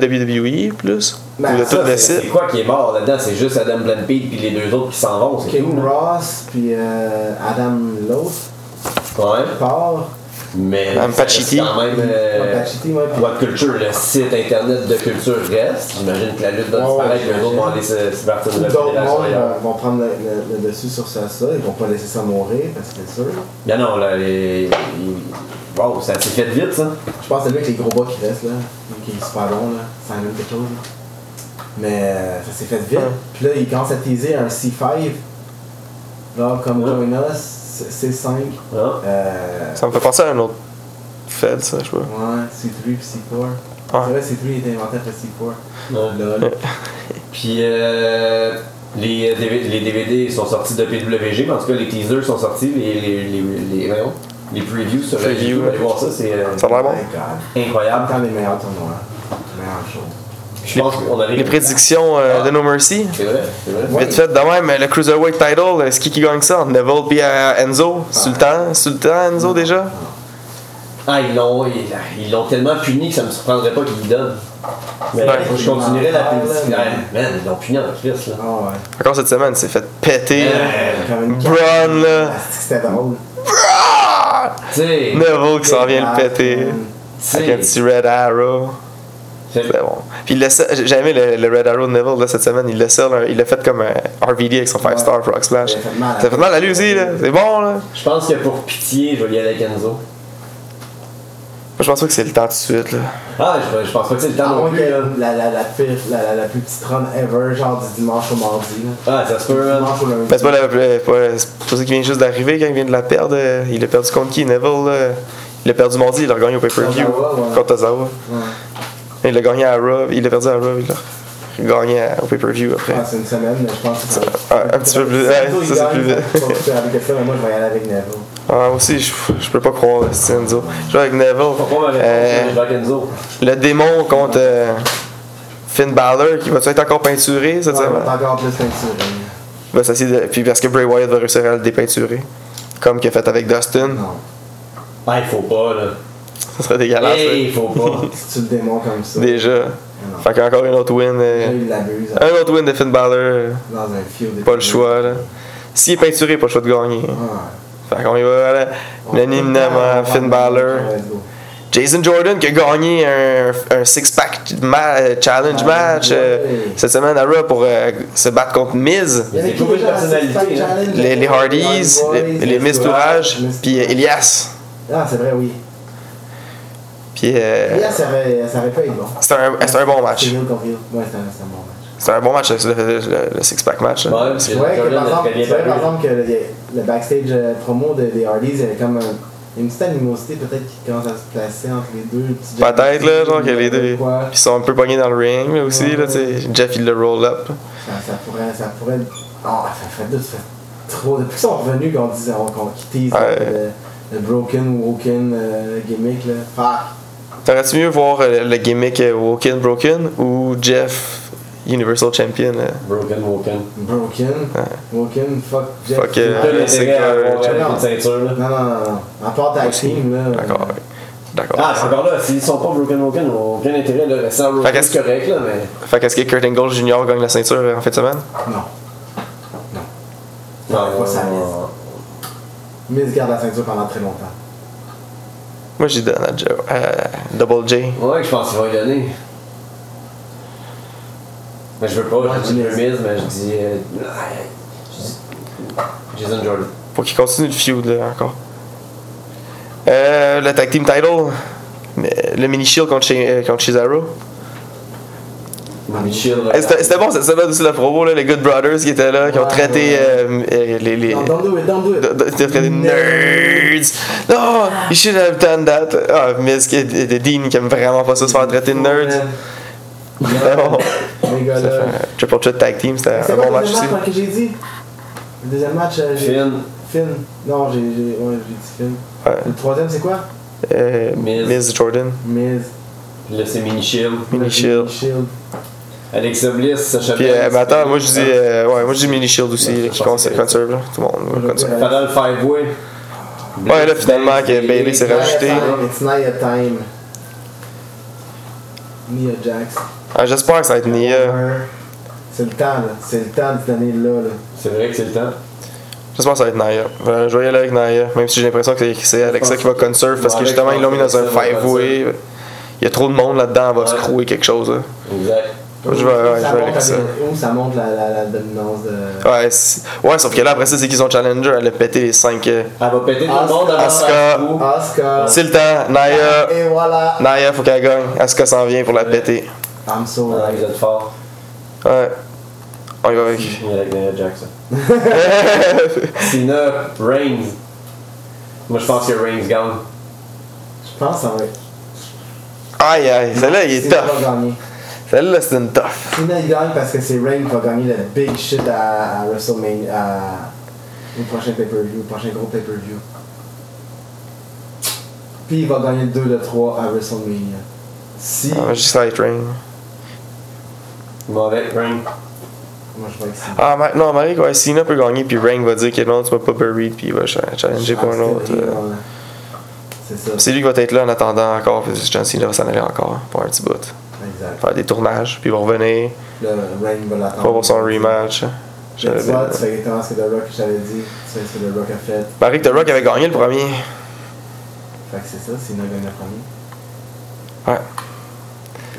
Speaker 3: WWE, plus.
Speaker 1: Ben,
Speaker 3: ou de
Speaker 2: Ça,
Speaker 3: tout le
Speaker 2: c'est-
Speaker 3: site.
Speaker 2: C'est quoi qui est mort là-dedans? C'est juste Adam Blampede puis les deux autres qui s'en vont, c'est hein.
Speaker 1: Kim
Speaker 2: tout.
Speaker 1: Ross, puis euh, Adam Lowe,
Speaker 2: Ouais.
Speaker 1: part.
Speaker 2: Mais
Speaker 3: Adam
Speaker 2: ça reste
Speaker 3: Pacitti.
Speaker 2: quand même. euh,
Speaker 1: Pachiti, ouais, puis-
Speaker 2: What Culture, le site internet de culture reste. J'imagine que la lutte va
Speaker 1: Ouais,
Speaker 2: disparaître,
Speaker 1: ouais,
Speaker 2: mais les autres vont aller se se partir de la
Speaker 1: D'autres
Speaker 2: fédération
Speaker 1: mondes
Speaker 2: ailleurs.
Speaker 1: euh, vont prendre le, le- le dessus sur ça, ça, ils vont pas laisser ça mourir, parce que c'est sûr.
Speaker 2: Non, non, là, les. les- Wow, ça s'est fait vite, ça.
Speaker 1: Je pense que c'est lui avec les gros bas qui restent, là, qui est super long, là, c'est la même quelque chose. là. Mais euh, ça s'est fait vite.
Speaker 2: Hein.
Speaker 3: Ouais.
Speaker 1: Puis là, il commence à teaser un C5, là, comme
Speaker 2: Ouais.
Speaker 1: Join Us, C- C5.
Speaker 2: Hein?
Speaker 1: Euh,
Speaker 3: Ça me fait penser à un autre Fed, ça, je sais pas. Ah.
Speaker 1: Ouais, C3 puis C4. C'est vrai, C3 était inventé après C4.
Speaker 2: Ouais.
Speaker 3: Euh,
Speaker 1: Lol.
Speaker 2: Puis, euh, les, euh, DV les DVD sont sortis de PWG, mais en tout cas, les teasers sont sortis, les, les, les, les, voyons, les previews sur
Speaker 3: Preview,
Speaker 2: YouTube,
Speaker 3: ouais.
Speaker 2: allez voir ça, c'est euh,
Speaker 3: Ça a l'air bon.
Speaker 1: My God.
Speaker 2: incroyable.
Speaker 1: Attends les meilleurs tournois. Les meilleures choses.
Speaker 2: Je pense qu'on arrive.
Speaker 3: Les prédictions euh, de No Mercy.
Speaker 2: C'est vrai, c'est vrai.
Speaker 1: Ouais.
Speaker 3: Vite fait, de même, euh, le Cruiserweight title, euh, c'est qui qui gagne ça? Neville pis euh,
Speaker 1: Ah.
Speaker 3: Enzo? Sultan? Sultan,
Speaker 1: Mm.
Speaker 3: Enzo déjà?
Speaker 2: Ah, ils l'ont, ils, ils l'ont tellement puni que ça me surprendrait pas qu'ils le donnent. Mais
Speaker 3: Ouais.
Speaker 2: je continuerai la
Speaker 1: Ouais.
Speaker 2: pédition. Man, ils l'ont puni en crise, là.
Speaker 1: Ah ouais. Euh,
Speaker 3: Encore cette semaine, c'est fait péter. euh,
Speaker 2: Ouais.
Speaker 1: Comme une carte.
Speaker 3: Braun, là.
Speaker 1: Ah, c'est que C'était drôle.
Speaker 2: Tu sais,
Speaker 3: Neville qui s'en Oh, vient le
Speaker 1: Ah,
Speaker 3: péter.
Speaker 2: tu
Speaker 3: Avec un
Speaker 2: sais,
Speaker 3: petit Red Arrow.
Speaker 2: c'est-
Speaker 3: C'est bon. Puis il l'a- j'ai j'ai aimé le, le Red Arrow de Neville là, cette semaine. Il l'a sell, hein, il l'a fait comme un RVD avec son 5 star Rock Splash.
Speaker 1: Il a fait mal à-
Speaker 3: Ça fait mal à lui aussi, là. C'est bon, là. Moi,
Speaker 2: je pense que pour pitié, je vais y aller avec Enzo.
Speaker 3: je pense pas que c'est le temps tout de suite, là.
Speaker 2: Ah, je, je pense pas que c'est le
Speaker 1: À
Speaker 2: temps non
Speaker 1: moins
Speaker 2: plus.
Speaker 1: que
Speaker 2: là.
Speaker 1: la, la, la, pire, la, la, la plus petite run ever, genre du dimanche au mardi. Là.
Speaker 2: Ah, ça se peut, man.
Speaker 1: Dimanche au lundi.
Speaker 3: Mais c'est pas, la- la- pas- c'est pas ça qui vient juste d'arriver quand il vient de la perdre. euh, Il a perdu contre qui Neville là? Il a perdu mardi, il a gagné au pay-per-view
Speaker 1: Ozawa, ouais.
Speaker 3: contre Ozawa.
Speaker 1: Ouais.
Speaker 3: Il l'a gagné à Raw, il l'a perdu à Raw, il l'a gagné à- au pay-per-view après.
Speaker 1: Ah, c'est une semaine, mais je pense que ça va.
Speaker 3: Ah, un petit peu plus- ouais,
Speaker 1: Surtout,
Speaker 3: ça,
Speaker 1: il
Speaker 3: c'est
Speaker 1: gagne,
Speaker 3: plus vite.
Speaker 1: faut que tu ailles avec ça, mais moi je vais y aller avec Neville.
Speaker 3: Ah, moi aussi, je, je peux pas croire, là, c'est Enzo. Je joue avec
Speaker 2: Pourquoi ma
Speaker 3: Neville.
Speaker 2: réponse,
Speaker 3: Euh,
Speaker 2: je vais avec Enzo?
Speaker 3: le démon contre euh, Finn Balor qui va être encore peinturé cette
Speaker 1: Ouais,
Speaker 3: semaine.
Speaker 1: t'as encore plus peinturé.
Speaker 3: Il va s'essayer Ben, de- Puis parce que Bray Wyatt va réussir à le dépeinturer. Comme qu'il a fait avec Dustin.
Speaker 1: Non.
Speaker 2: Ah, il faut pas, là.
Speaker 3: Ça serait dégueulasse.
Speaker 2: Hey,
Speaker 3: là.
Speaker 2: il faut pas.
Speaker 1: (laughs)
Speaker 3: (laughs)
Speaker 1: Si tu le démons comme ça,
Speaker 3: Déjà.
Speaker 1: Non.
Speaker 3: Fait qu'encore une autre win.
Speaker 1: là,
Speaker 3: euh,
Speaker 1: il l'abuse
Speaker 3: Un autre win de Finn Balor, euh,
Speaker 1: dans un field.
Speaker 3: pas le choix là. S'il est peinturé, pas le choix de gagner.
Speaker 1: Ouais.
Speaker 3: Fait qu'on y va là. Unanimement, Finn Balor.
Speaker 1: Let's go.
Speaker 3: Jason Jordan qui a gagné un, un six-pack ma- euh, challenge
Speaker 1: Ah,
Speaker 3: match euh,
Speaker 1: ouais.
Speaker 3: cette semaine à Raw pour euh, se battre contre Miz.
Speaker 1: Il y avait
Speaker 2: J'ai trouvé
Speaker 1: qui déjà
Speaker 2: une
Speaker 1: à
Speaker 2: personnalité,
Speaker 1: Six Pack
Speaker 2: hein.
Speaker 1: Challenge?
Speaker 3: Les, les Hardys,
Speaker 1: Hardy Boys,
Speaker 3: les, les Miz Tourage, puis euh, Elias.
Speaker 1: Ah, c'est vrai, oui.
Speaker 3: Puis euh,
Speaker 1: Elias, ça aurait ça aurait pas été bon.
Speaker 3: c'est un, c'est un bon match.
Speaker 1: C'est nul contre Hill. Ouais, c'est un c'est un bon match.
Speaker 3: C'est un bon match le, le- le six-pack match. là.
Speaker 2: Ouais, parce que
Speaker 1: Ouais, que
Speaker 2: Jordan
Speaker 1: par
Speaker 2: a
Speaker 1: exemple,
Speaker 2: très bien
Speaker 1: tu vois, par
Speaker 2: paru.
Speaker 1: exemple que le, le backstage euh, promo de, des Hardys, il y avait comme un- une petite animosité peut-être qui commence à se placer entre les deux. le petit Jeff
Speaker 3: Peut-être là, genre que les deux.
Speaker 1: Quoi.
Speaker 3: Ils sont un peu pognés dans le ring là, aussi.
Speaker 1: Ouais.
Speaker 3: Là, tu sais. Jeff il le roll up.
Speaker 1: Ça, ça pourrait. Ça pourrait. Non, ça fait deux, ça fait trop. Depuis qu'ils sont revenus, qu'on disait qu'on qu'on tease
Speaker 3: Ouais.
Speaker 1: le, le broken, woken euh, gimmick là. Fuck.
Speaker 3: T'aurais-tu mieux voir euh, le gimmick euh, Woken Broken ou Jeff Universal Champion euh,
Speaker 2: Broken, broken.
Speaker 3: Ah,
Speaker 1: Broken, woken, fuck, Jeff.
Speaker 3: Fuck, euh,
Speaker 2: T'as
Speaker 3: c'est
Speaker 2: l'intérêt à
Speaker 3: que-
Speaker 2: avoir euh,
Speaker 1: Non.
Speaker 2: une ceinture, là.
Speaker 1: Non, non, non, non. À part ta
Speaker 3: Aussi.
Speaker 1: team là. euh,
Speaker 3: D'accord, ouais. D'accord.
Speaker 2: Ah, c'est encore là, s'ils sont pas broken, broken, on a aucun intérêt, là. Sans
Speaker 3: Fait
Speaker 2: broken,
Speaker 3: qu'est-ce
Speaker 2: c'est correct, là, mais.
Speaker 3: Fait qu'est-ce que Kurt Angle Jr. gagne la ceinture euh, en fin de semaine
Speaker 1: Non. Non.
Speaker 2: Non,
Speaker 1: Faut que ça
Speaker 2: non,
Speaker 1: reste.
Speaker 2: non.
Speaker 1: Miz garde la ceinture pendant très longtemps.
Speaker 3: Moi j'y donne à Joe. à Double J.
Speaker 2: Ouais, je pense qu'il va y donner. Mais je veux pas, je dis le Miz, mais je dis. euh, je dis- Jason Jordan.
Speaker 3: Faut qu'il continue le feud là, encore. Euh, le tag team title. Mais, Le mini shield contre, Shi- euh, contre Cesaro.
Speaker 2: Mitchell.
Speaker 3: Eh, C'était c'était bon cette semaine aussi la promo, là, les Good Brothers qui étaient là, qui ont
Speaker 1: Ouais,
Speaker 3: traité
Speaker 1: ouais.
Speaker 3: euh, euh, les. les...
Speaker 1: Non, don't do it, don't do it.
Speaker 3: de- de- de- de- nerds! Non! You should have done that! Ah, mais ce qui est de Dean qui aime vraiment pas ça se faire traiter de nerds. C'était bon.
Speaker 1: Les gars
Speaker 3: Ça fait
Speaker 1: là.
Speaker 3: un triple threat tag team, c'était
Speaker 1: C'est
Speaker 3: un
Speaker 1: quoi
Speaker 3: bon
Speaker 1: le
Speaker 3: match
Speaker 1: match que
Speaker 3: aussi.
Speaker 1: j'ai dit Le deuxième match, euh, j'ai.
Speaker 2: Finn.
Speaker 1: Finn. Non, j'ai j'ai- ouais, j'ai dit Finn.
Speaker 3: Ouais.
Speaker 1: Le troisième, c'est quoi
Speaker 3: Euh,
Speaker 2: Miz.
Speaker 3: Miz Jordan,
Speaker 1: Miz.
Speaker 2: Là, c'est Mini Shield.
Speaker 3: Mini Shield.
Speaker 1: Shield.
Speaker 2: Alexa Bliss, Sacha
Speaker 3: Puis,
Speaker 2: Banks,
Speaker 3: euh, ben, attends, moi je dis, euh, ouais, moi je dis Mini Shield aussi,
Speaker 2: Ouais,
Speaker 3: là,
Speaker 2: je
Speaker 3: qui
Speaker 2: pense que
Speaker 3: conserve,
Speaker 2: c'est-
Speaker 3: conserve, là. Tout le monde
Speaker 1: Ouais,
Speaker 3: conserve.
Speaker 1: ouais.
Speaker 2: Fatal Five Way.
Speaker 3: Ouais, là, finalement, que Bailey s'est rajouté.
Speaker 1: It's not your time. Nia Jax.
Speaker 3: Ah, J'espère que ça va être Nia.
Speaker 1: C'est le temps, là. C'est le temps de cette année-là, là.
Speaker 2: C'est vrai que c'est le temps.
Speaker 3: J'espère que ça va être Naya. Voilà, je vais y aller avec Naya, même si j'ai l'impression que c'est- c'est Alexa qui va conserve parce que
Speaker 2: Ouais,
Speaker 3: justement,
Speaker 2: je pense
Speaker 3: ils l'ont mis
Speaker 2: que
Speaker 3: dans un
Speaker 2: Alexa va
Speaker 3: five-way. Il y a trop de monde là-dedans, elle va se
Speaker 2: Ouais.
Speaker 3: crouer quelque chose. là.
Speaker 2: Exact.
Speaker 3: Je vais, ouais, je
Speaker 1: ça
Speaker 3: vais
Speaker 1: montre
Speaker 3: avec ça.
Speaker 1: la- Où ça montre la, la, la dominance de.
Speaker 3: Ouais, c'est- ouais, sauf que là, après ça, c'est qu'ils ont Challenger, elle a pété les 5.
Speaker 2: Elle va péter tout
Speaker 1: As-
Speaker 2: le monde avant
Speaker 3: Asuka.
Speaker 2: faire le coup.
Speaker 1: Asuka.
Speaker 3: C'est le temps, Naya.
Speaker 1: Et voilà.
Speaker 3: Naya, faut qu'elle gagne. Asuka s'en vient pour la péter.
Speaker 1: I'm so
Speaker 2: Ouais,
Speaker 1: right.
Speaker 2: Ah, Vous êtes fort.
Speaker 3: Ouais. On y va avec.
Speaker 2: (laughs) Il y a avec Daniel Jackson. Cena, Reigns. Moi je pense que Reigns gagne.
Speaker 1: Je pense que ça va être.
Speaker 3: Aïe aïe, celle-là, il est
Speaker 1: Cena va
Speaker 3: tough.
Speaker 1: gagner.
Speaker 3: Celle-là, c'est une tough.
Speaker 1: Cena il gagne parce que c'est Reign qui va gagner le big shit à, à WrestleMania. À... Au prochain pay-per-view, au prochain gros pay-per-view. Puis il va gagner 2 de 3 à WrestleMania. Si.
Speaker 3: Ah, Juste Light Rain.
Speaker 2: Mauvais, Reigns.
Speaker 1: Moi je vois que c'est.
Speaker 3: Ah, Ma- non, Marie, ouais, Cena peut gagner, puis Rain va dire que non, tu vas pas buried, puis il va cha- challenger pour un autre. euh.
Speaker 1: C'est ça.
Speaker 3: C'est lui qui va être là en attendant encore, puis John Cena va s'en aller encore pour un petit bout.
Speaker 1: Exact.
Speaker 3: Faire des tournages, puis il va revenir,
Speaker 1: Le Reign va l'attendre.
Speaker 3: va voir son rematch. hein.
Speaker 1: Tu vois,
Speaker 3: J'avais bien-
Speaker 1: tu fais exactement ce que The Rock j'avais dit. Tu fais ce que The Rock a fait.
Speaker 3: Marie, que The Rock avait gagné le premier.
Speaker 1: Fait que c'est ça, c'est Nogan le premier.
Speaker 3: Ouais.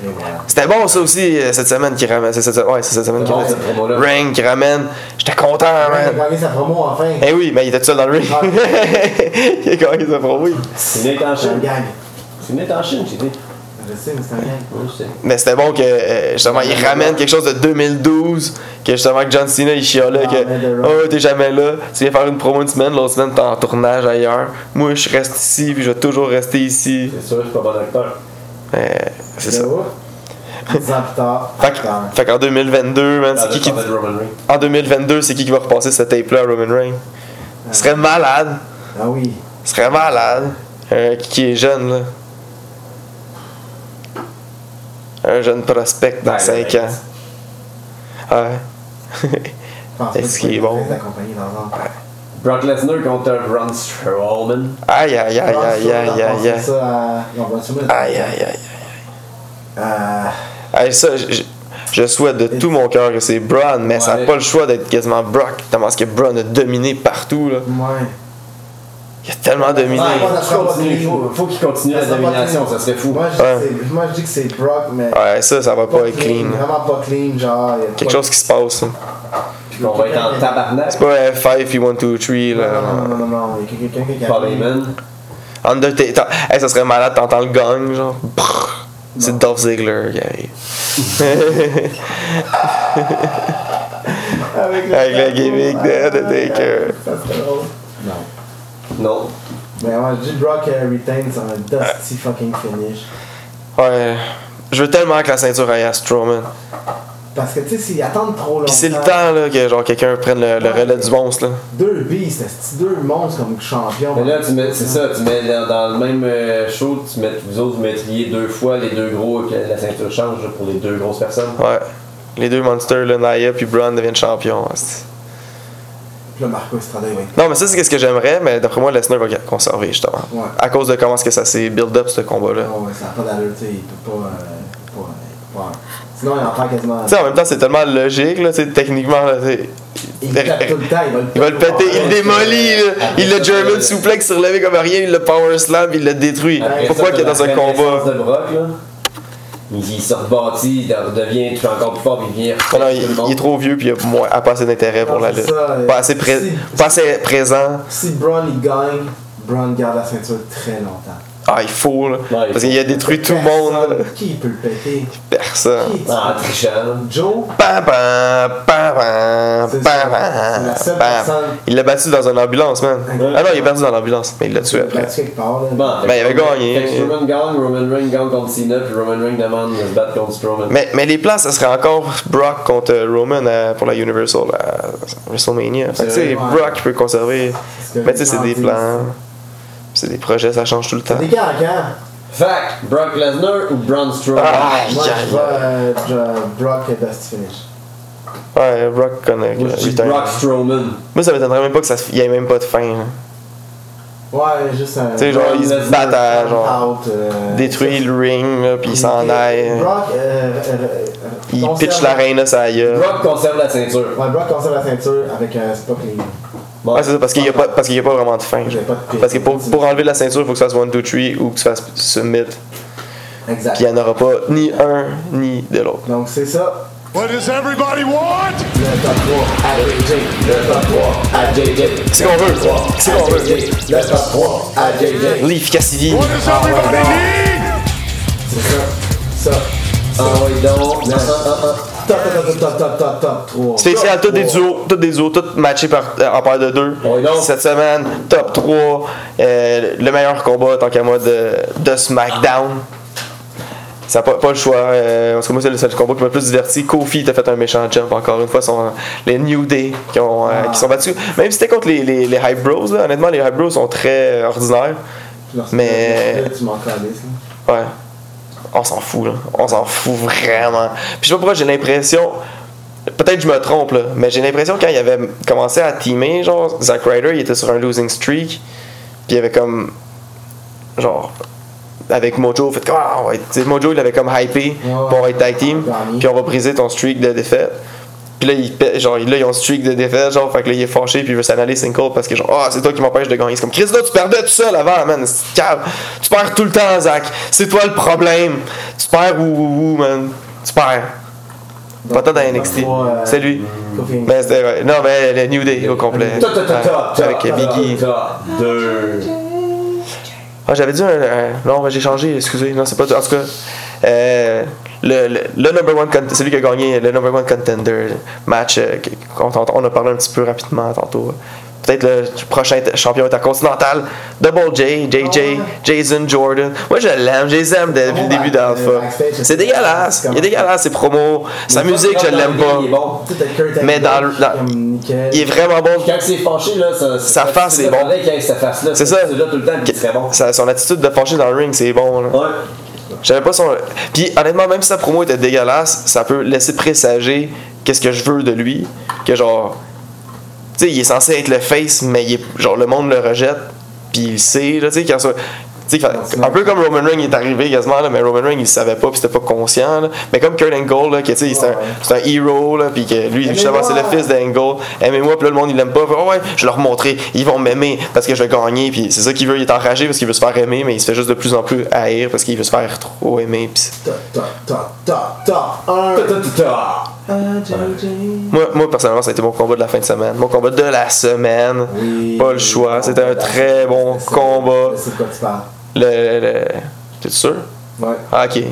Speaker 1: Et voilà.
Speaker 3: C'était bon ça aussi euh, cette semaine qui ramène. C'est cette, ouais, c'est cette semaine qui
Speaker 2: Bon,
Speaker 3: ramène.
Speaker 2: cette promo-là.
Speaker 3: Rain qui ramène. J'étais
Speaker 1: Il
Speaker 3: content,
Speaker 1: a
Speaker 3: Ah, man.
Speaker 1: gagné sa promo enfin.
Speaker 3: Eh oui, mais il était tout seul dans le ring.
Speaker 1: Ah.
Speaker 3: (laughs) il a gagné sa promo. oui.
Speaker 2: Cena est en
Speaker 1: C'est un
Speaker 2: Chine.
Speaker 1: gang.
Speaker 2: Cena est en Chine, j'ai dit.
Speaker 1: Je sais, mais c'est un gang.
Speaker 2: Oui, je sais.
Speaker 3: Mais c'était bon que euh, justement il ramène quelque chose de 2012, que justement que John Cena il chialait
Speaker 1: Ah, mais The
Speaker 3: que
Speaker 1: Rock.
Speaker 3: oh t'es jamais là, tu viens faire une promo une semaine, l'autre semaine t'es en tournage ailleurs. Moi je reste ici puis je vais toujours rester ici.
Speaker 2: C'est sûr, je suis pas bon acteur.
Speaker 3: Euh, c'est ça.
Speaker 1: Le haut, 10 ans plus tard.
Speaker 3: Fait que-
Speaker 1: putain.
Speaker 3: Fait qu'en 2022, man, Ah, c'est qui qui
Speaker 2: Ah, de Roman Reigns.
Speaker 3: en 2022 c'est qui qui va repasser cette tape là à Roman Reigns? Ce serait malade,
Speaker 1: Ah oui.
Speaker 3: ce serait malade. Euh, qui qui est jeune là? Un jeune prospect dans
Speaker 2: Ouais,
Speaker 3: 5
Speaker 2: Ben, ouais.
Speaker 3: ans. Ouais. (laughs)
Speaker 1: Je pense
Speaker 3: Est-ce qu'il est bon?
Speaker 1: accompagné dans l'ensemble.
Speaker 2: Brock Lesnar contre Braun Strowman.
Speaker 3: Aïe aïe aïe aïe aïe aïe aïe.
Speaker 1: Ça, euh, on va assumer le-
Speaker 3: Aïe aïe aïe aïe.
Speaker 1: Euh,
Speaker 3: Aïe, ça, je, je- je souhaite de tout mon cœur que c'est Braun, mais ça n'a
Speaker 2: Ouais.
Speaker 3: pas le choix d'être quasiment Brock, tellement que Braun a dominé partout. Là.
Speaker 1: Ouais.
Speaker 3: Ah, Il a tellement dominé.
Speaker 1: Ouais.
Speaker 2: Il Ah, faut continuer, faut- faut qu'il continue la
Speaker 1: Ça sera pas
Speaker 2: domination,
Speaker 1: clean.
Speaker 2: ça serait fou.
Speaker 1: Moi, je dis
Speaker 3: Ouais.
Speaker 1: que c'est- moi, je dis que c'est Brock, mais.
Speaker 3: Ouais, ça, ça va pas être clean. là.
Speaker 1: Vraiment pas clean, genre. y a
Speaker 3: Quelque
Speaker 1: pas-
Speaker 3: chose qui se passe. là.
Speaker 2: Puis qu'on va être en tabarnak.
Speaker 3: C'est pas F5 puis 1, 2, 3.
Speaker 1: Non, non,
Speaker 3: Là.
Speaker 1: non, non, non, il y a quelqu'un qui a.
Speaker 2: Paul Heyman.
Speaker 3: Undertaker. Hey, ça serait malade, t'entends le gong, genre. Brrr. C'est Dolph Ziggler qui arrive.
Speaker 1: Avec
Speaker 3: Avec la gimmick de Undertaker.
Speaker 1: Ça serait drôle. Non.
Speaker 2: Non.
Speaker 1: Mais moi, je dis Brock euh, retain son dusty fucking finish.
Speaker 3: Ouais. Je veux tellement que la ceinture aille à Strowman.
Speaker 1: Parce que, tu sais, s'ils attendent trop longtemps.
Speaker 3: Pis c'est le temps là, que genre quelqu'un prenne le, le relais du monstre là.
Speaker 1: Deux beasts, c'est deux monstres comme champions.
Speaker 2: Mais là, tu mets, c'est ça, tu mets dans, dans le même euh, show, tu mets, vous autres, vous mettriez deux fois les deux gros, que la ceinture change là, pour les deux grosses personnes.
Speaker 3: Ouais. Les deux monsters, là, Naya puis Braun deviennent champions. hein, c'est-
Speaker 1: Puis là, Marco Estrada, il va être.
Speaker 3: Non, mais ça, c'est ce que j'aimerais, mais d'après moi, Lesnar va conserver, justement.
Speaker 1: Ouais.
Speaker 3: À cause de comment est-ce que ça s'est build up, ce combat-là.
Speaker 1: Non, ouais, ça n'a pas d'allure, tu sais, il peut pas. euh, il peut pas, il peut pas- Sinon, il en prend quasiment.
Speaker 3: Tu sais, en même temps, c'est tellement logique, là, tu sais, techniquement, là, tu
Speaker 1: Il le tape tout le temps, il va le
Speaker 3: Il va le péter, il le démolit, là. il le German suplex relevé comme rien, il le power slam, il le détruit.
Speaker 2: Après
Speaker 3: Pourquoi
Speaker 2: ça,
Speaker 3: qu'il est dans
Speaker 2: t'as
Speaker 3: un
Speaker 2: la
Speaker 3: combat
Speaker 2: renaissance de Brock, là, il, il se rebâtit, il devient il est encore plus fort, puis il vient.
Speaker 3: Ah Non, non, il, il est trop vieux puis il a, moins- a pas assez d'intérêt pour
Speaker 1: Non,
Speaker 3: la
Speaker 1: c'est
Speaker 3: lutte.
Speaker 1: ça,
Speaker 3: Pas assez, pré-
Speaker 1: si-
Speaker 3: pas assez présent.
Speaker 1: Si Braun il gagne, Braun garde la ceinture très longtemps.
Speaker 3: Ah, il faut, là.
Speaker 2: il
Speaker 3: parce
Speaker 2: faut.
Speaker 3: qu'il a détruit tout le monde. Ah. là.
Speaker 1: Personne- Qui peut le péter
Speaker 3: Personne.
Speaker 1: Qui
Speaker 2: En Ah, trichant.
Speaker 1: Joe
Speaker 3: Pam, pam, pam, pam,
Speaker 1: C'est ça.
Speaker 3: pam,
Speaker 1: C'est la seule
Speaker 3: pam.
Speaker 1: personne-
Speaker 3: Il l'a battu dans une ambulance, man. Ah non, il est perdu dans l'ambulance, mais il l'a tué
Speaker 1: Là,
Speaker 3: après.
Speaker 1: tu sais quelque part, là.
Speaker 2: Bon, fait
Speaker 3: Ben, il
Speaker 2: que
Speaker 3: avait
Speaker 2: Roman-
Speaker 3: gagné.
Speaker 2: Fait que Strowman gagne, Roman Reigns gagne contre Cena, puis Roman Reigns demande de se battre contre Strowman.
Speaker 3: Mais, mais les plans, ça serait encore Brock contre euh, Roman à- pour la Universal à WrestleMania. Fait que, tu sais,
Speaker 2: C'est
Speaker 1: vrai, ouais.
Speaker 3: Brock il peut conserver.
Speaker 1: Parce que
Speaker 3: Mais tu sais, c'est des
Speaker 1: les
Speaker 3: plans. C'est des projets, ça change tout le temps.
Speaker 1: Des gars, hein?
Speaker 2: Fact, Brock Lesnar ou Braun Strowman?
Speaker 3: Ah, aïe,
Speaker 1: Moi,
Speaker 3: aïe.
Speaker 1: je vois euh, je- Brock et Dusty Finish.
Speaker 3: Ouais, Brock connaît.
Speaker 2: Moi, je dis
Speaker 3: Putain.
Speaker 2: Brock Strowman.
Speaker 3: Moi, ça m'étonnerait même pas qu'il n'y ait même pas de fin. là.
Speaker 1: Ouais, juste un.
Speaker 3: hein. Tu sais, genre,
Speaker 2: Brock
Speaker 3: ils se
Speaker 2: Lesnar,
Speaker 3: battent à genre,
Speaker 1: Out, euh,
Speaker 3: détruire le ring, là, puis ils s'en aillent.
Speaker 1: Brock, euh, euh, euh,
Speaker 3: Ils
Speaker 1: conserve-
Speaker 3: pitchent l'arène, ça gueule.
Speaker 2: Brock conserve la ceinture.
Speaker 1: Ouais, Brock conserve la ceinture avec un spot clean.
Speaker 2: Bon.
Speaker 3: Ouais, Ah, c'est ça, parce qu'il n'y a, pas- parce qu'il y a pas vraiment de fin. genre.
Speaker 1: J'ai pas de pire.
Speaker 3: Parce que pour, pour enlever la ceinture, il faut que ça fasse 1, 2, 3 ou que tu fasses submit.
Speaker 1: Exact.
Speaker 3: Puis il n'y en aura pas ni un ni de l'autre.
Speaker 1: Donc c'est ça,
Speaker 4: What does everybody want?
Speaker 1: le top 3 à JJ. Le top 3 à JJ.
Speaker 3: C'est qu'on veut. C'est qu'on veut.
Speaker 1: Le top 3 à JJ.
Speaker 3: L'efficacité.
Speaker 4: What does everybody need?
Speaker 1: C'est ça, ça.
Speaker 2: Ah ouais, donc.
Speaker 1: Le top, top, top, top, top, top, top 3.
Speaker 3: Spécial, tous
Speaker 1: Top
Speaker 3: des
Speaker 1: trois.
Speaker 3: duos, tous des duos, tous matchés par, euh, en paire de deux.
Speaker 2: Oui, donc.
Speaker 3: Cette semaine, top 3, euh, le meilleur combat tant qu'à moi de, de SmackDown. Ça a pas, pas le choix. euh, parce que moi, c'est le seul combat qui m'a le plus diverti. Kofi t'a fait un méchant jump encore une fois. Sont, euh, les New Day qui, ont, euh, qui sont battus. Même si c'était contre les, les, les Hype Bros, là, honnêtement, les Hype Bros sont très euh, ordinaires. Mais-
Speaker 1: Tu m'en calisses, là.
Speaker 3: Ouais. On s'en fout, là. On s'en fout vraiment. Puis je sais pas pourquoi j'ai l'impression. Peut-être que je me trompe, là, mais j'ai l'impression quand il avait commencé à teamer, genre, Zack Ryder, il était sur un losing streak. Puis il avait comme. Genre. Avec Mojo, fait comme. Ah, ouais. Tu sais, Mojo, il avait comme hypé
Speaker 1: Ouais, ouais.
Speaker 3: pour être tag team.
Speaker 1: Gagné.
Speaker 3: Puis on va briser ton streak de défaite. Puis là, il, pète- genre, là, ils ont un streak de défaite, genre, fait que là, il est fâché, puis il veut s'en aller single parce que, genre, ah, c'est toi qui m'empêche de gagner. C'est comme, Chris, là, tu perdais tout seul avant, man. C'est cave. Tu perds tout le temps, Zach. C'est toi le problème. Tu perds ou, ou, ou, man. Tu perds. Pas tant dans
Speaker 1: top
Speaker 3: NXT.
Speaker 1: trois, euh,
Speaker 3: C'est lui.
Speaker 1: Kofi.
Speaker 3: Mais c'était, ouais. Non, mais le New Day au complet. Ouais, Avec Biggie.
Speaker 2: Deux.
Speaker 3: Ah, j'avais dit un, un- Non, mais j'ai changé, excusez. Non, c'est pas. En tout cas, euh, le, le, le number one cont- celui qui a gagné le number one contender match, euh, qui- qu'on- on, on a parlé un petit peu rapidement tantôt. Peut-être le prochain t- champion intercontinental, Double J, JJ,
Speaker 1: Ah ouais.
Speaker 3: Jason Jordan. Moi, je l'aime, je les aime depuis le
Speaker 1: bon
Speaker 3: début
Speaker 1: back-
Speaker 3: d'Alpha.
Speaker 1: euh, backstage,
Speaker 3: C'est
Speaker 1: c'est-
Speaker 3: dégueulasse,
Speaker 1: c'est
Speaker 3: il est dégueulasse ses promos, sa musique, je l'aime pas.
Speaker 2: Il est bon.
Speaker 1: Tu sais, t'as Kurt
Speaker 3: Mais
Speaker 1: Angle,
Speaker 3: dans le- dans-
Speaker 1: comme nickel.
Speaker 3: Il est vraiment bon.
Speaker 2: Quand c'est fâché, là, ça,
Speaker 3: Sa face est bon.
Speaker 2: sa face là.
Speaker 3: C'est ça.
Speaker 2: là tout le temps, puis c'est bon.
Speaker 3: Sa- Son attitude de pencher dans le ring, c'est bon. là.
Speaker 2: Ouais.
Speaker 3: J'avais pas son. Puis honnêtement, même si sa promo était dégueulasse, ça peut laisser présager qu'est-ce que je veux de lui. Que genre. Tu sais, il est censé être le face, mais il est- genre le monde le rejette. Puis il le sait, là, tu sais, quand ça. tu sais, quand- un peu comme Roman Reigns il est arrivé quasiment, là, mais Roman Reigns il le savait pas, puis c'était pas conscient. là. Mais comme Kurt Angle, là, que, tu sais, c'est un, c'est un hero, là, puis que lui, justement, c'est le fils d'Angle. Aimez-moi, puis là, le monde il l'aime pas. Fait, Oh ouais, je vais leur montrer, ils vont m'aimer parce que je vais gagner. Puis c'est ça qu'il veut, il est enragé parce qu'il veut se faire aimer, mais il se fait juste de plus en plus haïr parce qu'il veut se faire trop aimer. puis c'est-
Speaker 1: Top, top, top, top, top. Un. Un, JJ.
Speaker 3: Moi, moi, personnellement, ça a été mon combat de la fin de semaine. Mon combat de la semaine.
Speaker 1: Oui.
Speaker 3: Pas le choix. C'était un très bon
Speaker 1: C'est ça.
Speaker 3: combat.
Speaker 1: Je sais de quoi tu parles.
Speaker 3: Le. le... T'es sûr?
Speaker 1: Ouais.
Speaker 3: Ah, ok.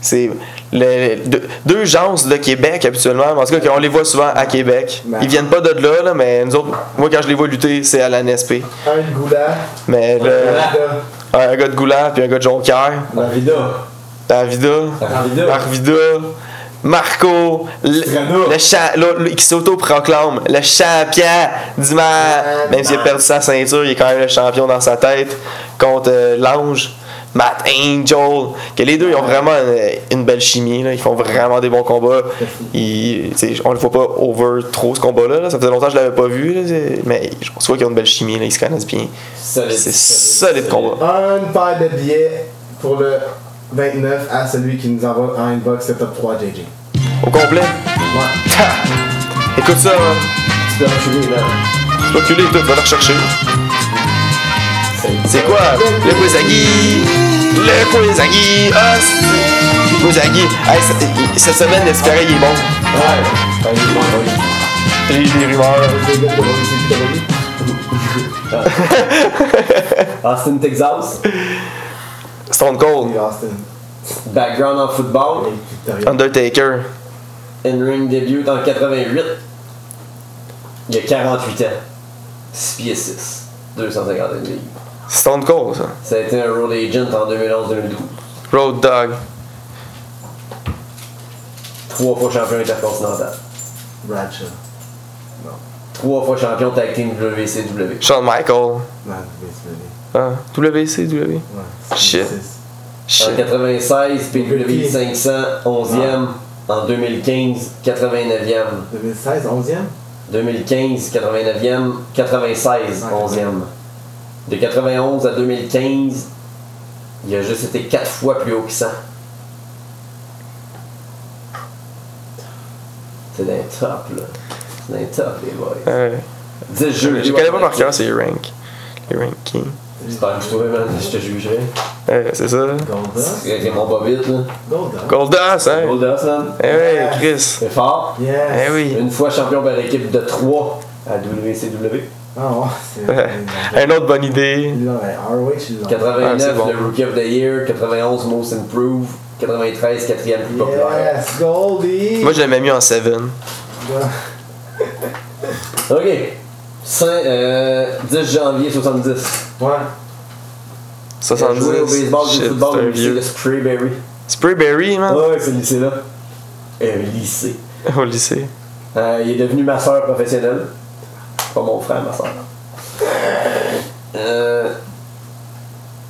Speaker 3: C'est. le- deux, deux gens de Québec habituellement, en tout cas on les voit souvent à Québec.
Speaker 1: Ben.
Speaker 3: Ils viennent pas de là, là, mais nous autres, moi quand je les vois lutter, c'est à la NSP.
Speaker 1: Un de Gouda.
Speaker 3: Mais le-
Speaker 1: un de-
Speaker 3: un gars de Goulard puis un gars de Jonquière,
Speaker 2: La vida.
Speaker 3: Davida,
Speaker 2: La vida.
Speaker 3: Arvida, Marco, le,
Speaker 2: Cyrano.
Speaker 3: le cha- l'autre- lui qui s'auto-proclame le champion du match. Même s'il a perdu sa ceinture, il est quand même le champion dans sa tête contre euh, l'ange. Matt Angel, que les deux ils ont vraiment une, une belle chimie, là. ils font vraiment des bons combats. Ils- tu sais, on le voit pas over trop ce combat-là, là. ça faisait longtemps que je l'avais pas vu, là, c'est- mais je conçois qu'ils ont une belle chimie, là. ils se connaissent bien.
Speaker 2: Solide.
Speaker 3: C'est solide combat.
Speaker 1: Un paire de billets pour le 29 à celui qui nous envoie un inbox, c'est top 3 JJ.
Speaker 3: Au complet.
Speaker 1: Ouais.
Speaker 3: Ha! Écoute ça, hein.
Speaker 2: Tu peux reculer, là.
Speaker 3: Tu vas culer, toi, va le rechercher.
Speaker 2: C'est-
Speaker 3: C'est quoi? Le Kozagi! Le Kozagi! Ah, c'est- Kozagi! Hey, c- cette semaine, l'espéré, il est bon.
Speaker 2: Ouais. T'as eu le bon, oui.
Speaker 3: J'ai eu des rumeurs.
Speaker 1: Les gars de WCW.
Speaker 2: Austin, Texas.
Speaker 3: Stone
Speaker 1: Steve
Speaker 3: Cold,
Speaker 1: Austin.
Speaker 2: Background en football.
Speaker 1: Victoria.
Speaker 3: Undertaker.
Speaker 2: In-ring debut en 88. Il a 48 ans. 6 pieds 6. 251 livres.
Speaker 3: Stone Cold, ça.
Speaker 2: Ça a été un road agent en 2011-2012.
Speaker 3: Road Dog.
Speaker 2: Trois fois champion intercontinental.
Speaker 1: Bradshaw.
Speaker 2: Trois fois champion tag team WCW.
Speaker 3: Shawn Michael.
Speaker 1: Non, WCW.
Speaker 3: Ah, WCW.
Speaker 1: Ouais.
Speaker 3: Shit.
Speaker 2: En
Speaker 3: Shit.
Speaker 2: 96, PW
Speaker 1: Pied.
Speaker 2: 500, 11e. En 2015, 89e.
Speaker 1: 2016, 11e
Speaker 2: 2015, 89e. 96, 11e. De 91 à 2015, il a juste été 4 fois plus haut que 100. C'est d'un top, là. C'est d'un top, les boys.
Speaker 3: Euh,
Speaker 2: 10
Speaker 3: je
Speaker 2: jeux.
Speaker 3: je connais pas hein. par cœur ces ranks. Les rankings.
Speaker 2: J'espère que je trouvais, man, je te jugerai.
Speaker 3: Euh, c'est ça.
Speaker 1: Goldust.
Speaker 2: Raymond Bobbitt, là.
Speaker 1: Goldust.
Speaker 3: Goldas, hein?
Speaker 2: Goldos, man.
Speaker 3: Eh ouais, Chris.
Speaker 2: C'est fort.
Speaker 3: Eh
Speaker 1: Yes.
Speaker 3: oui.
Speaker 2: Une fois champion par équipe de 3 à WCW.
Speaker 1: Ah ouais, c'est.
Speaker 3: (laughs) Une autre bonne idée.
Speaker 1: Il l'a, ouais, ROH, il l'a.
Speaker 2: 89,
Speaker 3: Ah, c'est bon.
Speaker 2: le Rookie of the Year. 91, Most Improved. 93, quatrième plus populaire.
Speaker 1: Yes, Goldie.
Speaker 3: Moi, je l'avais mis en 7.
Speaker 2: Ok. Cin- euh, 10 janvier 70.
Speaker 1: Ouais.
Speaker 2: Il a joué au
Speaker 3: 70.
Speaker 2: baseball,
Speaker 3: Shit,
Speaker 2: du football
Speaker 3: c'est
Speaker 2: au
Speaker 3: un
Speaker 2: lycée de
Speaker 3: vieux.
Speaker 2: Sprayberry.
Speaker 3: Sprayberry, man.
Speaker 2: Ouais, ouais, ce lycée-là. Un lycée.
Speaker 3: (laughs) Au lycée.
Speaker 2: Euh, il est devenu ma soeur professionnelle. Pas mon frère, ma soeur. Euh,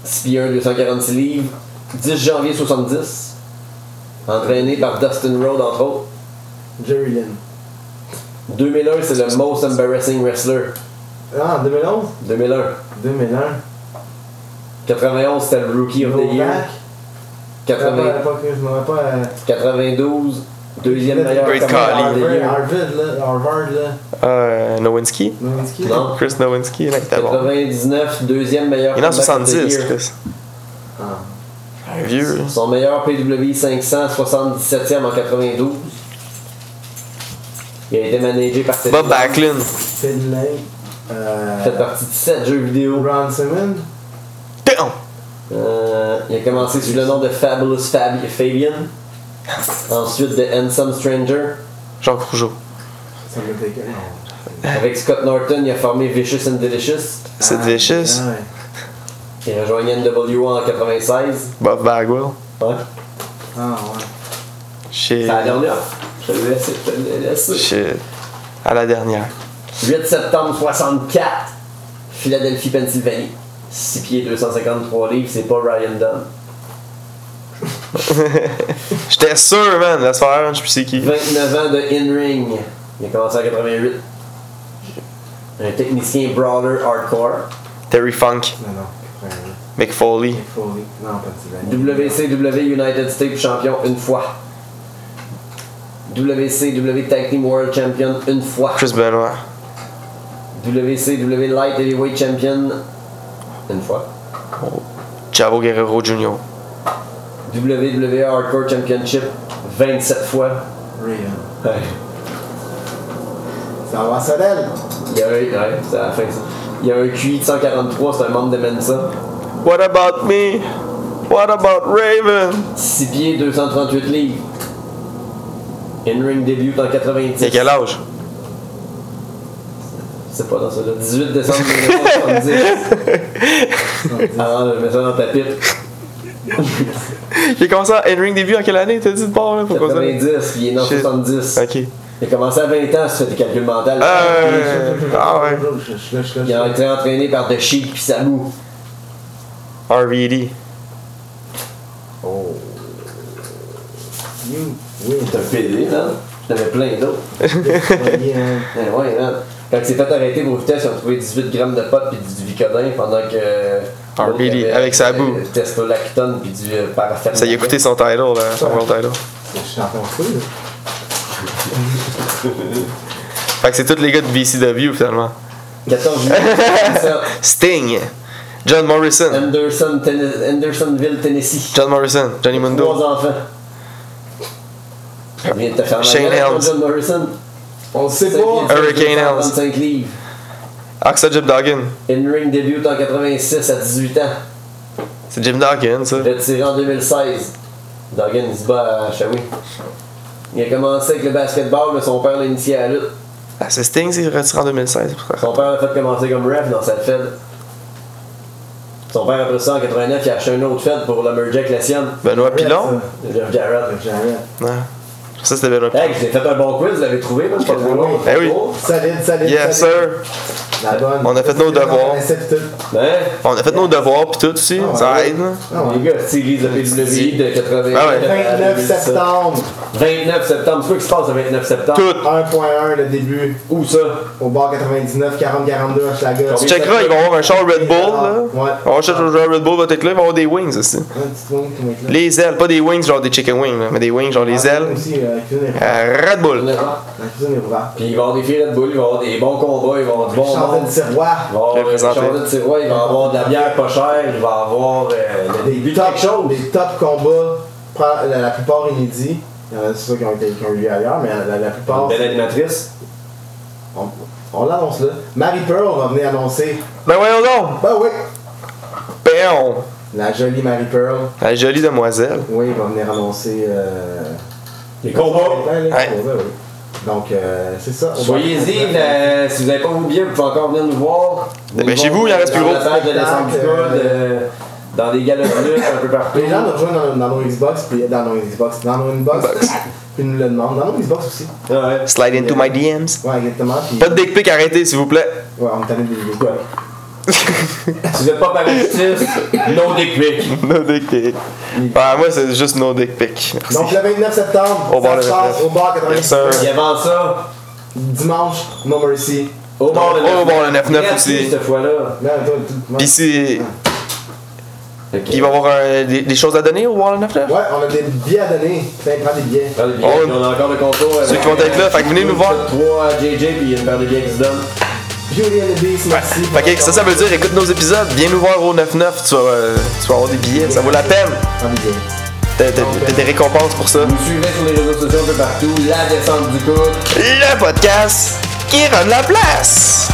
Speaker 2: 6 pieds 1, 246 livres. 10 janvier 70. Entraîné par Dustin Rhodes, entre autres.
Speaker 1: Jerry Lynn.
Speaker 2: 2001, c'est le most embarrassing wrestler.
Speaker 1: Ah, 2011
Speaker 2: 2001.
Speaker 1: 2001.
Speaker 2: 91, c'était le rookie of the year.
Speaker 1: Novak.
Speaker 2: 80
Speaker 1: Ah, pas que je m'aurais pas. euh,
Speaker 2: 92, deuxième meilleur
Speaker 3: Great
Speaker 2: combattant
Speaker 3: Khali.
Speaker 2: of the
Speaker 1: Harvard,
Speaker 2: year.
Speaker 1: Harvard, là, Harvard, là.
Speaker 3: Euh, Nowinski.
Speaker 1: Nowinski.
Speaker 2: Non.
Speaker 3: Chris Nowinski, là, qui était bon.
Speaker 2: 99, deuxième meilleur
Speaker 3: Il est en
Speaker 2: combattant of the
Speaker 3: 70,
Speaker 2: year.
Speaker 3: Chris.
Speaker 1: Ah.
Speaker 3: Un vieux, là.
Speaker 2: Son meilleur PW 500, 77e en 92. Il a été managé par Ted
Speaker 3: Bob
Speaker 2: Lynch.
Speaker 3: Backlund.
Speaker 1: Finlay.
Speaker 2: fait
Speaker 1: Euh,
Speaker 2: partie de 7 jeux vidéo.
Speaker 1: Ron Simmons.
Speaker 3: Damn!
Speaker 2: Euh, il a commencé sous le nom de Fabulous Fab- Fabian. Ensuite de Handsome Stranger.
Speaker 3: Jean Courgeot.
Speaker 1: Ça me dégueule.
Speaker 2: Avec Scott Norton, il a formé Vicious and Delicious.
Speaker 3: C'est delicious.
Speaker 1: Ah, Ouais.
Speaker 2: Il a rejoint NWA en 96.
Speaker 3: Bob Bagwell.
Speaker 2: Ouais.
Speaker 1: Ah, ouais.
Speaker 3: Shit.
Speaker 2: C'est la dernière. Je te le laisse, je te le laisse.
Speaker 3: Shit. À la dernière.
Speaker 2: 8 septembre 64, Philadelphie, Pennsylvanie. 6 pieds 253 livres, c'est pas Ryan Dunn.
Speaker 3: J'étais sûr, man, la soirée, je sais qui.
Speaker 2: 29 ans de in-ring. Il a commencé en 88. Un technicien brawler hardcore.
Speaker 3: Terry Funk.
Speaker 1: Non, non. Après,
Speaker 3: Mick Foley.
Speaker 1: Nick Foley. Non, pas de
Speaker 2: WCW United States champion une fois. WCW Tag Team World Champion une fois.
Speaker 3: Chris Benoit.
Speaker 2: WCW Light Heavyweight Champion une fois.
Speaker 3: Chavo Guerrero Jr.
Speaker 2: WWE E Hardcore Championship 27 fois. (laughs)
Speaker 1: Raven. Ça va, Sadel.
Speaker 2: Il y a un, ouais, c'est à la fin, ça. Il y a un QI de 143, c'est un membre de Mensa.
Speaker 3: What about me? What about Raven?
Speaker 2: 6 pieds, 238 livres. In-ring début en 90.
Speaker 3: T'as quel âge?
Speaker 2: C'est pas dans ça, là. 18 décembre
Speaker 3: (laughs)
Speaker 2: 1970. Ah non, je mets ça dans ta pipe.
Speaker 3: J'ai commencé à ring début en quelle année? T'as dit de bord, là? Pourquoi ça?
Speaker 2: 90, puis il est né en
Speaker 3: Shit.
Speaker 2: 70.
Speaker 3: Ok.
Speaker 2: Il a commencé à 20 ans, si tu fais des calculs mentaux.
Speaker 3: Euh, ah ouais.
Speaker 1: Je- je- je- je-
Speaker 2: Il a été entraîné par The Sheik puis Sabu.
Speaker 3: RVD.
Speaker 1: You
Speaker 2: (laughs)
Speaker 1: win.
Speaker 2: T'as pédé, là. J'en avais plein d'autres.
Speaker 1: Yeah.
Speaker 2: Eh ouais, man. Quand il s'est fait arrêter pour vitesse, ils ont trouvé 18 grammes de pot puis du vicodin pendant que. euh,
Speaker 3: Ah,
Speaker 2: l'autre
Speaker 3: Billy,
Speaker 2: avait-
Speaker 3: avec sa boue.
Speaker 2: euh, Testolactone puis du euh, paraffin.
Speaker 3: Ça y a coûté son title, là, son world title.
Speaker 1: Je suis en train de fouiller, là.
Speaker 3: Fait que c'est tous les gars de VCW finalement.
Speaker 2: 14 juillet 1977,
Speaker 1: (laughs)
Speaker 3: Sting. John Morrison.
Speaker 2: Anderson, Tenne- Andersonville, Tennessee.
Speaker 3: John Morrison. Johnny Mundo.
Speaker 2: Trois enfants. Il vient de te faire mal.
Speaker 3: Shane
Speaker 2: Regarde,
Speaker 3: Helms.
Speaker 2: John Morrison.
Speaker 1: On le sait
Speaker 2: cinq livres,
Speaker 1: pas.
Speaker 3: Hurricane Helms.
Speaker 2: 25 livres.
Speaker 3: Axa Ah, Jim Duggan.
Speaker 2: In-ring débute en 86 à 18 ans.
Speaker 3: C'est Jim Duggan, ça.
Speaker 2: Retiré en 2016. Duggan se bat à Shawi. Il a commencé avec le basketball, mais son père l'a initié à la lutte.
Speaker 3: Ah, c'est Sting, c'est retiré en 2016.
Speaker 2: Son père l'a fait commencer comme ref dans cette fête. Son père, après ça, en 89, il a acheté un autre fête pour le merger avec la sienne.
Speaker 3: Benoît Pilon.
Speaker 1: Ça,
Speaker 2: Jeff Jarrett.
Speaker 1: Jarrett.
Speaker 3: Non. Ça, c'était bien repris.
Speaker 2: Hey, vous avez fait un bon quiz, vous l'avez trouvé, moi, je pense que
Speaker 1: oui.
Speaker 2: oui.
Speaker 3: Eh oui.
Speaker 1: Solide, solide.
Speaker 3: Yes,
Speaker 1: solide.
Speaker 3: sir.
Speaker 1: La bonne.
Speaker 3: On a fait nos devoirs.
Speaker 1: On a fait tout.
Speaker 2: Hein?
Speaker 3: On a fait nos devoirs pis tout aussi.
Speaker 1: Ah ouais.
Speaker 3: Ça aide, là.
Speaker 1: Ah ouais.
Speaker 2: Les gars, c'est Lise a fait du lobby de 80.
Speaker 3: Ah ouais.
Speaker 1: 29 septembre,
Speaker 2: 29 septembre, c'est quoi qui se passe le 29 septembre?
Speaker 3: Tout.
Speaker 1: 1.1 le début,
Speaker 2: Où ça?
Speaker 1: au bar 99, 40-42 Hochelaga.
Speaker 3: Tu checkeras, ils vont avoir un char Red Bull, là.
Speaker 1: Ah, Ouais. Ah,
Speaker 3: On va chercher un char Red Bull, va être là, ils vont avoir des wings aussi.
Speaker 1: Un petit peu, comment il est là.
Speaker 3: Les ailes, pas des wings genre des chicken wings, là, mais des wings genre les
Speaker 1: Ah,
Speaker 3: ailes.
Speaker 1: Aussi, euh, la cuisine est ouverte.
Speaker 3: Euh, Red Bull.
Speaker 1: La cuisine est ouverte.
Speaker 2: Puis ils vont avoir des filles Red Bull, ils vont avoir des bons combats, ils vont avoir du bon
Speaker 1: Chantal
Speaker 2: monde.
Speaker 1: de tiroir.
Speaker 2: Ils vont avoir des
Speaker 3: Représenté.
Speaker 2: chandelles de tiroir, ils vont avoir de la bière pas chère, ils vont avoir euh, le début
Speaker 1: Des
Speaker 2: de quelque
Speaker 1: top,
Speaker 2: chose.
Speaker 1: des top combats, pra- la, la plupart inédits. Euh, Il y en a ceux qui ont, été, qui ont eu lieu ailleurs, mais euh, la, la plupart.
Speaker 2: Belle animatrice.
Speaker 1: On, on l'annonce là. Marie Pearl va venir annoncer.
Speaker 3: Ben voyons donc.
Speaker 1: Ben oui!
Speaker 3: Péon.
Speaker 1: La jolie Marie Pearl,
Speaker 3: La jolie demoiselle.
Speaker 1: oui, va venir annoncer. Euh,
Speaker 2: Les combats.
Speaker 1: Ben, les
Speaker 3: Ouais.
Speaker 1: combats, oui. Donc, euh, c'est ça. On
Speaker 2: Soyez-y,
Speaker 1: va-
Speaker 2: là, si vous n'avez pas vos billets, vous pouvez encore venir nous voir.
Speaker 3: Eh Dépêchez-vous, ben, il en reste plus
Speaker 2: Dans
Speaker 3: gros.
Speaker 2: la page de descente du
Speaker 1: Spectacle,
Speaker 2: coude, euh, dans des galeries un peu partout.
Speaker 1: Les gens nous rejoignent dans, dans nos Xbox, puis dans nos Xbox, dans nos Xbox, puis nous le demandent. Dans nos Xbox aussi.
Speaker 2: Ah Ouais.
Speaker 3: Slide into my DMs.
Speaker 1: Ouais, exactement. Puis,
Speaker 3: Pas de dick pic, arrêtez s'il vous plaît. (laughs)
Speaker 1: Ouais, on est allé des Xbox.
Speaker 2: Si vous n'êtes pas
Speaker 3: (laughs)
Speaker 2: parasitiste, non des clics.
Speaker 3: No dick pic. Ben moi c'est juste no dick pic. Merci.
Speaker 1: Donc, le 29 septembre,
Speaker 3: Au bar
Speaker 1: ça
Speaker 3: le
Speaker 1: se passe
Speaker 3: 29.
Speaker 1: au bar 90.
Speaker 3: Yes, sir.
Speaker 2: Et avant ça,
Speaker 1: Dimanche, No Mercy.
Speaker 2: au bord de
Speaker 3: Oh, bon, le 9-9
Speaker 2: Merci
Speaker 3: aussi.
Speaker 2: cette fois-là.
Speaker 1: Là, toi, tout- ouais.
Speaker 3: Pis c'est.
Speaker 2: Fait que-
Speaker 3: Il va y avoir euh, des, des choses à donner au Wall 9 là?
Speaker 1: Ouais, on a des billets à donner. Fait prends des billets.
Speaker 2: Prends des Ah, billets,
Speaker 3: Oh.
Speaker 2: puis On a encore le concours.
Speaker 3: Ceux qui vont être là, fait que venez nous voir.
Speaker 2: 3 à JJ, puis il y a une paire de billets qui se donne.
Speaker 1: Beauty and the Beast, merci.
Speaker 3: Fait que ça, ça veut dire écoute nos épisodes, viens nous voir au 9-9, tu, vas, euh, tu vas avoir des billets, ça vaut la peine.
Speaker 1: Prends des billets.
Speaker 3: T'as t'as- t'as des récompenses pour ça.
Speaker 2: Vous suivez sur les réseaux sociaux un peu partout. La descente du coude.
Speaker 3: Le podcast qui rend la place.